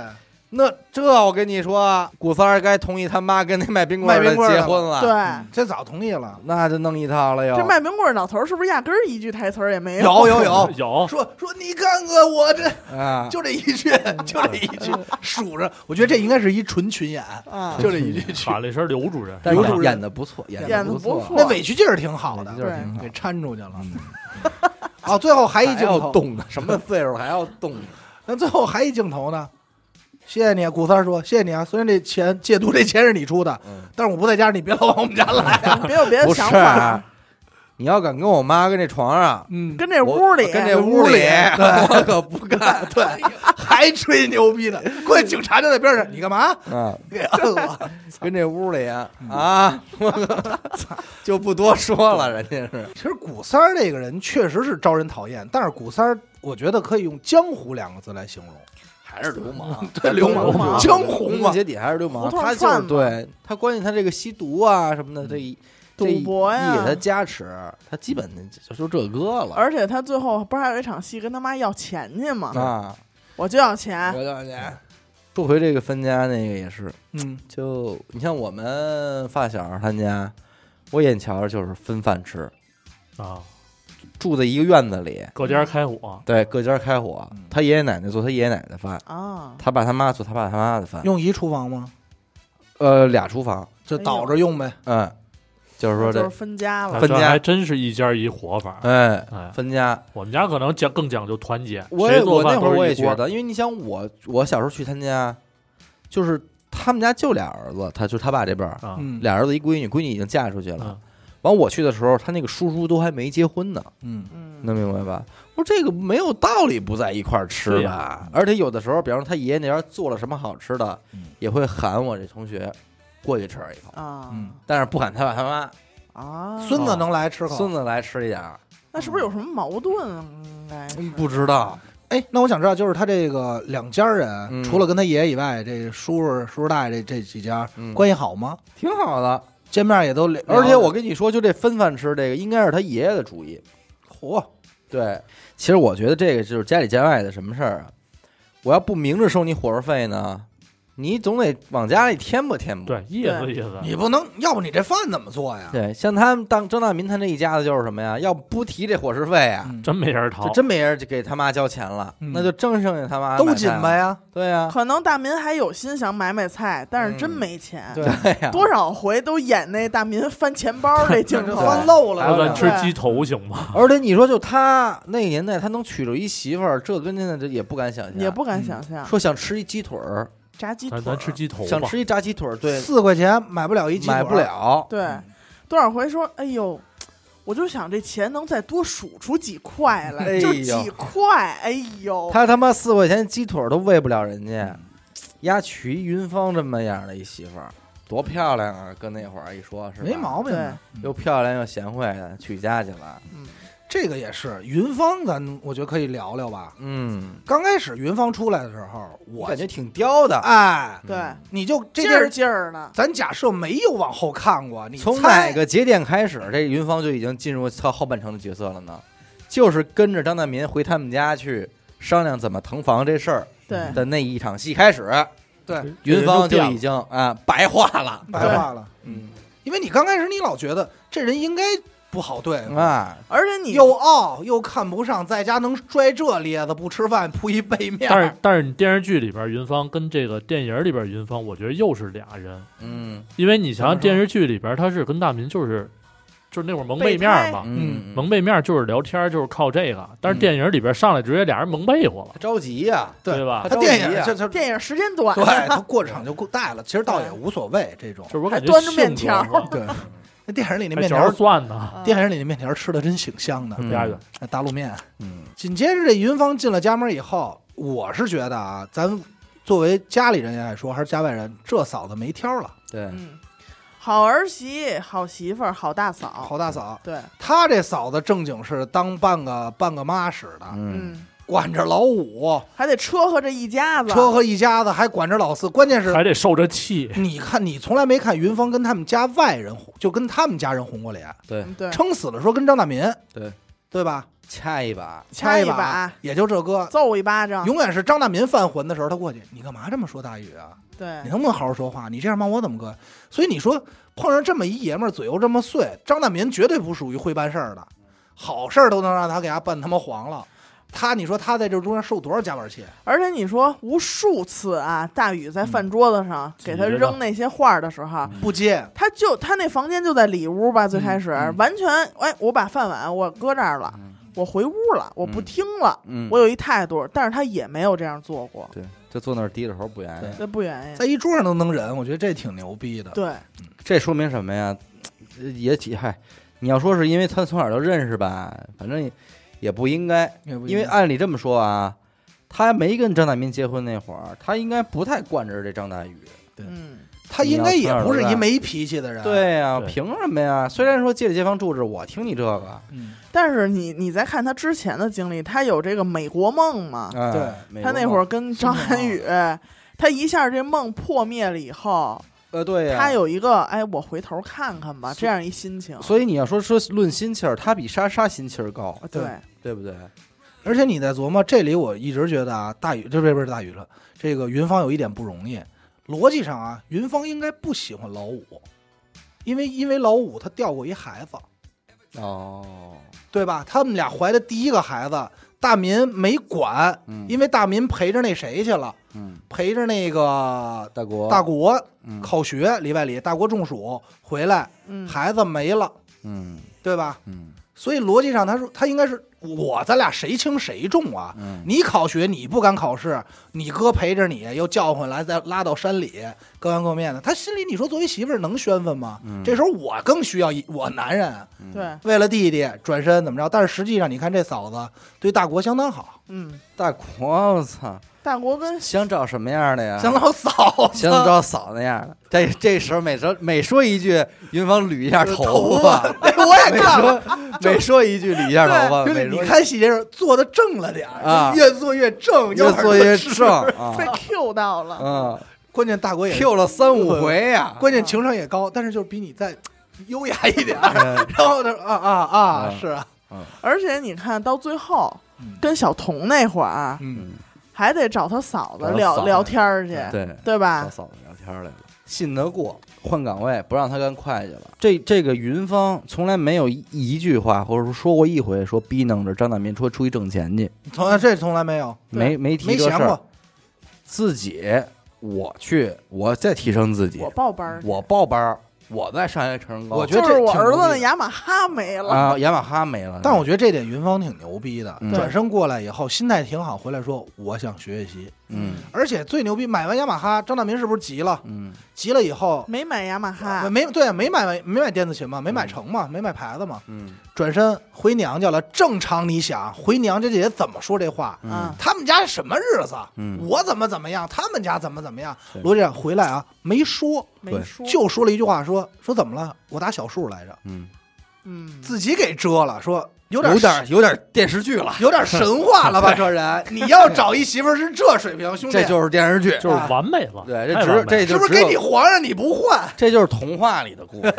Speaker 1: 那这我跟你说，古三儿该同意他妈跟那卖冰棍儿
Speaker 2: 卖
Speaker 1: 的
Speaker 2: 冰棍儿
Speaker 1: 结
Speaker 2: 的
Speaker 1: 婚了。
Speaker 3: 对，
Speaker 2: 嗯这早同意了。
Speaker 1: 那就弄一套了又。
Speaker 3: 这卖冰棍儿老头儿是不是压根儿一句台词儿也没
Speaker 2: 有有
Speaker 1: 哦
Speaker 2: 有，
Speaker 4: 有，
Speaker 2: 说说你看看我这
Speaker 1: 啊，
Speaker 2: 就这一 句，就这一句数着，我觉得这应该是一纯群演，
Speaker 3: 啊？
Speaker 2: 就这一句剧，
Speaker 4: 喊了一声刘主任，
Speaker 1: 但是
Speaker 2: 刘主任
Speaker 1: 演的不错，演
Speaker 3: 演
Speaker 1: 的
Speaker 3: 得
Speaker 1: 错
Speaker 3: 不，错
Speaker 2: 那委屈劲儿挺好
Speaker 1: 演
Speaker 2: 的嗯
Speaker 1: 得，就是挺好
Speaker 2: 给。掺出去了。啊，最后还一
Speaker 1: 还
Speaker 2: 镜
Speaker 1: 要
Speaker 2: 头，
Speaker 1: 动呢，什么
Speaker 3: 嗯
Speaker 1: 岁数还要动呢？
Speaker 2: 那最后还一镜头呢？谢谢你，啊，古三儿说谢谢你啊。虽然这钱戒毒这钱是你出的，
Speaker 1: 嗯
Speaker 2: 但是我不在家，你别老往我们家来啊。
Speaker 3: 别有别的
Speaker 1: 不是
Speaker 3: 想法，
Speaker 1: 你要敢跟我妈跟这床上，
Speaker 2: 嗯，
Speaker 3: 跟这
Speaker 1: 我
Speaker 3: 屋里，
Speaker 1: 跟这
Speaker 2: 屋
Speaker 1: 里，
Speaker 2: 里
Speaker 1: 我可不干。
Speaker 2: 对，还吹牛逼呢。关键警察就在边上，你干 嘛？
Speaker 1: 啊，
Speaker 3: 嗯
Speaker 2: 给摁了。
Speaker 1: 跟这屋里啊，我可 就不多说了，人家是
Speaker 2: 其实古三儿这个人确实是招人讨厌，但是古三儿，我觉得可以用“江湖”两个字来形容。
Speaker 1: 还是流氓，
Speaker 2: 对流
Speaker 3: 氓
Speaker 2: 江湖嘛
Speaker 1: 结底还是流氓。
Speaker 3: 胡同
Speaker 1: 他就
Speaker 3: 串
Speaker 1: 是
Speaker 3: 嘛
Speaker 1: 对他关键他这个吸毒啊什么的，这一这一
Speaker 3: 赌博呀
Speaker 1: 一给他加持，他基本就就这个了。
Speaker 3: 而且他最后不是还有一场戏跟他妈要钱去吗？
Speaker 1: 啊，
Speaker 3: 我就要钱，
Speaker 1: 我告诉你，
Speaker 2: 啊
Speaker 1: 说回这个分家那个也是，
Speaker 2: 嗯，
Speaker 1: 就你像我们发小他家，我眼瞧着就是分饭吃，
Speaker 4: 啊，
Speaker 1: 住在一个院子里，
Speaker 4: 各家开火，
Speaker 1: 对，各家开火
Speaker 2: 嗯，
Speaker 1: 他爷爷奶奶做他爷爷奶奶的饭，
Speaker 3: 啊，
Speaker 1: 他爸他妈做他爸他妈的饭，
Speaker 2: 用一厨房吗？
Speaker 1: 呃，俩厨房，
Speaker 2: 就倒着用呗。
Speaker 1: 嗯，就是说
Speaker 3: 啊就
Speaker 1: 这
Speaker 3: 是，分家了
Speaker 1: 分，
Speaker 4: 这
Speaker 1: 家
Speaker 4: 还真是一家一活法。
Speaker 1: 哎，
Speaker 4: 哎，
Speaker 1: 分家。
Speaker 4: 我们家可能讲更讲究团结，
Speaker 1: 我
Speaker 4: 谁
Speaker 1: 也
Speaker 4: 做
Speaker 1: 我那会
Speaker 4: 饭都
Speaker 1: 儿我
Speaker 4: 是
Speaker 1: 也
Speaker 4: 一
Speaker 1: 觉
Speaker 4: 锅。
Speaker 1: 得，因为你想我我小时候去他家，就是他们家就俩儿子，他就是他爸这边儿，
Speaker 4: 啊，
Speaker 2: 嗯，
Speaker 1: 俩儿子一闺女，闺女已经嫁出去了。
Speaker 4: 嗯
Speaker 1: 完我去的时候，他那个叔叔都还没结婚呢，
Speaker 2: 嗯，
Speaker 3: 嗯，
Speaker 1: 能明白吧？我说这个没有道理不在一块儿吃
Speaker 4: 对
Speaker 1: 吧，
Speaker 4: 呀
Speaker 1: 而且有的时候，比方说他爷爷那边做了什么好吃的，
Speaker 2: 嗯
Speaker 1: 也会喊我这同学过去吃一口，
Speaker 3: 啊
Speaker 2: 嗯
Speaker 1: 但是不喊他爸他妈，
Speaker 3: 啊，
Speaker 2: 孙子能来吃口。
Speaker 1: 孙子来吃一点儿，
Speaker 3: 那是不是有什么矛盾啊？应该是
Speaker 1: 不知道，
Speaker 2: 哎，那我想知道，就是他这个两家人，
Speaker 1: 嗯
Speaker 2: 除了跟他爷爷以外，这叔叔、叔叔大爷这这几家、
Speaker 1: 嗯
Speaker 2: 关系好吗？
Speaker 1: 挺好的。
Speaker 2: 见面也都聊，
Speaker 1: 而且我跟你说，就这分饭吃这个，应该是他爷爷的主意。
Speaker 2: 嚯，
Speaker 1: 对，其实我觉得这个就是家里家外的什么事儿啊，我要不明着收你伙食费呢，你总得往家里添吧添吧。
Speaker 4: 对，意思意思。
Speaker 2: 你不能，要不你这饭怎么做呀？
Speaker 1: 对，像他们当张大民他那一家子就是什么呀？要不提这伙食费啊，
Speaker 2: 嗯
Speaker 4: 真没人
Speaker 1: 就
Speaker 4: 掏，
Speaker 1: 真没人给他妈交钱了，
Speaker 2: 嗯
Speaker 1: 那就正剩下他妈
Speaker 2: 都
Speaker 1: 买
Speaker 2: 紧
Speaker 1: 菜了
Speaker 2: 呗。呀。
Speaker 1: 对啊呀、
Speaker 3: 可能大民还有心想买买菜，但是真没钱。
Speaker 2: 对
Speaker 1: 对呀、
Speaker 3: 多少回都演那大民翻钱包这镜
Speaker 2: 这
Speaker 3: 头，
Speaker 2: 翻漏了
Speaker 4: 还有
Speaker 2: 都
Speaker 4: 咱
Speaker 2: 得，
Speaker 4: 吃鸡头行吗？
Speaker 1: 而且你说，就他那个年代，他能娶着一媳妇儿，这跟现在这也不敢想象。
Speaker 3: 也不敢想象。
Speaker 1: 说想吃一鸡腿儿，
Speaker 3: 炸鸡腿
Speaker 4: 咱
Speaker 3: 儿，
Speaker 4: 咱吃鸡头
Speaker 1: 想
Speaker 4: 吧。
Speaker 1: 吃一炸鸡腿儿，对，
Speaker 2: 四块钱买不了一鸡腿，
Speaker 1: 买不。了。
Speaker 2: 嗯
Speaker 1: 嗯
Speaker 3: 对，多少回说，哎呦，我就想这钱能再多数出几块来，
Speaker 1: 哎呦
Speaker 3: 就几块，哎呦，
Speaker 1: 他他妈四块钱鸡腿儿都喂不了人家，
Speaker 2: 嗯
Speaker 1: 丫娶一云芳这么样的一媳妇儿，多漂亮啊！搁那会儿一说，是吧
Speaker 2: 没毛病啊，
Speaker 1: 又漂亮又贤惠的，娶家去了。
Speaker 2: 这个也是云芳，咱我觉得可以聊聊吧。
Speaker 1: 嗯，
Speaker 2: 刚开始云芳出来的时候，
Speaker 1: 我
Speaker 2: 我
Speaker 1: 感觉挺刁的。嗯
Speaker 2: 哎，
Speaker 3: 对，
Speaker 2: 你就这
Speaker 3: 劲
Speaker 2: 电
Speaker 3: 儿
Speaker 2: 视，
Speaker 3: 劲儿呢，
Speaker 2: 咱假设没有往后看过，你
Speaker 1: 从
Speaker 2: 猜
Speaker 1: 哪个节点开始，这云芳就已经进入她后半程的角色了呢？就是跟着张大民回他们家去商量怎么腾房这事儿
Speaker 3: 对，
Speaker 1: 的那一场戏开始，
Speaker 2: 对
Speaker 1: 云芳就
Speaker 4: 变
Speaker 1: 已
Speaker 4: 了
Speaker 1: 经啊白化了。
Speaker 2: 白话了？
Speaker 1: 嗯
Speaker 2: 因为你刚开始你老觉得这人应该不好对付，
Speaker 1: 啊，
Speaker 3: 而且你
Speaker 2: 又傲又看不上，在家能摔这咧子，不吃饭扑一背面。
Speaker 4: 但是但是你电视剧里边云芳跟这个电影里边云芳，我觉得又是俩人，
Speaker 1: 嗯
Speaker 4: 因为你想
Speaker 2: 怎么说
Speaker 4: 想电视剧里边他是跟大民就是就是那会儿蒙
Speaker 3: 备
Speaker 4: 背面
Speaker 3: 胎
Speaker 4: 嘛，
Speaker 1: 嗯，
Speaker 4: 蒙背面就是聊天就是靠这个，但是电影里边上来直接俩人蒙被窝了，
Speaker 1: 他着急呀、
Speaker 2: 对
Speaker 4: 对
Speaker 2: 他
Speaker 4: 吧？
Speaker 2: 电
Speaker 1: 着急
Speaker 2: 影
Speaker 1: 啊
Speaker 2: 这这
Speaker 3: 电影时间短，啊嗯
Speaker 2: 对他过场就过带了，其实倒也无所谓这种
Speaker 4: 就。是我感觉
Speaker 3: 还端着面
Speaker 4: 性格
Speaker 3: 条
Speaker 4: 嘛
Speaker 2: 对，那电 影里那
Speaker 4: 还
Speaker 2: 面
Speaker 4: 嚼着
Speaker 2: 条，
Speaker 4: 蒜呢，
Speaker 3: 嗯
Speaker 2: 电影里那面条吃的真挺香的，
Speaker 1: 嗯
Speaker 4: 家远
Speaker 2: 那大陆面。
Speaker 1: 嗯
Speaker 2: 紧接着这云芳进了家门以后，我是觉得啊，咱作为家里人也爱说，还是家外人，这嫂子没挑了，，
Speaker 1: 对，
Speaker 3: 嗯，好儿媳、好媳妇儿、好大嫂，
Speaker 2: 好大嫂。
Speaker 3: 对，
Speaker 2: 她这嫂子正经是当半个半个妈使的，
Speaker 1: 嗯，
Speaker 3: 嗯，
Speaker 2: 管着老五，
Speaker 3: 还得车和这一家子，
Speaker 2: 车和一家子，还管着老四。关键是，
Speaker 4: 还得受着气，
Speaker 2: 你看，你从来没看云芳跟他们家外人红，就跟他们家人红过脸，
Speaker 1: 对，
Speaker 3: 嗯对，
Speaker 2: 撑死了说跟张大民，
Speaker 1: 对
Speaker 2: 对吧？
Speaker 1: 掐一把，
Speaker 3: 掐
Speaker 2: 掐
Speaker 3: 一把
Speaker 2: 把，也就这哥。
Speaker 3: 揍一巴掌，
Speaker 2: 永远是张大民犯浑的时候，他过去，你干嘛这么说大禹啊？
Speaker 3: 对
Speaker 2: 你，能不能好好说话？你这样骂我怎么哥？所以你说碰上这么一爷们儿，嘴又这么碎，张大民绝对不属于会办事儿的，好事儿都能让他给他办他妈黄了。他，你说他在这中间受多少夹板气？
Speaker 3: 而且你说无数次啊，大宇在饭桌子
Speaker 2: 嗯
Speaker 3: 上给他扔那些画儿的时候，
Speaker 2: 不接，
Speaker 3: 他就他那房间就在里屋吧，最开始
Speaker 2: 嗯
Speaker 3: 完全哎，我把饭碗我搁这儿了，我回屋了，我不听了，
Speaker 1: 嗯，
Speaker 3: 我有一态度，但是他也没有这样做过，
Speaker 1: 对，就坐那儿低着头不言语
Speaker 2: 对
Speaker 3: 这不愿意。
Speaker 2: 在一桌上都能忍，我觉得这挺牛逼的。
Speaker 3: 对，
Speaker 1: 这说明什么呀？呃也体嗨，你要说是因为他从小就认识吧，反正也也不应该，因为按理这么说啊，他没跟张大民结婚那会儿，他应该不太惯着这张大宇。
Speaker 3: 嗯，
Speaker 2: 他应该也不是
Speaker 1: 你要从小到
Speaker 2: 一
Speaker 1: 大
Speaker 2: 没脾气的人。，
Speaker 1: 对哎呀、
Speaker 4: 对
Speaker 1: 凭什么呀？虽然说借着街坊住址，我听你这个，
Speaker 2: 嗯，
Speaker 3: 但是你你再看他之前的经历，他有这个美国梦嘛？
Speaker 1: 哎
Speaker 2: 对
Speaker 1: 美
Speaker 3: 他
Speaker 1: 国
Speaker 3: 那会儿
Speaker 1: 梦嗯
Speaker 3: 跟张涵予，他一下这梦破灭了以后，
Speaker 1: 呃，对呀、
Speaker 3: 他有一个哎，我回头看看吧，这样一心情。
Speaker 1: 所以你要说说论心气儿，他比莎莎心气儿高，
Speaker 3: 哦对，
Speaker 1: 对不对？
Speaker 2: 而且你在琢磨，这里我一直觉得啊，大宇这边不是大宇了，这个云芳有一点不容易。逻辑上啊，云芳应该不喜欢老五，因为因为老五他掉过一孩子，
Speaker 1: 哦，
Speaker 2: 对吧？他们俩怀的第一个孩子，大民没管，
Speaker 1: 嗯，
Speaker 2: 因为大民陪着那谁去了，
Speaker 1: 嗯，
Speaker 2: 陪着那个
Speaker 1: 大国
Speaker 2: 大国
Speaker 1: 嗯
Speaker 2: 考学，里外里大国中暑回来，
Speaker 3: 嗯，
Speaker 2: 孩子没了，
Speaker 1: 嗯
Speaker 2: 对吧？
Speaker 1: 嗯
Speaker 2: 所以逻辑上，他说他应该是我，咱俩谁轻谁重啊？
Speaker 1: 嗯，
Speaker 2: 你考学你不敢考试，你哥陪着你又叫回来，再拉到山里各干各面的。他心里你说作为媳妇儿能宣愤吗？
Speaker 1: 嗯
Speaker 2: 这时候我更需要一我男人
Speaker 1: 嗯
Speaker 3: 对，
Speaker 2: 为了弟弟转身怎么着？但是实际上你看这嫂子对大国相当好，
Speaker 3: 嗯，
Speaker 1: 大国，我操，
Speaker 3: 大国跟
Speaker 1: 想找什么样的呀？
Speaker 2: 相当嫂子，
Speaker 1: 想怎么着嫂那样的，这这时候每说每说一句，云芳捋一下头发， 哎
Speaker 2: 我也
Speaker 1: 每
Speaker 2: 看了。
Speaker 1: 说每说一句捋一下头发，
Speaker 2: 就
Speaker 1: 每
Speaker 2: 是你
Speaker 1: 说
Speaker 2: 看戏这是坐的正了点儿
Speaker 1: 啊
Speaker 2: 越坐越正，
Speaker 1: 越做越正
Speaker 3: 被
Speaker 1: 啊，
Speaker 3: Q 到了，
Speaker 1: 嗯
Speaker 2: 关键大国也
Speaker 1: ，Q 了三五回 呀，
Speaker 2: 关键情商也高，但是就是比你再优雅一点儿。
Speaker 1: 哎
Speaker 2: 然后他说啊啊啊，
Speaker 1: 嗯
Speaker 2: 是啊，
Speaker 3: 而且你看到最后
Speaker 2: 嗯
Speaker 3: 跟小童那会儿，啊
Speaker 2: 嗯，
Speaker 3: 还得找他嫂子
Speaker 1: 找他嫂
Speaker 3: 聊
Speaker 1: 子
Speaker 3: 聊天儿去，
Speaker 1: 对。
Speaker 3: 对
Speaker 1: 找
Speaker 3: 吧？
Speaker 1: 嫂子聊天来了，信得过，换岗位不让他干会计了。这这个云芳从来没有一一句话，或者说说过一回，说逼弄着张大民说出去挣钱去，
Speaker 2: 从来这从来没有
Speaker 3: 对
Speaker 1: 没没
Speaker 2: 没
Speaker 1: 提这
Speaker 2: 闲
Speaker 1: 事儿。
Speaker 2: 过，
Speaker 1: 自己我去，我再提升自己
Speaker 3: 我，报班儿去，
Speaker 1: 我报班儿，我在上海成人高，
Speaker 2: 我觉得
Speaker 3: 就
Speaker 2: 这
Speaker 3: 是我
Speaker 2: 挺
Speaker 3: 儿子
Speaker 2: 牛逼
Speaker 3: 的
Speaker 2: 的
Speaker 3: 雅马哈没了，
Speaker 1: 哦啊，雅马哈没了。
Speaker 2: 但我觉得这点云芳挺牛逼的，
Speaker 1: 嗯
Speaker 2: 转身过来以后心态挺好，回来说我想学学习，
Speaker 1: 嗯
Speaker 2: 而且最牛逼，买完雅马哈，张大民是不是急了？
Speaker 1: 嗯
Speaker 2: 急了以后。
Speaker 3: 没买雅马
Speaker 1: 啊
Speaker 3: 哈，
Speaker 2: 没对，没买没买电子琴嘛，没买成嘛，没买牌子嘛。
Speaker 1: 嗯
Speaker 2: 转身回娘家了，正常你想回娘家这得怎么说这话？
Speaker 3: 啊，
Speaker 2: 他们家什么日子？
Speaker 1: 嗯
Speaker 2: 我怎么怎么样？他们家怎么怎么样
Speaker 1: 是？
Speaker 2: 罗振回来啊，没说，
Speaker 3: 没
Speaker 1: 对
Speaker 3: 说，
Speaker 2: 就说了一句话，说说怎么了？我打小数来着，
Speaker 1: 嗯，
Speaker 3: 嗯，
Speaker 2: 自己给遮了，说有点
Speaker 1: 有点有点电视剧 了，
Speaker 2: 有点神 话了吧？这人，你要找一媳妇儿是这水平，兄弟，
Speaker 1: 这就是电视剧。
Speaker 4: 就是完美了，
Speaker 1: 对，这
Speaker 4: 太
Speaker 1: 只
Speaker 4: 完美
Speaker 1: 这
Speaker 2: 是
Speaker 4: 了
Speaker 1: 就
Speaker 2: 不
Speaker 1: 只
Speaker 2: 是给
Speaker 1: 有
Speaker 2: 你皇上你不换？
Speaker 1: 这就是童话里的故 事，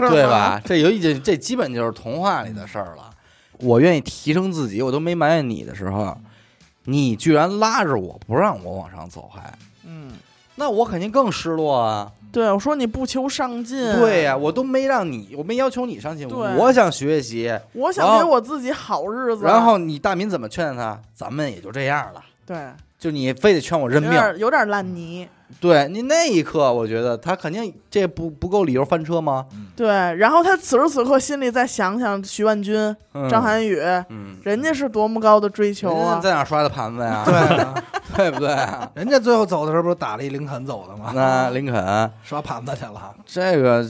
Speaker 1: 对吧？这有一这这基本就是童话里的事儿了。我愿意提升自己，我都没埋怨你的时候，你居然拉着我不让我往上走，还
Speaker 3: 嗯，
Speaker 1: 那我肯定更失落啊！
Speaker 3: 对我说你不求上进，
Speaker 1: 对呀、我都没让你，我没要求你上进，
Speaker 3: 对
Speaker 1: 我想学习。
Speaker 3: 我想给我自己好日
Speaker 2: 啊
Speaker 3: 子。
Speaker 1: 然后你大民怎么劝他？咱们也就这样了，
Speaker 3: 对，
Speaker 1: 就你非得劝我认
Speaker 3: 有
Speaker 1: 命。嗯
Speaker 3: 点有点烂泥。
Speaker 1: 对你那一刻，我觉得他肯定这不不够理由翻车吗？
Speaker 3: 对，然后他此时此刻心里再想想徐万军、
Speaker 1: 嗯
Speaker 3: 张，涵予，
Speaker 1: 嗯，
Speaker 3: 人家是多么高的追求
Speaker 1: 人家
Speaker 3: 啊！
Speaker 1: 在哪儿刷的盘子呀？
Speaker 2: 对啊，
Speaker 1: 对不对 啊？
Speaker 2: 人家最后走的时候不是打了一林肯走的吗？
Speaker 1: 那林肯
Speaker 2: 刷盘子去了。
Speaker 1: 这个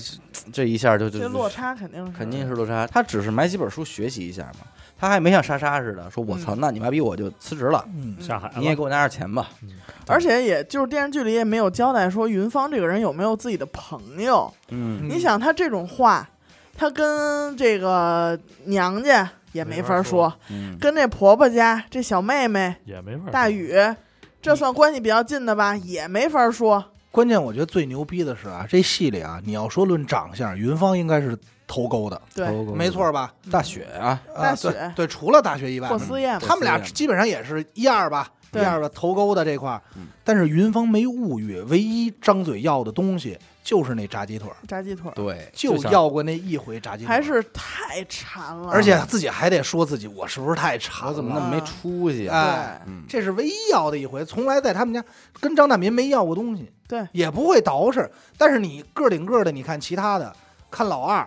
Speaker 1: 这一下就就
Speaker 3: 这落差肯定是
Speaker 1: 肯定是落差，他只是买几本书学习一下嘛，他还没像莎莎似的说：“我操，那你妈逼我就辞职了，
Speaker 2: 嗯
Speaker 4: 下海了，
Speaker 1: 你也给我拿点钱吧。
Speaker 3: 而且也就是电视剧里也没有交代说云芳这个人有没有自己的朋友。”
Speaker 1: 嗯，
Speaker 3: 你想他这种话，他跟这个娘家也没法
Speaker 4: 没法说
Speaker 1: 嗯
Speaker 3: 跟这婆婆家这小妹妹
Speaker 4: 也没法儿
Speaker 3: 大宇，这算关系比较近的吧，也没法说。
Speaker 2: 关键我觉得最牛逼的是啊，这戏里啊，你要说论长相，云芳应该是头钩的，
Speaker 1: 哦
Speaker 3: 对，
Speaker 2: 没错，吧？
Speaker 1: 嗯大雪啊，嗯
Speaker 2: 啊
Speaker 3: 大雪
Speaker 2: 对对，除了大学以外
Speaker 3: 霍，思燕
Speaker 2: 他们俩基本上也是一二吧，一
Speaker 3: 对
Speaker 2: 二吧，头钩的这块儿
Speaker 1: 嗯。
Speaker 2: 但是云芳没物欲，唯一张嘴要的东西就是那炸鸡腿儿，
Speaker 3: 炸鸡腿儿
Speaker 1: 对，
Speaker 2: 就
Speaker 1: 想
Speaker 2: 要过那一回炸鸡腿儿，
Speaker 3: 还是太馋了，
Speaker 2: 而且自己还得说自己我是不是太馋
Speaker 1: 嗯我
Speaker 2: 了？
Speaker 1: 怎么那么没出息啊？
Speaker 2: 哎
Speaker 3: 对，
Speaker 1: 嗯，
Speaker 2: 这是唯一要的一回，从来在他们家跟张大民没要过东西，
Speaker 3: 对，
Speaker 2: 也不会捯饬。但是你个顶个的，你看其他的，看老二，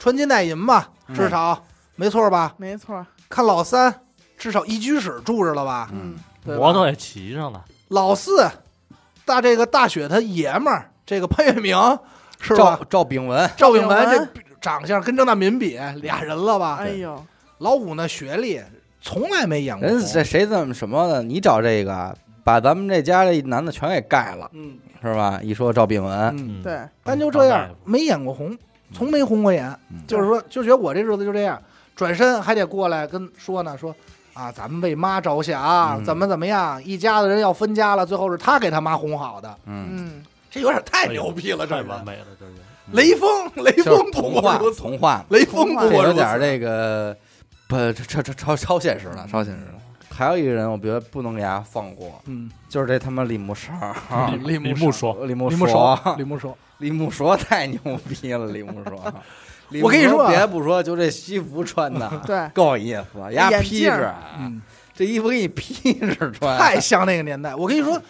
Speaker 2: 穿金戴银吧，
Speaker 1: 嗯
Speaker 2: 至少没错吧？
Speaker 3: 没错儿，
Speaker 2: 看老三，至少一居室住着了吧？
Speaker 1: 嗯
Speaker 2: 对吧
Speaker 4: 摩托也骑上了，
Speaker 2: 老四，大这个大雪他爷们儿，这个潘粤明是吧
Speaker 1: 赵？赵炳文，
Speaker 2: 赵炳文
Speaker 3: 赵炳文
Speaker 2: 这长相跟郑大民比俩人了吧？
Speaker 3: 哎呦，
Speaker 2: 老五呢学历从来没演过
Speaker 1: 人
Speaker 2: 红，
Speaker 1: 这谁怎么什么的？你找这个，把咱们这家这男的全给盖了，
Speaker 2: 嗯
Speaker 1: 是吧？一说赵炳文，
Speaker 2: 嗯，
Speaker 4: 嗯，
Speaker 3: 对，
Speaker 2: 但就这
Speaker 4: 当大
Speaker 2: 样
Speaker 4: 夫，
Speaker 2: 没演过红，从没红过眼，
Speaker 1: 嗯
Speaker 2: 就是说，就觉得我这日子就这样，转身还得过来跟说呢，说啊，咱们为妈着想，
Speaker 1: 嗯
Speaker 2: 怎么怎么样，一家子人要分家了，最后是他给他妈哄好的，
Speaker 1: 嗯，
Speaker 3: 嗯，，
Speaker 2: 这有点太
Speaker 4: 哎呦
Speaker 2: 牛逼了，这
Speaker 4: 太
Speaker 2: 人
Speaker 4: 完美了，这是
Speaker 2: 雷锋，雷
Speaker 1: 就是
Speaker 2: 锋不
Speaker 1: 童
Speaker 2: 过
Speaker 1: 话
Speaker 2: 如，此，
Speaker 1: 童话，
Speaker 2: 雷锋不
Speaker 1: 这
Speaker 2: 过
Speaker 1: 有
Speaker 2: 如此
Speaker 1: 点，这个不超超超超现实了，超现实了。还有一个人，我觉得不能给大家放过，
Speaker 2: 嗯，
Speaker 1: 就是这他妈李木勺，
Speaker 2: 李
Speaker 4: 李
Speaker 2: 木
Speaker 4: 木
Speaker 2: 爽
Speaker 4: 说，
Speaker 1: 啊李木
Speaker 2: 李木
Speaker 1: 爽
Speaker 2: 说，，李木说，
Speaker 1: 李木说太牛逼了，李木说。 李
Speaker 2: 我跟你
Speaker 1: 木
Speaker 2: 说啊
Speaker 1: 别不说，就这西服穿 的
Speaker 3: 对，
Speaker 1: 够意思，丫
Speaker 3: 眼
Speaker 1: 披
Speaker 3: 镜
Speaker 1: 着
Speaker 3: 儿
Speaker 1: 啊，
Speaker 2: 嗯，
Speaker 1: 这衣服给你披着穿，
Speaker 2: 太像那个年代。我跟你说，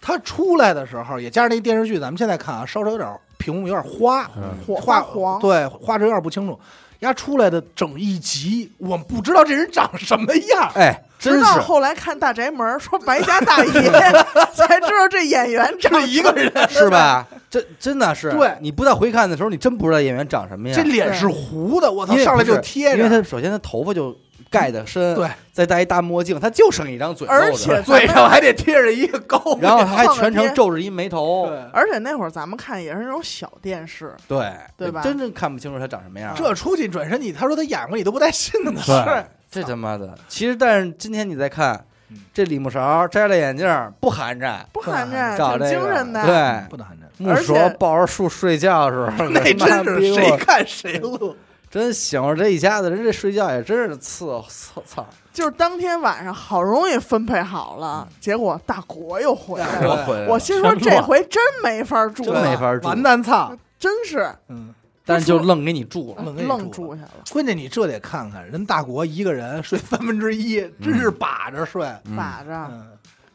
Speaker 2: 他出来的时候也加上那电视剧，咱们现在看啊，稍稍有点屏幕有点花，
Speaker 4: 嗯
Speaker 3: 火
Speaker 2: 画
Speaker 3: 黄，
Speaker 2: 对，画质有点不清楚。丫出来的整一集，我们不知道这人长什么 样。
Speaker 1: 哎，真
Speaker 3: 直
Speaker 1: 是
Speaker 3: 到后来看《大宅门》，说白家大爷 才知道这演员长
Speaker 2: 这一个人，
Speaker 1: 是吧？这真的是，
Speaker 2: 对
Speaker 1: 你不再回看的时候，你真不知道演员长什么样
Speaker 2: 这。脸是糊的，我操，
Speaker 1: 因为
Speaker 2: 上来就
Speaker 1: 不是
Speaker 2: 贴
Speaker 1: 因为
Speaker 2: 着。
Speaker 1: 他首先他头发就盖的深，
Speaker 2: 对，
Speaker 1: 再戴一大墨镜，他就剩一张嘴露着，
Speaker 3: 而且
Speaker 2: 嘴上还得贴着一个高的，
Speaker 1: 然后他还
Speaker 3: 放个
Speaker 1: 全程
Speaker 3: 贴
Speaker 1: 皱着一眉头，
Speaker 2: 对
Speaker 3: 而且那会儿咱们看也是那种小电视，
Speaker 1: 对
Speaker 3: 对吧
Speaker 1: 真正看不清楚他长什么样。
Speaker 2: 这出去转身你，他说他演过，你都不带信的呢。
Speaker 4: 对
Speaker 1: 这他妈的，其实但是今天你再看
Speaker 2: 嗯，
Speaker 1: 这李木勺摘了眼镜儿不寒碜，
Speaker 3: 不寒碜，
Speaker 1: 找
Speaker 3: 挺
Speaker 1: 这
Speaker 3: 精
Speaker 1: 个
Speaker 3: 神的。
Speaker 1: 对。
Speaker 2: 不能真，
Speaker 1: 木
Speaker 3: 而且
Speaker 1: 勺抱着树睡觉的时 候，
Speaker 2: 哎那真是谁看谁乐。
Speaker 1: 真醒着这一家子人，这睡觉也真是伺操操，
Speaker 3: 就是当天晚上好容易分配好了，结果大国又回来了。
Speaker 1: 哎我回来
Speaker 3: 我
Speaker 1: 了，
Speaker 3: 心说
Speaker 4: 全
Speaker 3: 这
Speaker 4: 乱
Speaker 3: 回真没法住
Speaker 1: 啊真
Speaker 3: 了，
Speaker 1: 没法住
Speaker 2: 完蛋操！
Speaker 3: 真是
Speaker 2: 嗯，
Speaker 1: 但是就愣给你嗯住了。
Speaker 2: 愣给
Speaker 3: 愣
Speaker 2: 住
Speaker 3: 住下了，
Speaker 2: 关键你这得看看人大国一个人睡三分之一，真
Speaker 1: 嗯
Speaker 2: 是把着睡。
Speaker 3: 把
Speaker 4: 啊
Speaker 3: 着。
Speaker 2: 嗯，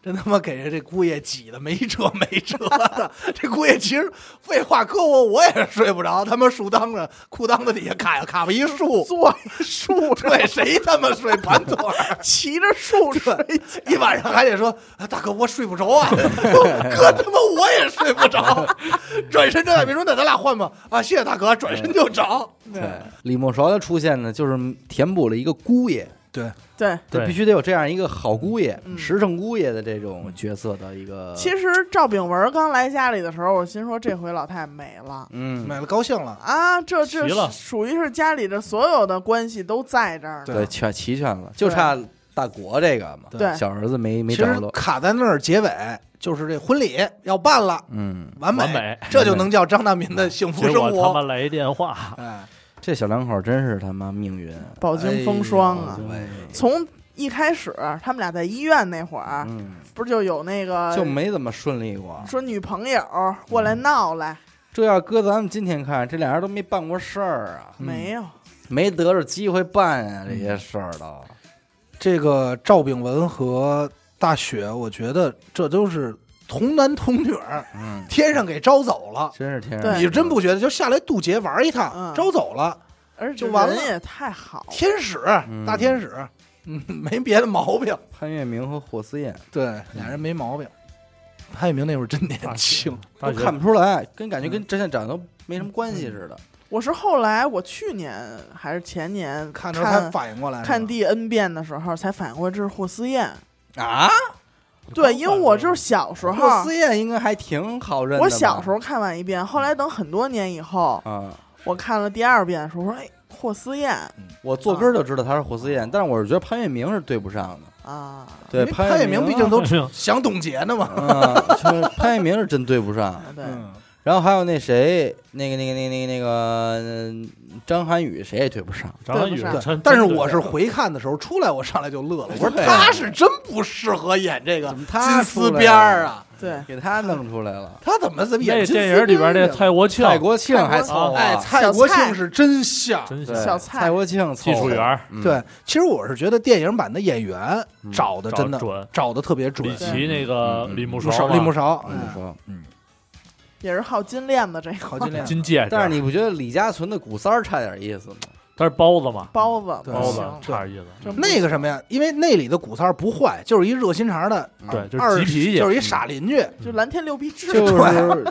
Speaker 2: 真他妈给人这姑爷挤的没辙没辙的。这姑爷其实废话，搁我我也是睡不着，他妈树裆上裤裆子底下卡卡吧一树，
Speaker 3: 坐一树上，
Speaker 2: 对，谁他妈睡盘腿儿？
Speaker 3: 骑着树睡
Speaker 2: 对，一晚上还得说，啊、大哥我睡不着啊， 哥他妈我也睡不着。转身张大民说：“那咱俩换吧。”啊，谢谢大哥，转身就着。
Speaker 4: 嗯
Speaker 1: 对，李莫勺的出现呢，就是填补了一个姑爷，
Speaker 2: 对，
Speaker 3: 对，
Speaker 1: 对，
Speaker 4: 对
Speaker 1: 必须得有这样一个好姑爷、
Speaker 3: 嗯
Speaker 1: 时尚姑爷的这种角色的一个。
Speaker 3: 其，实赵炳文刚来家里的时候，我心说这回老太没了
Speaker 1: 嗯，
Speaker 2: 买了高兴了。
Speaker 3: 啊，这这
Speaker 4: 齐了
Speaker 3: 属于是家里的所有的关系都在这儿呢。
Speaker 1: 对，全齐全了，就差大国这个嘛，
Speaker 3: 啊对
Speaker 1: 小儿子没没
Speaker 2: 其
Speaker 1: 着
Speaker 2: 实
Speaker 1: 落，
Speaker 2: 卡在那儿结尾就是这婚礼要办了，
Speaker 1: 嗯，
Speaker 2: 完
Speaker 4: 完美
Speaker 2: 这就能叫张大民的幸福
Speaker 4: 结
Speaker 2: 生
Speaker 4: 果他
Speaker 2: 活。
Speaker 4: 妈来一电话，
Speaker 2: 哎，
Speaker 1: 这小两口真是他妈命运，
Speaker 3: 饱经风霜啊
Speaker 1: 哎呦喂
Speaker 3: 从一开始他们俩在医院那会儿，
Speaker 1: 嗯，
Speaker 3: 不是就有那个
Speaker 1: 就没怎么顺利过。
Speaker 3: 说女朋友过来闹来，
Speaker 1: 这要搁咱们今天看，这俩人都没办过事儿啊，
Speaker 3: 没有，
Speaker 1: 没得着机会办啊，这些事儿都。
Speaker 2: 这个赵炳文和大雪，我觉得这都是童男童女儿，
Speaker 1: 嗯，
Speaker 2: 天上给招走了。
Speaker 1: 真是天
Speaker 3: 对
Speaker 1: 上。
Speaker 2: 你真不觉得就下来渡劫玩一趟，
Speaker 3: 嗯
Speaker 2: 招走了
Speaker 3: 而且
Speaker 2: 就完
Speaker 3: 人
Speaker 2: 了
Speaker 3: 也太好了，
Speaker 2: 天使、
Speaker 1: 嗯
Speaker 2: 大天使，嗯， 没别的毛病。
Speaker 1: 潘粤明和霍思燕，
Speaker 2: 对，俩人没毛病。潘粤明那会儿 真
Speaker 1: 啊
Speaker 2: 年
Speaker 4: 啊
Speaker 2: 轻，
Speaker 4: 大
Speaker 1: 都
Speaker 4: 学嗯
Speaker 1: 看不出来，跟感觉跟真相长得都没什么关系似的。
Speaker 3: 我是后来我去年还是前年
Speaker 2: 看着他
Speaker 3: 看
Speaker 2: 反应过来，
Speaker 3: 看第 N 遍的时候才反应过来这是霍思燕。
Speaker 1: 啊，
Speaker 3: 对，因为我就是小时
Speaker 1: 霍
Speaker 3: 候
Speaker 1: 思，燕应该还挺好认的吧。嗯
Speaker 3: 我小时候看完一遍，后来等很多年以后，
Speaker 1: 啊，
Speaker 3: 我看了第二遍的时候，我说：“哎，霍思燕
Speaker 1: 我坐根儿就知道他是霍思燕，但是我是觉得潘粤明是对不上的。
Speaker 3: 啊，
Speaker 1: 对，
Speaker 2: 因为
Speaker 1: 潘
Speaker 2: 潘
Speaker 1: 粤
Speaker 2: 粤
Speaker 1: 明
Speaker 2: 明毕竟都
Speaker 4: 潘粤明
Speaker 2: 想董洁呢嘛。
Speaker 1: 啊，就是 潘粤明是真对不上。
Speaker 3: 啊对，
Speaker 2: 嗯，
Speaker 1: 然后还有那谁，那个那个那个那个那个嗯张涵予，谁也对不上。
Speaker 4: 张涵予
Speaker 3: 对
Speaker 2: 对，
Speaker 4: 真，
Speaker 2: 但是
Speaker 4: 真
Speaker 2: 我是
Speaker 4: 对
Speaker 2: 回看的时候出来，我上来就 乐了，我说
Speaker 1: 对
Speaker 2: 他是真不适合演这个
Speaker 1: 怎么他
Speaker 2: 金丝边儿啊，
Speaker 3: 对，
Speaker 1: 给他弄出来了。
Speaker 2: 他怎么怎么演
Speaker 4: 那
Speaker 2: 金丝边
Speaker 4: 电
Speaker 2: 儿
Speaker 4: 影里边那
Speaker 2: 呢
Speaker 4: 蔡国庆
Speaker 1: 蔡国啊庆还
Speaker 4: 国
Speaker 1: 凑合，
Speaker 2: 哎，蔡
Speaker 3: 小
Speaker 2: 国
Speaker 3: 蔡
Speaker 2: 庆是真像。
Speaker 4: 真
Speaker 1: 对
Speaker 4: 行
Speaker 3: 小蔡
Speaker 1: 蔡国庆凑合
Speaker 4: 技术员儿，
Speaker 1: 嗯
Speaker 2: 对，其实我是觉得电影版的演员
Speaker 1: 嗯
Speaker 2: 找的真的
Speaker 4: 找得准
Speaker 2: 找的特别准
Speaker 4: 李，琦那个
Speaker 1: 嗯嗯
Speaker 4: 李木
Speaker 2: 不少
Speaker 4: 勺，
Speaker 2: 李木勺，
Speaker 4: 啊
Speaker 1: 你
Speaker 4: 嗯
Speaker 2: 哎
Speaker 1: 嗯说，
Speaker 3: 也是靠金链子这个
Speaker 2: 郝金亮，
Speaker 4: 金戒指，
Speaker 1: 但是你不觉得李嘉存的古三儿差点意思吗？
Speaker 4: 他是包子嘛，
Speaker 3: 包子
Speaker 2: 对
Speaker 3: 不
Speaker 4: 包
Speaker 3: 行
Speaker 4: 子差点意思，
Speaker 3: 真不
Speaker 2: 那个什么呀，因为那里的古三儿不坏，就是一热心肠的
Speaker 4: 对，就
Speaker 2: 二
Speaker 4: 是急脾气，嗯
Speaker 1: 嗯
Speaker 2: 就是一傻邻居，
Speaker 3: 就蓝天六必志，
Speaker 1: 就是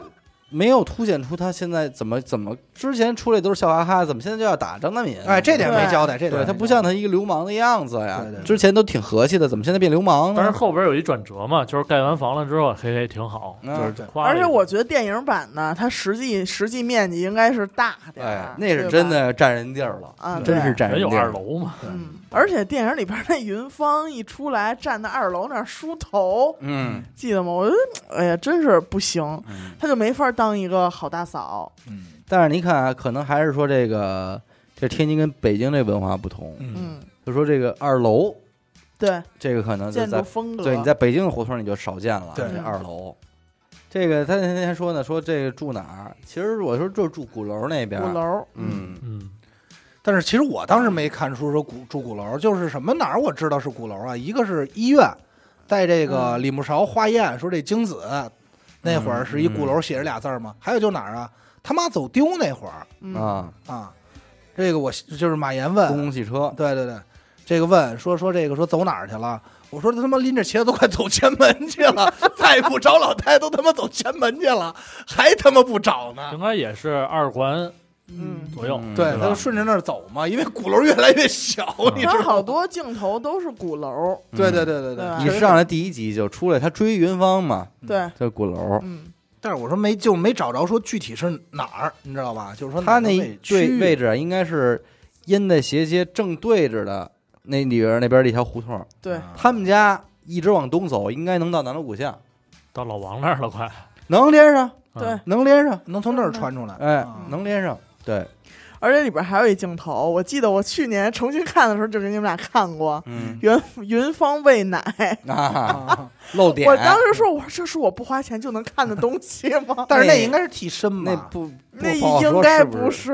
Speaker 1: 没有凸显出他现在怎么怎么之前出来都是笑哈哈，怎么现在就要打张大民？
Speaker 2: 哎，这点没
Speaker 3: 对
Speaker 2: 交代，这点
Speaker 1: 对
Speaker 2: 没
Speaker 1: 他不
Speaker 2: 交
Speaker 1: 像
Speaker 2: 代
Speaker 1: 他一个流氓的样子呀
Speaker 2: 对对对，
Speaker 1: 之前都挺和气的，怎么现在变流氓了？
Speaker 4: 但是后边有一转折嘛，就是盖完房了之后，嘿嘿，挺好，
Speaker 1: 嗯
Speaker 4: 就是
Speaker 2: 对
Speaker 4: 夸了
Speaker 3: 而
Speaker 4: 一
Speaker 3: 且
Speaker 4: 句
Speaker 3: 我觉得电影版呢，它实际实际面积应该是大点儿、
Speaker 1: 哎，那是
Speaker 3: 对吧
Speaker 1: 真的占人地儿了，
Speaker 3: 啊，
Speaker 1: 真是
Speaker 3: 对。
Speaker 1: 占人
Speaker 4: 人有
Speaker 1: 地
Speaker 4: 二
Speaker 1: 儿。
Speaker 4: 楼嘛，
Speaker 3: 嗯，而且电影里边那云芳一出来，站在二楼那儿梳头，
Speaker 1: 嗯，
Speaker 3: 记得吗？我觉得，哎呀，真是不行
Speaker 1: 嗯，
Speaker 3: 她就没法当一个好大嫂。
Speaker 2: 嗯
Speaker 1: 但是你看啊，可能还是说这个这天津跟北京这文化不同，
Speaker 2: 嗯，
Speaker 3: 嗯，
Speaker 1: 就说这个二楼
Speaker 3: 对，
Speaker 1: 这个可能就
Speaker 3: 建筑
Speaker 1: 在
Speaker 3: 风格，
Speaker 1: 对你在北京的胡同你就少见了，
Speaker 2: 对
Speaker 1: 这二楼。这个他那天还说呢，说这个住哪儿？其实我说就住鼓楼那边
Speaker 3: 鼓，楼，
Speaker 1: 嗯，
Speaker 4: 嗯，
Speaker 2: 但是其实我当时没看出说鼓住鼓楼，就是什么哪儿我知道是鼓楼啊，一个是医院，在这个
Speaker 3: 嗯
Speaker 2: 李慕韶化验说这精子那会儿是一鼓楼写着俩字儿嘛，还有就哪儿啊，他妈走丢那会儿
Speaker 3: 嗯，
Speaker 1: 啊，
Speaker 2: 啊，这个我就是马岩
Speaker 1: 公
Speaker 2: 问，
Speaker 1: 共汽
Speaker 4: 嗯
Speaker 1: 车，
Speaker 2: 对对对，这个问说说这个说走哪儿去了。我说他妈拎着茄子都快走前门去了， 再不找老太太都他妈走前门去了，还他妈不找呢？
Speaker 4: 应该也是二环
Speaker 3: 嗯，
Speaker 4: 左右，
Speaker 1: 嗯
Speaker 2: 对，
Speaker 4: 嗯对
Speaker 2: 他就
Speaker 4: 吧？
Speaker 2: 顺着那儿走嘛，因为鼓楼越来越小，你知
Speaker 3: 它
Speaker 2: 道
Speaker 3: 好
Speaker 2: 吗？
Speaker 3: 多镜头都是鼓楼，
Speaker 2: 对对对对
Speaker 3: 对吧
Speaker 1: 你
Speaker 2: 确实
Speaker 1: 上来第一集就出来，他追云芳嘛，
Speaker 3: 对，
Speaker 1: 这鼓楼，
Speaker 3: 嗯，
Speaker 2: 但是我说没就没找着说具体是哪儿，你知道吧？就是说
Speaker 3: 嗯
Speaker 1: 他
Speaker 2: 哪
Speaker 1: 那
Speaker 2: 个
Speaker 1: 一
Speaker 2: 区域
Speaker 1: 对位置啊应该是阴的斜街正对着的那里边那边的一条胡
Speaker 4: 啊
Speaker 1: 同，
Speaker 3: 对，
Speaker 1: 他们家一直往东走，应该能到南锣鼓巷，
Speaker 4: 到老王那儿了，快，啊
Speaker 1: 能连上，
Speaker 3: 对
Speaker 4: 嗯，
Speaker 1: 能连上，
Speaker 2: 能从那儿穿出来，
Speaker 1: 哎
Speaker 2: 啊，
Speaker 1: 能连上，对，
Speaker 3: 而且里边还有一镜头，我记得我去年重新看的时候就给你们俩看过，
Speaker 1: 嗯
Speaker 3: 云云芳喂奶，
Speaker 1: 啊，
Speaker 2: 啊？
Speaker 1: 漏点，
Speaker 3: 我当时说，我说这是我不花钱就能看的东西 吗
Speaker 2: 但是
Speaker 1: 那
Speaker 2: 哎那应该是替身
Speaker 1: 那
Speaker 2: 吧？
Speaker 1: 不
Speaker 3: 那
Speaker 1: 不好
Speaker 3: 应
Speaker 1: 说
Speaker 3: 该
Speaker 1: 是
Speaker 3: 不
Speaker 1: 是，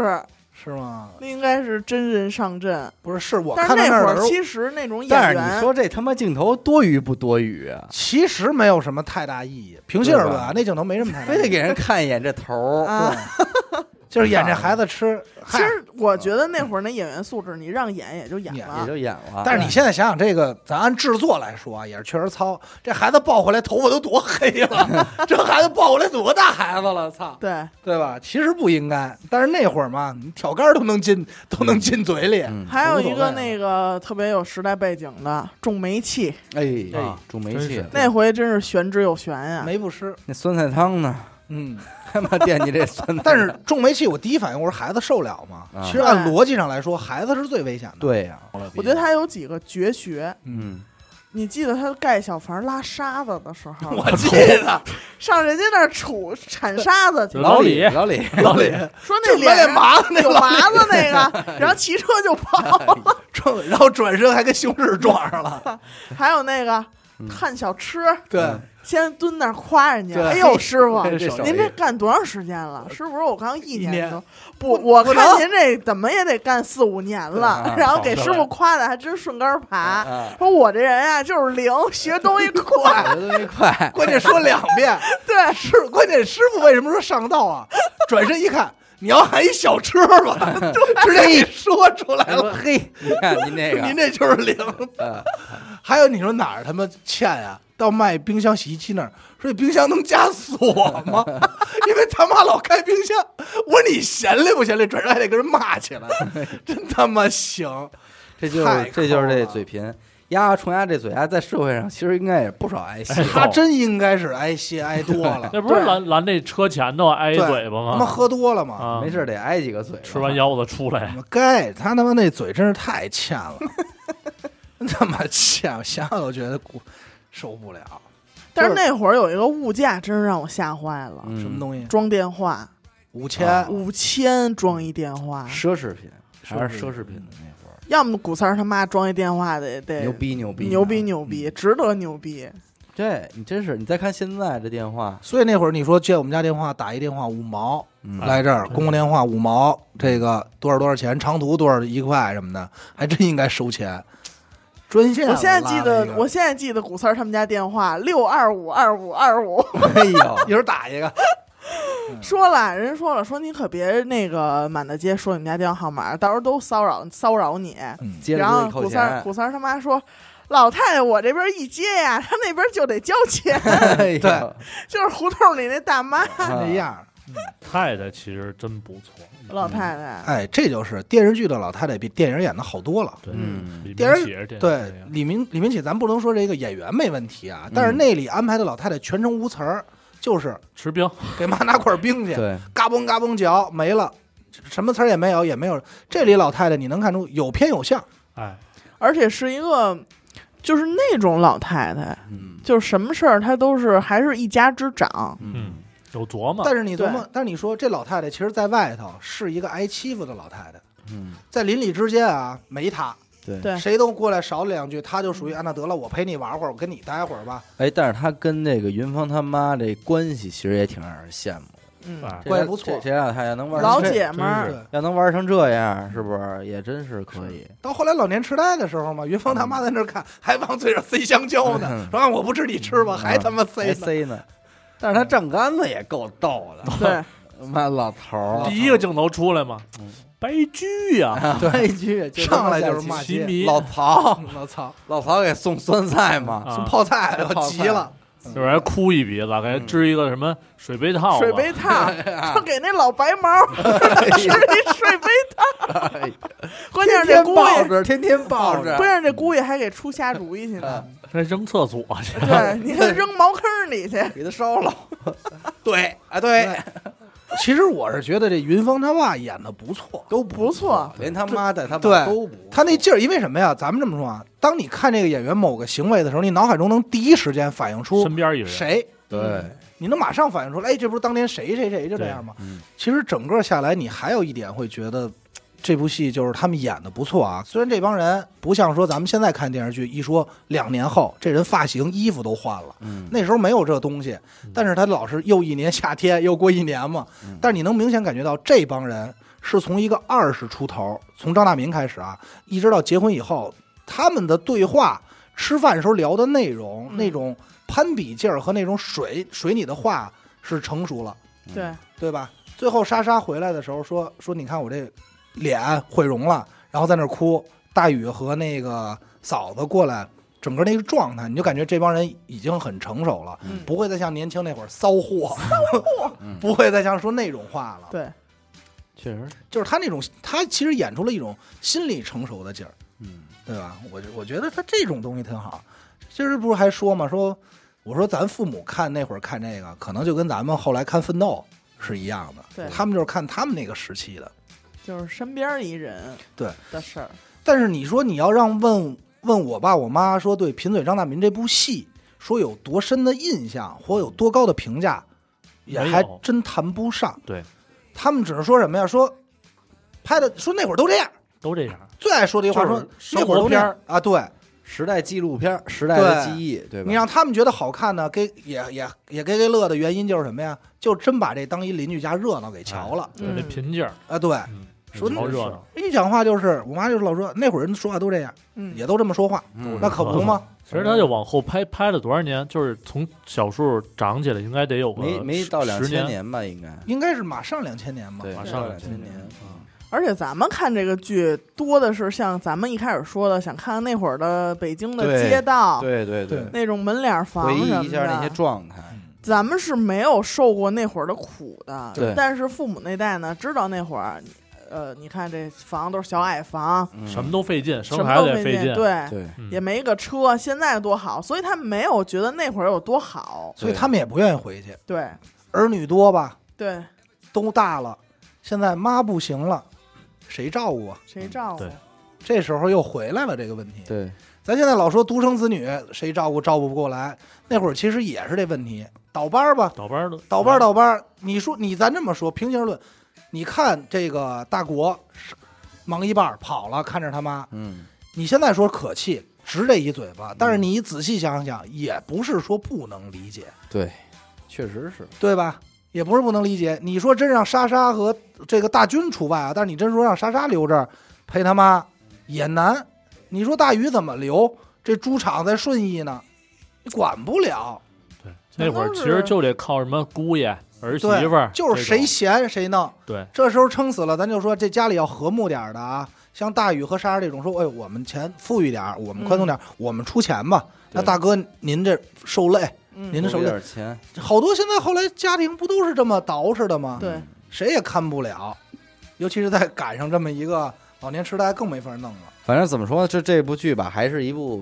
Speaker 3: 是，
Speaker 2: 是吗？
Speaker 3: 那应该是真人上阵。
Speaker 2: 不是，是我
Speaker 3: 但
Speaker 2: 看到
Speaker 3: 是那
Speaker 2: 儿
Speaker 3: 会
Speaker 2: 的时
Speaker 3: 儿
Speaker 2: 候，
Speaker 3: 其实那种演
Speaker 1: 但是你
Speaker 3: 员，
Speaker 1: 说这他妈镜头多余不多余啊？
Speaker 2: 其实没有什么太大意义。平心而论
Speaker 1: 对
Speaker 2: 啊
Speaker 1: 吧，
Speaker 2: 那镜头没什么太大
Speaker 1: 非得
Speaker 2: 意义，
Speaker 1: 给人看一眼这头儿，
Speaker 3: 啊，
Speaker 2: 就是演这孩子吃。
Speaker 3: 其
Speaker 2: 嗨
Speaker 3: 实我觉得那会儿那演员素质，你让演也就演
Speaker 2: 演
Speaker 1: 也
Speaker 3: 了。
Speaker 1: 就演了。
Speaker 2: 但是你现在想想，这个咱按制作来说啊，也是确实糙。这孩子抱回来头发都多黑了， 这孩子抱回来多大孩子了，操，
Speaker 3: 对，
Speaker 2: 对吧？其实不应该。但是那会儿嘛，你挑杆儿都能进，都能进嘴里。
Speaker 1: 嗯
Speaker 3: 还有
Speaker 2: 无所
Speaker 3: 一个
Speaker 2: 谓
Speaker 3: 那个特别有时代背景的种煤气，
Speaker 1: 哎
Speaker 4: 啊
Speaker 1: 煮煤
Speaker 4: 真
Speaker 1: 气
Speaker 4: 是，
Speaker 3: 那回真是玄之又玄呀。
Speaker 2: 没不湿，
Speaker 1: 那酸菜汤呢？
Speaker 2: 嗯，
Speaker 1: 他妈惦记这酸菜汤，
Speaker 2: 但是重煤气，我第一反应我说孩子受了吗？
Speaker 1: 啊
Speaker 2: 其实按逻辑上来说，孩子是最危险的。，
Speaker 1: 对呀，
Speaker 3: 我觉得他有几个绝学，
Speaker 1: 嗯，
Speaker 3: 你记得他盖小房拉沙子的时候，
Speaker 2: 我记得
Speaker 3: 上人家那儿杵铲沙子去，
Speaker 4: 老
Speaker 1: 老李
Speaker 4: 李
Speaker 1: 老李，
Speaker 4: 老李，
Speaker 3: 说那
Speaker 2: 就
Speaker 3: 脸
Speaker 2: 满脸麻子那
Speaker 3: 上有
Speaker 2: 老哎
Speaker 3: 麻子 那个，然后骑车就跑。
Speaker 2: 撞，然后转身还跟西红柿撞上了。
Speaker 3: 还有那个
Speaker 1: 嗯
Speaker 3: 看小吃，
Speaker 2: 对
Speaker 1: 嗯，
Speaker 3: 先蹲那儿夸人家。
Speaker 2: 对
Speaker 3: 哎呦，师 傅，
Speaker 1: 这手
Speaker 3: 您
Speaker 1: 艺
Speaker 3: 这干多长时间了？师傅说，我刚一
Speaker 2: 一
Speaker 3: 年
Speaker 2: 年
Speaker 3: 多。不，我
Speaker 2: 不
Speaker 3: 看
Speaker 2: 能
Speaker 3: 您这怎么也得干四五年了
Speaker 1: 啊。
Speaker 3: 然后给
Speaker 4: 好
Speaker 3: 师傅夸的还真顺杆儿爬。
Speaker 1: 啊，
Speaker 3: 说我这人啊，就是灵，学东西快。
Speaker 1: 跑得快，
Speaker 2: 关键说两遍，
Speaker 3: 对，
Speaker 2: 师，关键师傅为什么说上道啊？转身一看，你要喊一小车吧，直接给说出来
Speaker 1: 哎
Speaker 2: 了。
Speaker 1: 嘿，你看您这
Speaker 2: 您
Speaker 1: 个，
Speaker 2: 这就是零。
Speaker 1: 呃
Speaker 2: 还有你说哪儿他妈欠呀、到卖冰箱、洗衣机那儿，说这冰箱能加锁吗？ 因为他妈老开冰箱。我说你闲嘞不闲嘞，转身还得跟人骂起来，真他妈行。
Speaker 1: 这就
Speaker 2: 太
Speaker 1: 是
Speaker 2: 抠
Speaker 1: 这就是这
Speaker 2: 了
Speaker 1: 嘴贫。丫冲丫这嘴丫在社会上其实应该也不少挨
Speaker 4: 哎
Speaker 1: 戏，
Speaker 2: 他真应该是挨歇挨多了，
Speaker 4: 那不是拦拦那车前头挨一
Speaker 2: 对
Speaker 4: 嘴巴
Speaker 2: 他妈
Speaker 4: 吗？
Speaker 2: 喝多了嘛。
Speaker 4: 啊，
Speaker 1: 没事，得挨几个嘴吧。
Speaker 4: 吃完腰子出来，
Speaker 2: 该他他妈那嘴真是太欠了，他妈欠，我想想都觉得骨受不了。
Speaker 3: 但是那会儿有一个物价，真是让我吓坏了。
Speaker 1: 嗯
Speaker 2: 什么东西？
Speaker 3: 装电话，
Speaker 2: 五千、
Speaker 1: 啊
Speaker 3: 五千装一电话，
Speaker 1: 奢侈品，还是奢侈品的那会儿，
Speaker 3: 要么古三儿他妈装一电话得得
Speaker 1: 牛逼牛逼
Speaker 3: 牛逼啊嗯牛逼，值得牛逼。
Speaker 1: 对你真是，你再看现在这电话，
Speaker 2: 所以那会儿你说借我们家电话打一电话五毛，
Speaker 1: 嗯
Speaker 2: 来这儿
Speaker 4: 对
Speaker 2: 公共电话五毛，这个多少多少钱，长途多少一块什么的，还真应该收钱。专线
Speaker 3: 我
Speaker 2: 我
Speaker 3: 现在记
Speaker 2: 拉了一
Speaker 3: 得
Speaker 2: 个，
Speaker 3: 我现在记得古三儿他们家电话六二五二五二五，
Speaker 1: 哎 呦，
Speaker 2: 一会儿打一个，
Speaker 1: 嗯
Speaker 3: 说了，人家说了，说你可别那个满大街说你们家电话号码，到时候都骚扰骚扰你。
Speaker 2: 嗯，
Speaker 1: 接着
Speaker 3: 然
Speaker 1: 就
Speaker 3: 后
Speaker 1: 一扣
Speaker 3: 古三儿
Speaker 1: 钱，
Speaker 3: 古三儿他妈说。老太太，我这边一接呀， 她那边就得交钱，
Speaker 1: 哎呦
Speaker 2: 对
Speaker 3: 就是胡同里那大妈。
Speaker 1: 啊
Speaker 2: 这样。
Speaker 4: 太太其实真不错，
Speaker 3: 老太太，
Speaker 2: 哎，这就是电视剧的老太太比电影演的好多了。
Speaker 4: 对，
Speaker 1: 嗯
Speaker 4: 李明
Speaker 2: 电视
Speaker 4: 启是这样
Speaker 2: 对
Speaker 4: 这样
Speaker 2: 李明李明启，咱不能说这个演员没问题啊，但是
Speaker 1: 嗯
Speaker 2: 那里安排的老太太全程无词儿，就是
Speaker 4: 吃冰，
Speaker 2: 给妈拿块冰去，
Speaker 1: 对，嗯
Speaker 2: 嘎嘣嘎嘣嚼，没了，什么词儿也没有，也没有。这里老太太你能看出有偏有向，
Speaker 4: 哎，
Speaker 3: 而且是一个就是那种老太太，
Speaker 1: 嗯
Speaker 3: 就是什么事儿她都是还是一家之长，
Speaker 1: 嗯
Speaker 4: 嗯，有琢磨，
Speaker 2: 但是你琢磨，但是你说这老太太其实在外头是一个挨欺负的老太太，
Speaker 1: 嗯，
Speaker 2: 在邻里之间啊没她，
Speaker 1: 对
Speaker 3: 对
Speaker 2: 谁都过来少两句，她就属于安啊娜得了，我陪你玩会儿，我跟你待会儿吧。
Speaker 1: 哎，但是他跟那个云芳他妈这关系其实也挺让人羡慕，
Speaker 3: 嗯，
Speaker 4: 哎，
Speaker 1: 这
Speaker 2: 关系不错
Speaker 1: 这这俩太阳能玩
Speaker 3: 老
Speaker 1: 成这
Speaker 3: 姐们儿
Speaker 4: 真是
Speaker 2: 对，
Speaker 1: 要能玩成这样，是不是也真是可以？
Speaker 2: 到后来老年痴呆的时候嘛，云峰他妈在那儿 看，还往嘴上塞香蕉呢，说啊我不吃你吃吧，
Speaker 1: 嗯
Speaker 2: 还他妈
Speaker 1: 还
Speaker 2: 塞 呢。
Speaker 1: 塞呢，但是他站杆子也够逗
Speaker 3: 对，
Speaker 1: 的， 妈老头儿
Speaker 4: 第一个镜头出来嘛，白驹呀，
Speaker 1: 对，一句就
Speaker 2: 上来就是骂
Speaker 4: 棋
Speaker 2: 啊街，
Speaker 4: 迷，
Speaker 1: 老曹，
Speaker 2: 我操，
Speaker 1: 老曹给送酸菜嘛，
Speaker 4: 啊
Speaker 2: 送泡菜
Speaker 1: 嗯
Speaker 2: 我急了，
Speaker 4: 有人还哭一鼻子，给人支一个什么水杯套吧，啊
Speaker 3: 水杯套，就给那老白毛吃一水杯套，关
Speaker 1: 天
Speaker 3: 键是这
Speaker 1: 天
Speaker 3: 姑
Speaker 1: 抱
Speaker 3: 爷，
Speaker 1: 着，天天抱着
Speaker 3: 关，键是这姑爷还给出瞎主意去呢。
Speaker 1: 嗯
Speaker 4: 还扔厕所去，
Speaker 3: 对，你看扔茅坑里去，
Speaker 1: 给他烧了。对，啊对，
Speaker 2: 其实我是觉得这云峰他爸演的不错，
Speaker 3: 都不错。
Speaker 1: 连他妈带他爸
Speaker 2: 对
Speaker 1: 都不，
Speaker 2: 他那劲儿，因为什么呀？咱们这么说啊，当你看这个演员某个行为的时候，你脑海中能第一时间反映出
Speaker 4: 身边一人，
Speaker 2: 谁，
Speaker 1: 啊
Speaker 2: 嗯
Speaker 1: 对，
Speaker 2: 你能马上反映出来，哎，这不是当年谁谁谁就这样吗？
Speaker 1: 嗯
Speaker 2: 其实整个下来，你还有一点会觉得，嘖这部戏就是他们演的不错啊。虽然这帮人不像说咱们现在看电视剧，一说两年后这人发型、衣服都换了，
Speaker 1: 嗯，
Speaker 2: 那时候没有这东西，但是他老是又一年夏天又过一年嘛
Speaker 1: 嗯。
Speaker 2: 但是你能明显感觉到这帮人是从一个二十出头，从张大民开始啊，一直到结婚以后，他们的对话、吃饭时候聊的内容、
Speaker 3: 嗯
Speaker 2: 那种攀比劲儿和那种水水你的话是成熟了。
Speaker 3: 对，
Speaker 2: 对吧？最后莎莎回来的时候说说，你看我这脸毁容了，然后在那儿哭。大宇和那个嫂子过来，整个那个状态，你就感觉这帮人已经很成熟了，
Speaker 3: 嗯
Speaker 2: 不会再像年轻那会儿骚货，
Speaker 1: 嗯
Speaker 2: 不会再像说那种话了。
Speaker 3: 对，
Speaker 1: 确实，
Speaker 2: 就是他那种，他其实演出了一种心理成熟的劲儿，
Speaker 1: 嗯
Speaker 2: 对吧？我我觉得他这种东西挺好。今儿不是还说嘛，说我说咱父母看那会儿看这个，可能就跟咱们后来看《奋斗》是一样的，
Speaker 3: 对
Speaker 2: 他们就是看他们那个时期的。
Speaker 3: 就是身边一人
Speaker 2: 对
Speaker 3: 的事儿，
Speaker 2: 但是你说你要让问问我爸我妈说对《贫嘴张大民》这部戏说有多深的印象或有多高的评价，也
Speaker 4: 没
Speaker 2: 还
Speaker 4: 有
Speaker 2: 真谈不上。
Speaker 4: 对，
Speaker 2: 他们只是说什么呀？说拍的说那会儿都这样，
Speaker 4: 都这样，
Speaker 2: 最爱说这句话，
Speaker 4: 就
Speaker 2: 说
Speaker 4: 是生
Speaker 2: 那会儿
Speaker 4: 活
Speaker 2: 都这
Speaker 4: 片
Speaker 2: 样
Speaker 4: 儿，
Speaker 2: 啊。对
Speaker 1: 时代纪录片，时代的记忆，对吧？
Speaker 2: 你让他们觉得好看呢，给也也也给给乐的原因就是什么呀？就真把这当一邻居家热闹给瞧了
Speaker 4: 对这
Speaker 3: 嗯
Speaker 4: 贫劲儿，
Speaker 2: 啊。对，
Speaker 4: 嗯，
Speaker 2: 说
Speaker 4: 好
Speaker 2: 那
Speaker 4: 热闹，
Speaker 2: 一讲话就是我妈就是老说那会儿人说话都这样，
Speaker 3: 嗯，
Speaker 2: 也都这么说话，
Speaker 1: 嗯
Speaker 2: 那可不 吗？
Speaker 4: 其实他就往后拍，拍了多少年？就是从小数长起来，应该得有个
Speaker 1: 没没到
Speaker 4: 十
Speaker 1: 两
Speaker 4: 十
Speaker 1: 千
Speaker 4: 年，
Speaker 1: 年吧，应该
Speaker 2: 应该是马上两千年嘛。
Speaker 1: 对，
Speaker 4: 马上
Speaker 1: 两千年，
Speaker 3: 而且咱们看这个剧，多的是像咱们一开始说的，想看看那会儿的北京的
Speaker 1: 对
Speaker 3: 街道，
Speaker 1: 对对对，
Speaker 3: 那种门脸房
Speaker 1: 回忆
Speaker 3: 什么
Speaker 1: 一下那些
Speaker 3: 的。
Speaker 1: 状态，
Speaker 3: 咱们是没有受过那会儿的苦的，
Speaker 1: 对
Speaker 3: 但是父母那代呢，知道那会儿，呃，你看这房都是小矮房，
Speaker 1: 嗯
Speaker 4: 什么都费劲，
Speaker 3: 什
Speaker 4: 生
Speaker 3: 么
Speaker 4: 孩子
Speaker 3: 都
Speaker 4: 也
Speaker 3: 没
Speaker 4: 费
Speaker 3: 劲，
Speaker 4: 劲，
Speaker 3: 对，
Speaker 1: 对，
Speaker 4: 嗯
Speaker 3: 也没个车，现在多好，所以他没有觉得那会儿有多好，
Speaker 2: 所以他们也不愿意回去。
Speaker 3: 对
Speaker 2: 儿女多吧，
Speaker 3: 对，
Speaker 2: 都大了，现在妈不行了，谁照顾啊？
Speaker 3: 谁照顾
Speaker 4: 对？
Speaker 2: 这时候又回来了这个问题。
Speaker 1: 对，
Speaker 2: 咱现在老说独生子女谁照顾照顾不过来，那会儿其实也是这问题，倒班儿吧，
Speaker 4: 倒班儿的，
Speaker 2: 倒班儿倒班儿。你说你咱这么说，平心而论，你看这个大国是忙一半儿跑了，看着他妈，
Speaker 1: 嗯，
Speaker 2: 你现在说可气，直这一嘴巴，但是你仔细想想，也不是说不能理解。
Speaker 1: 对，确实是，
Speaker 2: 对吧？也不是不能理解。你说真让莎莎和这个大军除外啊，但是你真说让莎莎留这儿陪他妈也难。你说大鱼怎么留？这猪场在顺义呢，你管不了。
Speaker 4: 对，
Speaker 3: 全
Speaker 4: 那
Speaker 3: 都
Speaker 4: 会儿其
Speaker 3: 是
Speaker 4: 实就得靠什么姑爷、儿媳
Speaker 2: 对
Speaker 4: 妇儿，
Speaker 2: 就是
Speaker 4: 这
Speaker 2: 谁
Speaker 4: 种
Speaker 2: 闲谁弄。
Speaker 4: 对，
Speaker 2: 这时候撑死了，咱就说这家里要和睦点儿的啊，像大宇和莎莎这种说，哎，我们钱富裕点儿，我们宽松点儿，我们出钱吧。那
Speaker 1: 对
Speaker 2: 大哥您这受累，
Speaker 3: 嗯
Speaker 2: 您这手
Speaker 1: 多
Speaker 2: 里
Speaker 1: 给点钱，
Speaker 2: 好多现在后来家庭不都是这么捯饬的吗？
Speaker 3: 对，
Speaker 2: 谁也看不了，尤其是在赶上这么一个老年痴呆，更没法弄了。
Speaker 1: 反正怎么说，这这部剧吧，还是一部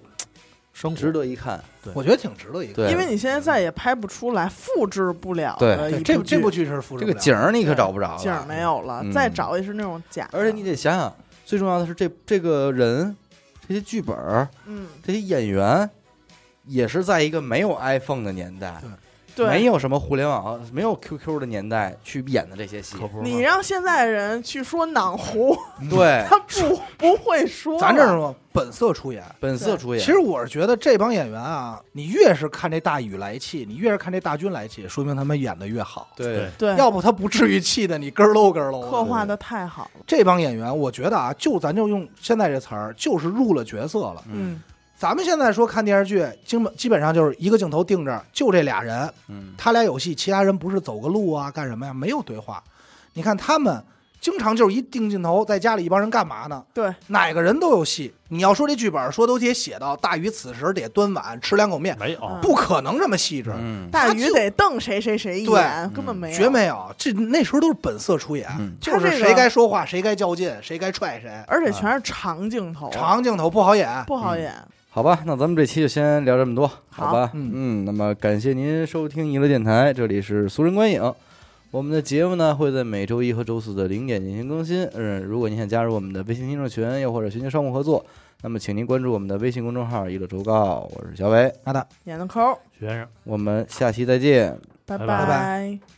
Speaker 4: 生
Speaker 1: 值
Speaker 4: 活
Speaker 1: 得一看。
Speaker 4: 对
Speaker 2: 我觉得挺值得一看。
Speaker 1: 对，
Speaker 3: 因为你现在再也拍不出来，复制不了
Speaker 1: 对
Speaker 3: 的
Speaker 2: 对
Speaker 3: 一
Speaker 2: 这这部
Speaker 3: 部
Speaker 2: 剧是复制
Speaker 1: 这
Speaker 2: 不
Speaker 1: 个
Speaker 2: 了
Speaker 1: 景儿你可找不着了
Speaker 3: 景儿没。有了
Speaker 1: 嗯，
Speaker 3: 再找也是那种假的。
Speaker 1: 而且你得想想，最重要的是这这个人、这些剧本儿、
Speaker 3: 嗯，
Speaker 1: 这些演员，也是在一个没有 iPhone 的年代，
Speaker 3: 对，
Speaker 1: 没有什么互联网、没有 QQ 的年代去演的这些戏。
Speaker 4: 可不是
Speaker 3: 你
Speaker 4: 吗
Speaker 3: 让现在人去说囊糊，
Speaker 1: 对，
Speaker 3: 他不不会说。
Speaker 2: 哎咱这儿说本色出演。
Speaker 1: 本色出演。
Speaker 2: 其实我是觉得这帮演员啊，你越是看这大雨来气，你越是看这大军来气，说明他们演的越好。
Speaker 1: 对
Speaker 4: 对，
Speaker 3: 对
Speaker 2: 要不他不至于气的你咯喽咯喽
Speaker 3: 刻
Speaker 2: 的。
Speaker 3: 画的太好了，
Speaker 2: 这帮演员，我觉得啊，就咱就用现在这词儿，就是入了角色了。
Speaker 3: 嗯，
Speaker 2: 咱们现在说看电视剧，基本基本上就是一个镜头定着，就这俩人，
Speaker 1: 嗯，
Speaker 2: 他俩有戏，其他人不是走个路啊，干什么呀？没有对话。你看他们经常就是一定镜头，在家里一帮人干嘛呢？
Speaker 3: 对，
Speaker 2: 哪个人都有戏。你要说这剧本，说都得写到大鱼此时得端碗吃两口面，
Speaker 4: 没有
Speaker 3: 嗯
Speaker 2: 不可能这么细致，
Speaker 1: 嗯，
Speaker 3: 大
Speaker 2: 他
Speaker 3: 鱼
Speaker 2: 就
Speaker 3: 得瞪谁谁谁一
Speaker 2: 对嗯
Speaker 3: 眼，根本没有，
Speaker 2: 绝没有。这那时候都是本色出演，
Speaker 1: 嗯
Speaker 2: 就
Speaker 3: 他
Speaker 2: 是
Speaker 3: 这个
Speaker 2: 谁该说话谁该较劲，谁该踹谁，
Speaker 3: 而且全是长镜头，
Speaker 2: 嗯长嗯镜头不好演。
Speaker 3: 不好演。
Speaker 1: 好吧，那咱们这期就先聊这么多，
Speaker 3: 好
Speaker 1: 吧？
Speaker 2: 嗯
Speaker 1: 嗯，那么感谢您收听娱乐电台，这里是俗人观影。我们的节目呢会在每周一和周四的零点进行更新。嗯，如果您想加入我们的微信听众群，又或者寻求商务合作，那么请您关注我们的微信公众号“娱乐周告”，我是小伟，
Speaker 2: 好的。
Speaker 3: 演的抠，
Speaker 4: 学生。
Speaker 1: 我们下期再见。
Speaker 3: 拜
Speaker 4: 拜拜
Speaker 2: 拜